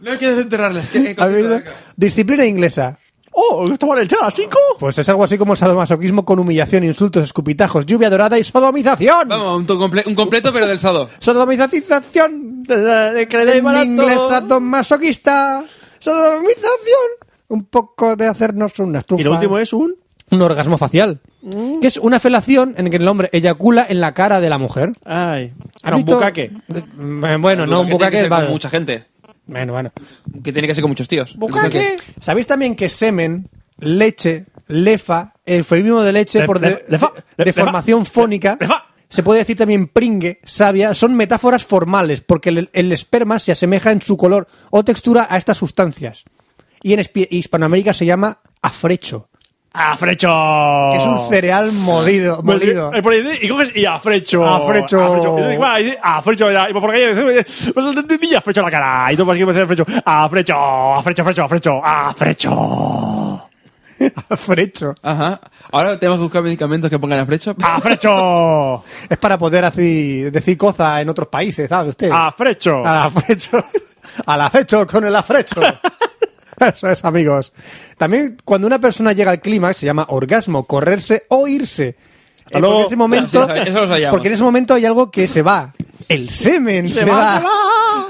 S6: No quiero enterrarles. que- que-
S1: ¿Has visto?
S6: que-
S1: Disciplina inglesa.
S3: Oh, estamos en el chat a cinco.
S1: Pues es algo así como el sadomasoquismo con humillación, insultos, escupitajos, lluvia dorada y sodomización.
S6: Vamos, un, to- comple- un completo, pero del sado.
S1: Sodomización.
S3: eh,
S1: En inglés,
S3: Inglés
S1: sadomasoquista. Sodomización. Un poco de hacernos unas trufas.
S3: Y lo último es un.
S1: un orgasmo facial.
S3: Mm.
S1: Que es una felación en que el hombre eyacula en la cara de la mujer.
S3: Ay.
S1: ¿Has
S3: Era un
S1: visto?
S3: bucaque. Mm,
S1: Eh, Bueno, no, un
S6: Que tiene que
S1: bucaque.
S6: ser con
S1: vale.
S6: mucha gente.
S1: Bueno, bueno.
S6: Que tiene que ser con muchos tíos.
S3: ¿Bucaque?
S1: ¿Sabéis también que semen, leche, lefa, el femismo de leche
S3: Le-
S1: por de,
S3: le- lefa, le-
S1: deformación
S3: lefa,
S1: fónica?
S3: le- lefa.
S1: Se puede decir también pringue, savia, son metáforas formales porque el, el esperma se asemeja en su color o textura a estas sustancias. Y en espi- Hispanoamérica se llama afrecho.
S3: ¡Afrecho!
S1: Que es un cereal molido.
S3: Pues,
S1: molido.
S3: Oh. eh, por ahí, y coges y afrecho.
S1: Afrecho.
S3: Y va, y dice, afrecho. Y, va, y por ahí dice, pues, te- te- y afrecho la cara. Y tú vas aquí y me dices afrecho. Afrecho, afrecho, afrecho, afrecho, afrecho.
S1: Afrecho.
S6: Ajá. Ahora tenemos que buscar medicamentos que pongan a flecha.
S3: Afrecho.
S1: Es para poder así decir cosas en otros países, ¿sabe usted?
S3: Ah, Afrecho.
S1: Al afrecho. Al acecho con el afrecho. Eso es, amigos. También, cuando una persona llega al clímax, se llama orgasmo, correrse o irse. Eh,
S3: luego.
S1: porque en ese momento,
S6: Ya, sí, eso lo sabíamos.
S1: porque en ese momento hay algo que se va. El semen se,
S3: va,
S1: va.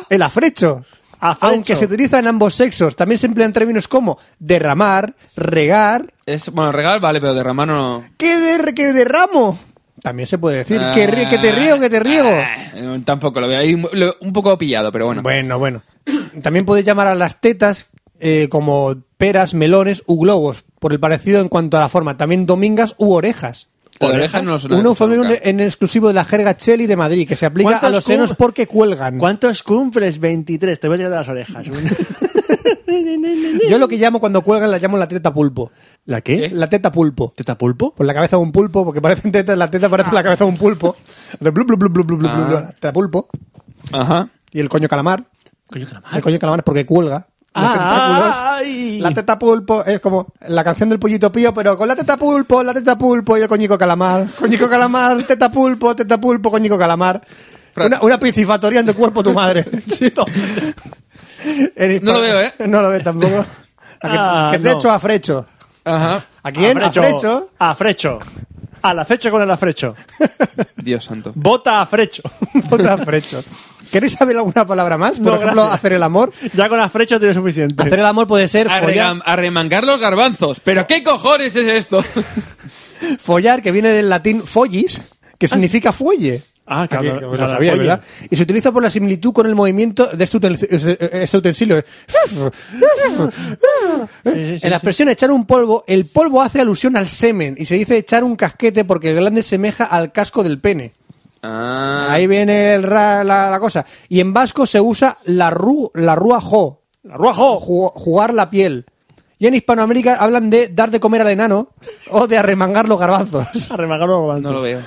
S3: se
S1: El afrecho.
S3: Afrecho.
S1: Aunque se utiliza en ambos sexos, también se emplean términos como derramar, regar,
S6: Es, bueno, regal, vale, pero derramar no.
S1: que, der- que derramo. También se puede decir, que, ri- que te río, que te riego.
S6: Ah, no, tampoco lo veo. Ahí un, lo- un poco pillado, pero bueno.
S1: Bueno, bueno. También podéis llamar a las tetas eh, como peras, melones u globos, por el parecido en cuanto a la forma. También domingas u orejas.
S6: Lo de orejas no lo suena
S1: Un eufemismo
S6: nunca.
S1: en exclusivo de la jerga cheli de Madrid, que se aplica a
S3: ¿Cuántas
S1: los senos
S3: cum-
S1: porque cuelgan.
S3: ¿Cuántos cumples? 23. Te voy a tirar de las orejas.
S1: Yo lo que llamo cuando cuelgan la llamo la teta pulpo.
S3: ¿La qué?
S1: La teta pulpo.
S3: ¿Teta pulpo?
S1: Por la cabeza de un pulpo, porque parecen tetas, la teta parece la cabeza de un pulpo. Hace blu, blu, blu, blu, blu, blu, blu, blu, la teta pulpo.
S6: Ajá.
S1: Y el coño calamar.
S3: Coño, que la
S1: El coño calamar es porque cuelga. Los tentáculos.
S3: Ah, ¡Ay!
S1: La teta pulpo es como la canción del pollito pío, pero con la teta pulpo, la teta pulpo y el coñico calamar. Coñico calamar, teta pulpo, teta pulpo, coñico calamar. Una, una piscifactoría en tu cuerpo, tu madre. Eres
S6: No lo
S1: pa-
S6: veo, ¿eh?
S1: No lo veo tampoco. A que,
S3: Ah,
S1: que te
S3: no.
S1: echo a frecho.
S6: Ajá.
S1: ¿A quién? A frecho.
S3: Afrecho. Al afrecho con el afrecho.
S6: Dios santo.
S3: Bota afrecho.
S1: Vota a frecho. ¿Queréis saber alguna palabra más? Por
S3: No,
S1: ejemplo,
S3: gracias.
S1: hacer el amor.
S3: Ya con afrecho tiene suficiente.
S1: Hacer el amor puede ser follar,
S6: Arregam- arremangar los garbanzos. ¿Pero qué cojones es esto?
S1: follar, que viene del latín follis, que significa fuelle.
S3: Ah,
S1: Aquí,
S3: claro.
S1: que vos lo sabíais, ¿verdad? Y se utiliza por la similitud con el movimiento de este, utensi- eh, este utensilio. en la expresión echar un polvo, el polvo hace alusión al semen y se dice echar un casquete porque el glande semeja al casco del pene.
S6: Ah.
S1: Ahí viene el ra- la, la cosa. Y en vasco se usa la, ru, la rúa jo,
S3: ¡Ruajo!
S1: ju- jugar la piel. Y en Hispanoamérica hablan de dar de comer al enano o de arremangar los garbanzos.
S3: Arremagar los garbanzos.
S6: No lo veo.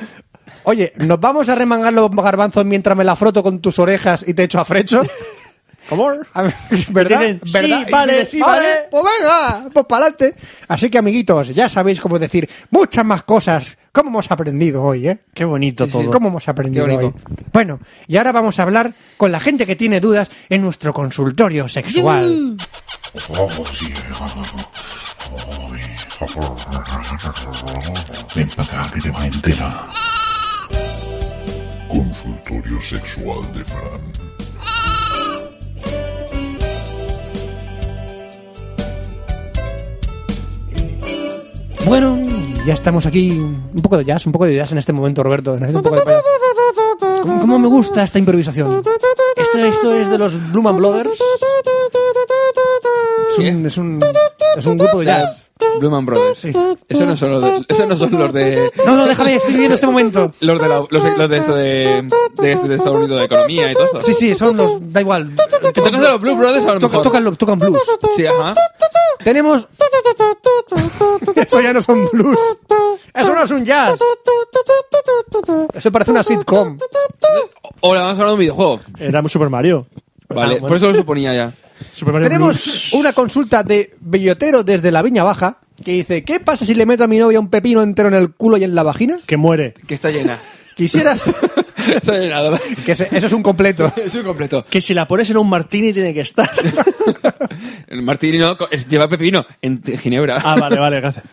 S1: Oye, ¿nos vamos a remangar los garbanzos mientras me la froto con tus orejas y te echo a frecho?
S3: ¿Cómo?
S1: A ver, ¿Verdad?
S3: dicen, sí,
S1: ¿verdad? Y
S3: vale,
S1: dices, sí,
S3: vale.
S1: Pues venga, pues para adelante. Así que, amiguitos, ya sabéis cómo decir muchas más cosas. ¿Cómo hemos aprendido hoy, eh?
S3: Qué bonito
S6: Sí, sí.
S3: todo.
S1: ¿Cómo hemos aprendido
S6: Qué
S1: hoy?
S6: bonito.
S1: Bueno, y ahora vamos a hablar con la gente que tiene dudas en nuestro consultorio sexual.
S8: Ven para acá que te va entera. Consultorio sexual de Fran.
S1: Bueno, ya estamos aquí. Un poco de jazz, un poco de jazz en este momento, Roberto. Necesito un poco de payas. ¿Cómo, cómo me gusta esta improvisación? Esto, esto es de los Blue Man Brothers. Es un, es un, es un grupo de jazz.
S6: Blumen Brothers. Eso no son los de, eso no son los de
S1: No, no, déjame, estoy viviendo este momento.
S6: los de la- los, de- los de esto de, de, de Estados Unidos de economía y todo eso.
S1: Sí, sí, son los. Da igual.
S6: ¿Te tocas de los Blue Brothers a lo
S1: Toca-
S6: mejor?
S1: tocan, lo- tocan blues.
S6: Sí, ajá.
S1: Tenemos. Eso ya no son blues. Eso no es un jazz. Eso parece una sitcom.
S6: O la vamos a hablar de un videojuego.
S3: Era un Super Mario. Ah,
S6: Vale,
S1: Ah,
S6: pues,
S1: bueno.
S6: por eso lo suponía ya.
S3: Super Mario Blues.
S1: Tenemos una consulta de Bellotero desde la Viña Baja que dice: ¿Qué pasa si le meto a mi novia un pepino entero en el culo y en la vagina?
S3: Que muere.
S6: Que está llena.
S1: Quisieras.
S6: está llena. ¿verdad?
S1: que se- eso es un completo.
S6: Es un completo.
S3: Que si la pones en un martini tiene que estar.
S6: El martini no, co- es- lleva pepino en te- Ginebra.
S3: ah, vale, vale, gracias.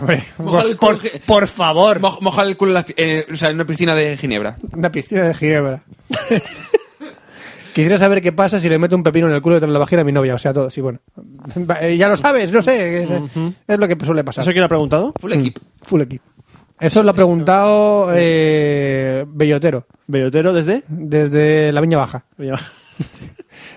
S1: Hombre,
S6: Moja el
S1: por, por-
S6: culo-
S1: por favor.
S6: Mo- Moja el culo en, las pi- en- o sea, en una piscina de Ginebra.
S1: Una piscina de Ginebra. Quisiera saber qué pasa si le meto un pepino en el culo y en la vagina a mi novia. O sea, todo. Sí, bueno. Eh, ya lo sabes, no sé. Es, eh, es lo que suele pasar.
S3: ¿Eso quién lo ha preguntado?
S1: Mm.
S6: Full equip.
S1: Full equip. Eso lo ha preguntado eh, Bellotero,
S3: Bellotero desde.
S1: desde la Viña Baja.
S3: Mira.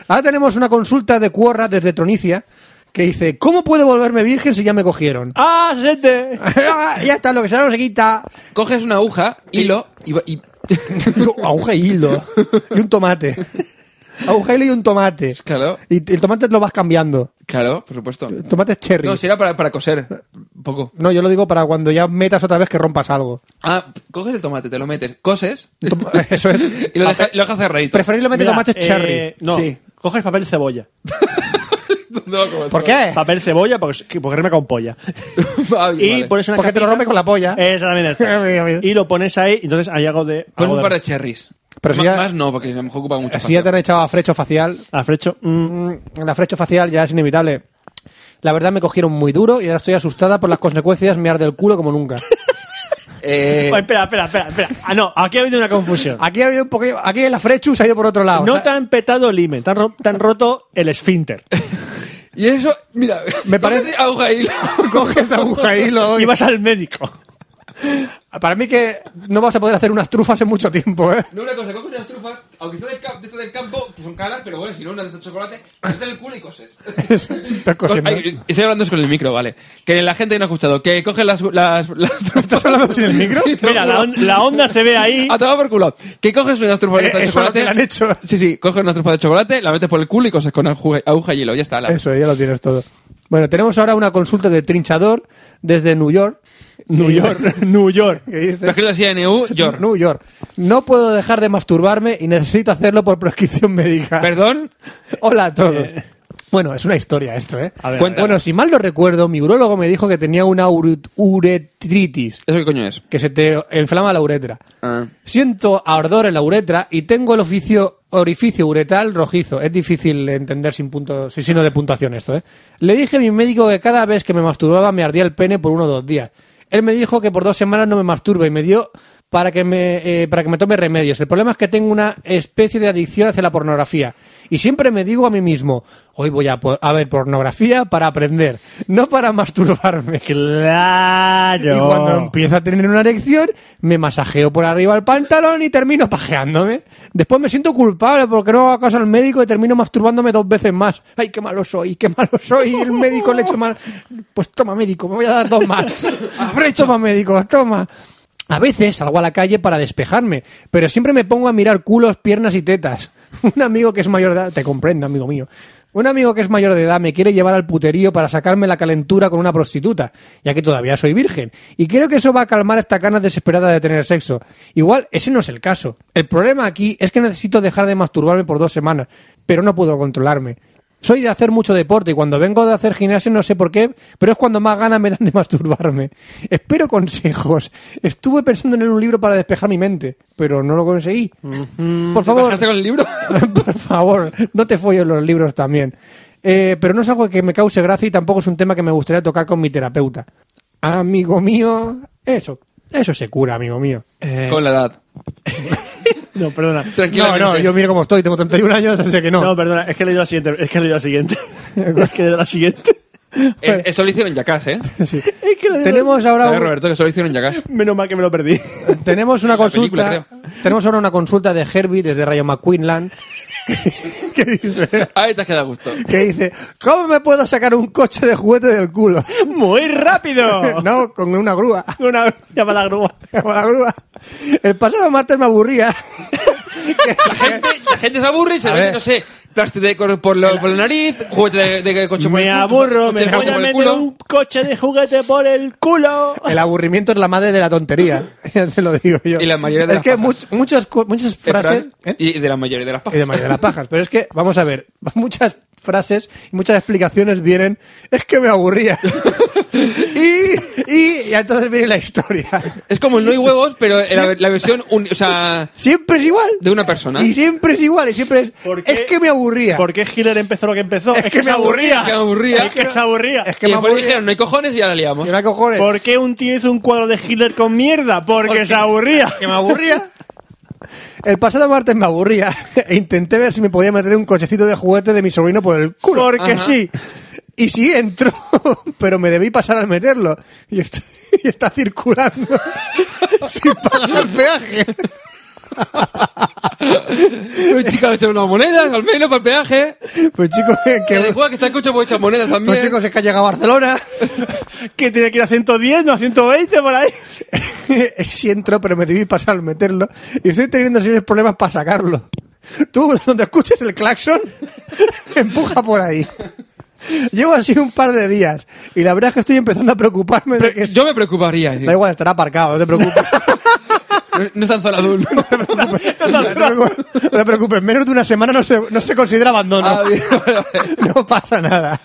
S1: Ahora tenemos una consulta de Cuorra desde Tronicia que dice: ¿Cómo puedo volverme virgen si ya me cogieron?
S3: ¡Ah, gente!
S1: Ah, ya está, lo que se da no se quita.
S6: Coges una aguja, hilo y, va- y
S1: Aguja y hilo. Y un tomate. a un Halo y un tomate.
S6: Claro.
S1: Y t- el tomate lo vas cambiando.
S6: Claro, por supuesto.
S1: Tomate es cherry.
S6: No,
S1: No,
S6: si era para, para coser. Un poco.
S1: yo lo digo para cuando ya metas otra vez que rompas algo.
S6: Ah, coges el tomate, te lo metes, coses
S1: Tom- Eso es.
S6: y lo dejas lo dejas cerradito.
S1: Preferiblemente
S3: Mira,
S1: tomate es
S3: eh,
S1: cherry.
S3: No,
S6: Sí.
S3: coges papel cebolla.
S6: No, como
S1: ¿Por
S6: todo.
S1: qué?
S3: Papel cebolla porque, porque rima con polla.
S6: Ah, bien,
S3: y
S6: vale.
S3: pones una
S1: Porque te lo
S3: capita- Eh,
S1: rompe con la polla.
S3: Exactamente.
S1: Amigo, amigo.
S3: y lo pones ahí, entonces hay algo de.
S6: Pones
S3: algo
S6: Pues un
S3: de-
S6: par de cherries.
S1: Pero si
S6: Ma-
S1: ya-
S6: Más no, porque a lo mejor ocupa mucho.
S1: Si ya te
S6: espacio.
S1: han echado a frecho facial,
S3: a frecho. Mm,
S1: mm, la frecho facial ya es inevitable. La verdad me cogieron muy duro y ahora estoy asustada por las consecuencias, me arde el culo como nunca.
S6: Eh,
S3: Oh, espera, espera, espera, espera. Ah, no, aquí ha habido una confusión.
S1: Aquí ha habido un poquillo, aquí la frechu se ha ido por otro lado.
S3: No
S1: Ah, O sea,
S3: te han petado el imen, te han, ro- te han roto el esfínter.
S6: Y eso, mira,
S1: Me parece-
S6: Auga y
S1: coges aguja y lo
S3: Y vas al médico.
S1: Para mí que no vas a poder hacer unas trufas en mucho tiempo, ¿eh?
S6: No, una cosa, coges unas trufas, aunque están del, camp- de estas del campo, que son caras, pero bueno, si no, unas de estos chocolate, metes en el culo y coses.
S1: Estás cosiendo.
S6: Ay, Estoy hablando es con el micro, vale. Que la gente que no ha escuchado, que coge las, las, las trufas.
S1: ¿Estás hablando sin el micro?
S6: Sí, te lo
S3: Mira, la,
S6: juro.
S3: on- la onda se ve ahí.
S1: Ah,
S6: A tomar por culo. Que coges unas trufas
S1: Eh,
S6: de estas de
S1: eso es lo
S6: chocolate.
S1: que le han hecho.
S6: Sí, sí, coges unas trufas de chocolate, la metes por el culo y coses con aguja, aguja y hilo. Ya está. la-
S1: Eso, ya lo tienes todo. Bueno, tenemos ahora una consulta de trinchador desde New York. New York.
S3: Eh, New York.
S1: que dice-
S6: Lo escrito así E NU, York.
S1: New York. No puedo dejar de masturbarme y necesito hacerlo por prescripción médica.
S6: Perdón,
S1: Hola a todos. Bueno, es una historia esto, ¿eh?
S3: Eh. A ver,
S6: Cuenta.
S1: Bueno, si mal no recuerdo, mi urólogo me dijo que tenía una ure- uretritis,
S6: ¿eso qué coño es?
S1: que se te inflama la uretra.
S6: Ah.
S1: Siento ardor en la uretra y tengo el oficio, orificio uretral rojizo. Es difícil de entender sin punto, sin signo de puntuación esto, ¿eh? Le dije a mi médico que cada vez que me masturbaba me ardía el pene por uno o dos días. Él me dijo que por dos semanas no me masturbe y me dio para que me, eh, para que me tome remedios. El problema es que tengo una especie de adicción hacia la pornografía. Y siempre me digo a mí mismo, hoy voy a, po- a ver pornografía para aprender, no para masturbarme.
S3: Claro.
S1: Y cuando empiezo a tener una erección, me masajeo por arriba el pantalón y termino pajeándome. Después me siento culpable porque no hago caso al médico y termino masturbándome dos veces más. Ay, qué malo soy, qué malo soy. El médico le he hecho mal. Pues toma, médico, me voy a dar dos más. toma, médico, toma. A veces salgo a la calle para despejarme, pero siempre me pongo a mirar culos, piernas y tetas. Un amigo que es mayor de edad, te comprendo, amigo mío. Un amigo que es mayor de edad me quiere llevar al puterío para sacarme la calentura con una prostituta, ya que todavía soy virgen, y creo que eso va a calmar esta ganas desesperada de tener sexo. Igual ese no es el caso. El problema aquí es que necesito dejar de masturbarme por dos semanas, pero no puedo controlarme. Soy de hacer mucho deporte y cuando vengo de hacer gimnasio no sé por qué, pero es cuando más ganas me dan de masturbarme. Espero consejos. Estuve pensando en leer un libro para despejar mi mente, pero no lo conseguí. Por favor,
S6: ¿Bajaste con el libro?
S1: por favor, no te folles los libros también. Eh, pero no es algo que me cause gracia y tampoco es un tema que me gustaría tocar con mi terapeuta. Amigo mío, eso, eso se cura, amigo mío.
S3: Eh,
S6: Con la edad.
S3: No, perdona.
S6: Tranquilo.
S1: No, no,
S6: gente.
S1: yo miro cómo estoy, tengo 31 años, así que no.
S3: No, perdona, es que he leído la siguiente. Es que he leído la siguiente. es que he leído la siguiente.
S6: Eh, Eso lo hicieron Yacas, ¿eh?
S1: Sí.
S3: Es que he leído-
S1: Tenemos ahora
S6: ¿Sabes,
S1: un-
S6: Roberto, que eso lo hicieron Yacas?
S3: Menos mal que me lo perdí.
S1: tenemos una
S6: La película,
S1: consulta. Tenemos ahora una consulta de Herbie desde Rayo McQueenland
S6: Ahí te has quedado a gusto.
S1: que dice, ¿cómo me puedo sacar un coche de juguete del culo?
S3: ¡Muy
S6: Oh.
S3: rápido!
S1: No, con una grúa.
S3: Una llama a la grúa.
S1: Con la grúa. El pasado martes me aburría.
S6: La gente, la gente se aburre y se
S1: A
S6: mete,
S1: ver.
S6: no sé, plástico de cor- por, lo- por la nariz, juguete de, de coche por el
S3: Me
S6: culo,
S3: aburro,
S6: coche
S3: me voy
S6: de
S3: a
S6: juguete por el
S3: meter
S6: culo.
S3: un coche de juguete por el culo.
S1: El aburrimiento es la madre de la tontería. Ya te lo digo yo.
S6: Y la mayoría de
S1: Es
S6: las
S1: que
S6: pajas.
S1: much- muchas, cu- muchas
S6: Eh,
S1: frases... ¿eh?
S6: Fran, Y de la mayoría de las
S1: Y
S6: pajas.
S1: de mayoría de las pajas. Pero es que, vamos a ver, muchas frases y muchas explicaciones vienen. Es que me aburría. y, y, y entonces viene la historia.
S6: Es como el no hay huevos, pero la, la versión, uni- o sea,
S1: Siempre es igual.
S6: de una persona.
S1: Y siempre es igual, y siempre es.
S3: ¿Por qué?
S1: Es que me aburría.
S3: ¿Por qué Hitler empezó lo que empezó?
S1: Es que me aburría.
S6: Que me aburría.
S3: Es que se aburría.
S1: Es que
S6: Y
S1: me
S6: después
S1: aburría.
S6: dijeron, no hay cojones y ya la liamos.
S1: Que me acojones.
S3: ¿Por qué un tío hizo un cuadro de Hitler con mierda? Porque se aburría.
S1: Que me aburría. El pasado martes me aburría e intenté ver si me podía meter un cochecito de juguete de mi sobrino por el culo.
S3: Porque
S6: Ajá.
S3: sí.
S1: Y sí entró, pero me debí pasar al meterlo. Y está, y está circulando sin pagar el peaje.
S6: Pero chica, le echaron unas monedas al menos para el peaje.
S1: Pues chicos,
S6: Que
S1: que,
S6: igual que está el coche, pues echar monedas también.
S1: pues, chicos, es que ha llegado a Barcelona.
S3: Que tiene que ir a 110, no a 120 por ahí.
S1: sí entró, pero me debí pasar al meterlo. Y estoy teniendo serios problemas para sacarlo. Tú, donde escuches el claxon, empuja por ahí. Llevo así un par de días y la verdad es que estoy empezando a preocuparme de que...
S6: Yo me preocuparía.
S1: Da igual, estará aparcado, no te preocupes.
S6: No, no es tan zona azul.
S1: No te preocupes, no te preocupes, menos de una semana no se, no se considera abandono.
S6: Ah, bien, vale, vale.
S1: No pasa nada.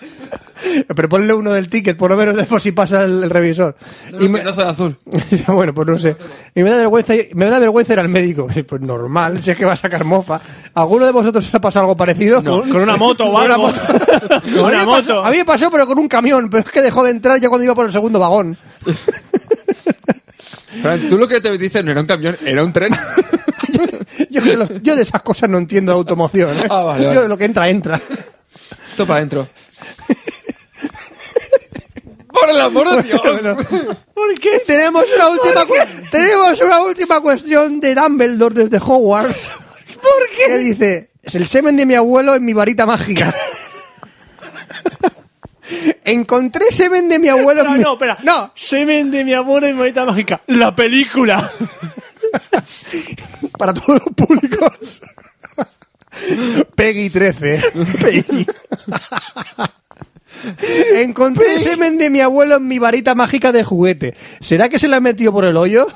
S1: Pero ponle uno del ticket, por lo menos, de por si pasa el, el revisor.
S6: No, no, que no es zona azul.
S1: bueno, pues no sé. Y me da vergüenza, me da vergüenza ir al médico. Pues normal, si es que va a sacar mofa. ¿Alguno de vosotros os ha pasado algo parecido?
S3: Con una moto o
S1: Con una
S3: algo.
S1: moto.
S3: Con
S1: a, mí me
S3: una
S1: pasó-
S3: moto.
S1: a mí me pasó, pero con un camión. Pero es que dejó de entrar ya cuando iba por el segundo vagón.
S6: Fran, tú lo que te metiste no era un camión, era un tren.
S1: yo, yo que los- yo de esas cosas no entiendo de automoción. ¿eh?
S6: Ah, vale, vale.
S1: Yo de lo que entra, entra.
S6: Esto para adentro. Por el amor de Dios.
S1: Bueno, ¿Por qué? Tenemos una última, cu- tenemos una última cuestión de Dumbledore desde Hogwarts. ¿Por qué? Que dice, es el semen de mi abuelo en mi varita mágica. Encontré semen de mi abuelo
S3: No,
S1: en mi...
S3: no, espera.
S1: No,
S3: Semen de mi amor en moneta mágica. La película.
S1: para todos los públicos. Peggy 13. Encontré semen de mi abuelo en mi varita mágica de juguete. ¿Será que se la metió por el hoyo?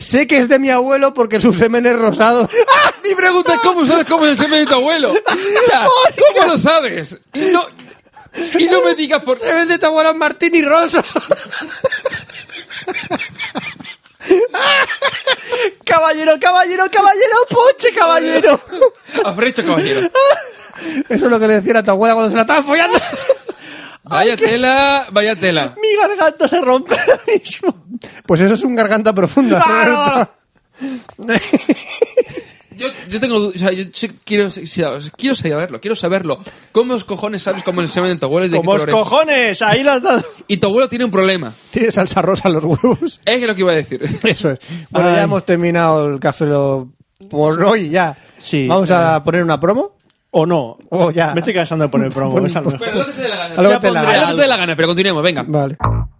S1: Sé que es de mi abuelo porque su semen es rosado. ¡Ah!
S6: Mi pregunta es cómo sabes cómo es el semen de tu abuelo. O sea, ¿Cómo lo sabes? Y no, y no me digas por
S1: ¡Semen de tu abuelo es Martín y Rosso!
S3: caballero, caballero, caballero, poche, caballero.
S6: Afrecho, caballero.
S1: Eso es lo que le decía a tu abuela cuando se la estaba follando.
S6: Vaya tela, vaya tela.
S3: Mi garganta se rompe ahora mismo.
S1: Pues eso es un garganta profunda.
S3: Claro.
S6: Yo, yo tengo. du- O sea, yo sí quiero, sí, sí, quiero saberlo, quiero saberlo. ¿Cómo os cojones sabes cómo es el semen de tu abuelo y de qué
S3: Como os
S6: color es?
S3: cojones, ahí las dado.
S6: Y tu abuelo tiene un problema.
S1: Tiene salsa rosa en los huevos.
S6: Es lo que iba a decir.
S1: Eso es. Bueno, ya
S3: Ay.
S1: hemos terminado el café Lock por hoy ya.
S3: Sí.
S1: Vamos a poner una promo.
S3: O no.
S1: O Oh, ya.
S3: Me estoy cansando de poner promo.
S1: Pon-
S3: es algo.
S6: Pero lo que te dé la
S1: A
S6: gana.
S1: lo
S3: Ya
S1: que te la
S3: pondré
S6: Haz
S1: gana.
S6: lo que te dé la gana, pero continuemos, venga.
S1: Vale.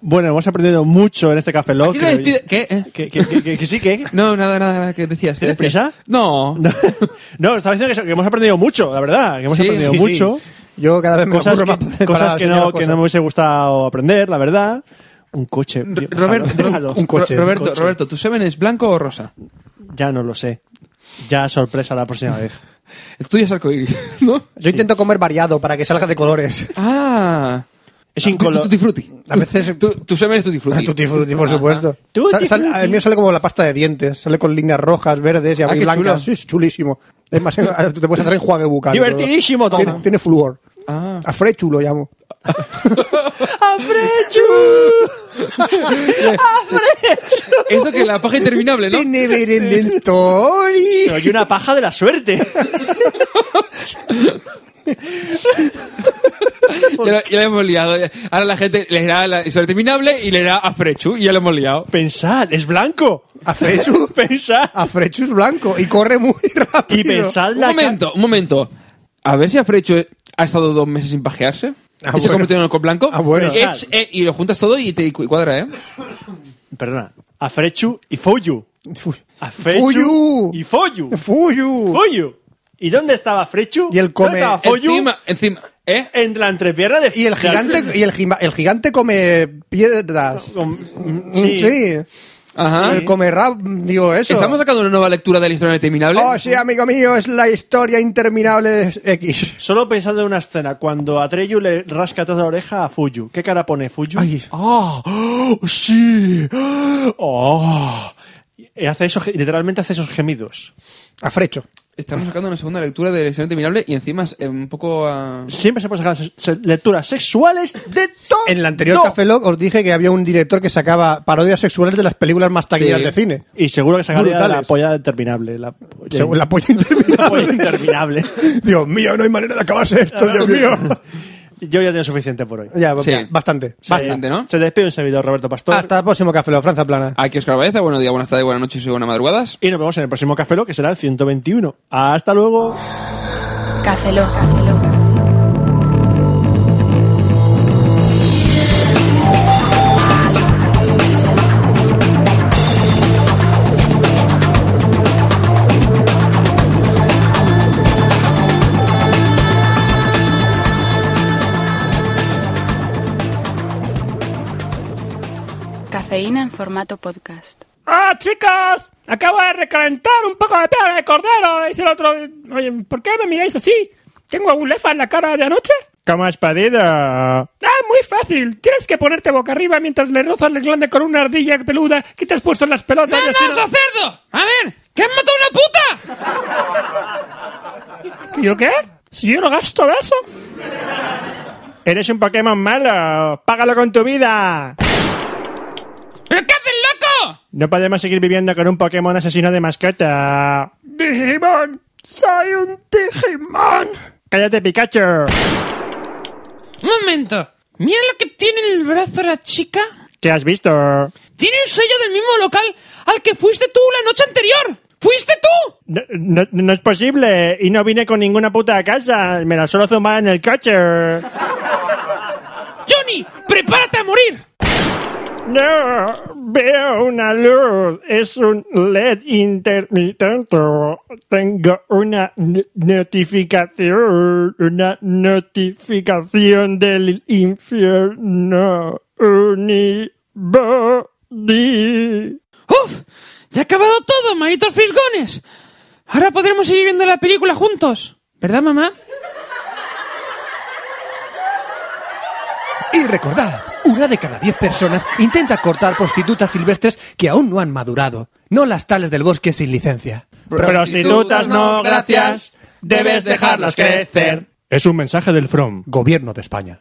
S3: Bueno, hemos aprendido mucho en este Cafelog.
S6: ¿Quién le despide- ¿Qué? ¿Eh?
S3: Que, que- que- que- que sí, que.
S6: No, nada, nada, nada, ¿qué decías? ¿Qué
S3: ¿Tienes
S6: decías?
S3: prisa?
S6: No.
S3: No, no, estaba diciendo que, eso, que hemos aprendido mucho, la verdad. Que hemos
S6: Sí,
S3: aprendido
S6: sí, sí.
S3: mucho.
S1: Yo cada vez me
S3: Cosas,
S1: aburro más
S3: que,
S1: para
S3: cosas que,
S1: enseñar
S3: no,
S1: cosas.
S3: que no me hubiese gustado aprender, la verdad. Un coche.
S6: R-
S3: Dios,
S6: Roberto,
S3: déjalo, déjalo.
S1: un coche,
S6: Ro- Roberto,
S1: un coche.
S6: Roberto, ¿tu semen es blanco o rosa?
S3: Ya no lo sé. Ya sorpresa la próxima vez.
S6: El tuyo es arcoíris, ¿no?
S1: Yo intento comer variado para que salga de colores.
S6: Ah.
S3: Es
S6: Tu- tu-
S3: incoloro.
S6: Tutti frutti.
S1: A veces...
S6: Tu, tu semen es tutti frutti.
S1: Ah, Tutti frutti, por
S6: Ajá.
S1: supuesto.
S3: Tutti
S1: Sal- sal-
S3: frutti.
S1: el mío sale como la pasta de dientes. Sale con líneas rojas, verdes y a
S6: Ah, qué chulo.
S1: blancas. Sí, es chulísimo. Es más, tú te puedes hacer enjuague bucal. y todo.
S3: Divertidísimo,
S1: Tiene,
S3: toma.
S1: tiene flúor.
S6: Ah.
S1: A Frechu lo llamo.
S6: Eso que la paja interminable, ¿no?
S1: Teneverenden Tori.
S3: Soy una paja de la suerte.
S6: Ya lo, ya lo hemos liado. Ahora la gente le dará la historia interminable y le dará a Frechu y ya lo hemos liado.
S3: Pensad, es blanco.
S1: A Frechu.
S3: Pensad.
S1: A Frechu es blanco y corre muy rápido.
S3: Y pensad
S6: Un
S3: la ca-
S6: momento, un momento. A ver si Afrecho ha estado dos meses sin pajearse.
S1: Ah,
S6: y se
S1: bueno.
S6: ha convertido en alcohol blanco.
S1: Ah, bueno.
S6: Ech, eh, y lo juntas todo y te cu- cuadra, ¿eh?
S3: Perdona. A Frechu y Foyu. A Frechu
S1: Fuyu.
S3: y Foyu.
S1: Fuyu.
S3: Foyu. ¿Y dónde estaba Frechu?
S1: Y el come-
S3: ¿Dónde estaba Foyu?
S6: Encima, encima, ¿eh?
S3: En la entrepierna de
S1: Y el gigante, y el, gima- el gigante come piedras.
S3: Con- Mm,
S1: Sí.
S3: Sí.
S6: Ajá.
S1: El come rap, digo eso.
S6: Estamos sacando una nueva lectura de la historia interminable.
S1: Oh, sí, amigo mío, es la historia interminable de X.
S3: Solo pensando en una escena, cuando Atreyu le rasca toda la oreja a Fuyu. ¿Qué cara pone Fuyu?
S1: Ay.
S3: ¡Ah! ¡Oh, ¡Sí! ¡Ah! ¡Oh! Y Hace esos, ge- literalmente hace esos gemidos.
S1: A Frecho.
S6: Estamos sacando una segunda lectura del excelente mirable y encima es, eh, un poco a...
S3: Siempre se pueden sacar se- se- lecturas sexuales de todo.
S1: En el anterior Café Lock os dije que había un director que sacaba parodias sexuales de las películas más taquilleras
S6: Sí.
S1: de cine.
S3: Y seguro que sacaría la
S1: Brutales.
S3: polla interminable. La,
S1: Según la polla
S3: la polla
S1: interminable.
S3: interminable.
S1: Dios mío, no hay manera de acabarse esto, Dios mío.
S3: Yo ya tengo suficiente por hoy.
S1: ya,
S6: Sí.
S1: bastante. bastante.
S6: Bastante, ¿no?
S3: Se despide un servidor, Roberto Pastor.
S1: Hasta el próximo Café Lock, Franza Plana.
S6: Aquí Oscar Baeza, buenos días, buenas tardes, buenas noches y buenas madrugadas.
S3: Y nos vemos en el próximo Café Lock, que será el 121. Hasta luego.
S5: Café Lock. Café Lock. Cafeína en formato podcast.
S7: ¡Ah, chicas! Acabo de recalentar un poco de piel de cordero. Dice el otro, oye, ¿por qué me miráis así? ¿Tengo agulefa en la cara de anoche? ¿Cómo has pedido? Ah, muy fácil. Tienes que ponerte boca arriba mientras le rozas el glande con una ardilla peluda que te has puesto en las pelotas.
S4: ¡No,
S7: y
S4: no,
S7: así no-
S4: eso cerdo! A ver, ¿que has matado a una puta?
S7: ¿Que ¿Yo qué? Si yo no gasto de eso. Eres un Pokémon malo. Págalo con tu vida.
S4: ¿Pero qué haces, loco?
S3: No podemos seguir viviendo con un Pokémon asesino de mascota.
S7: Digimon, soy un Digimon.
S3: ¡Cállate, Pikachu!
S4: Un momento. Mira lo que tiene en el brazo la chica.
S3: ¿Qué has visto?
S4: Tiene un sello del mismo local al que fuiste tú la noche anterior. ¡Fuiste tú!
S3: No, no- no es posible. Y no vine con ninguna puta a casa. Me la suelo zumbar en el coche.
S4: Johnny, prepárate a morir.
S3: No, veo una luz. Es un LED intermitente. Tengo una no- notificación. Una notificación del infierno. Unibody.
S4: Uf, ya ha acabado todo, maritos frisgones. Ahora podremos seguir viendo la película juntos. ¿Verdad, mamá?
S1: Y recordad, una de cada diez personas intenta cortar prostitutas silvestres que aún no han madurado, no las tales del bosque sin licencia.
S3: Prostitutas, no, gracias.
S6: Debes dejarlas crecer.
S3: Es un mensaje del From.
S1: Gobierno de España.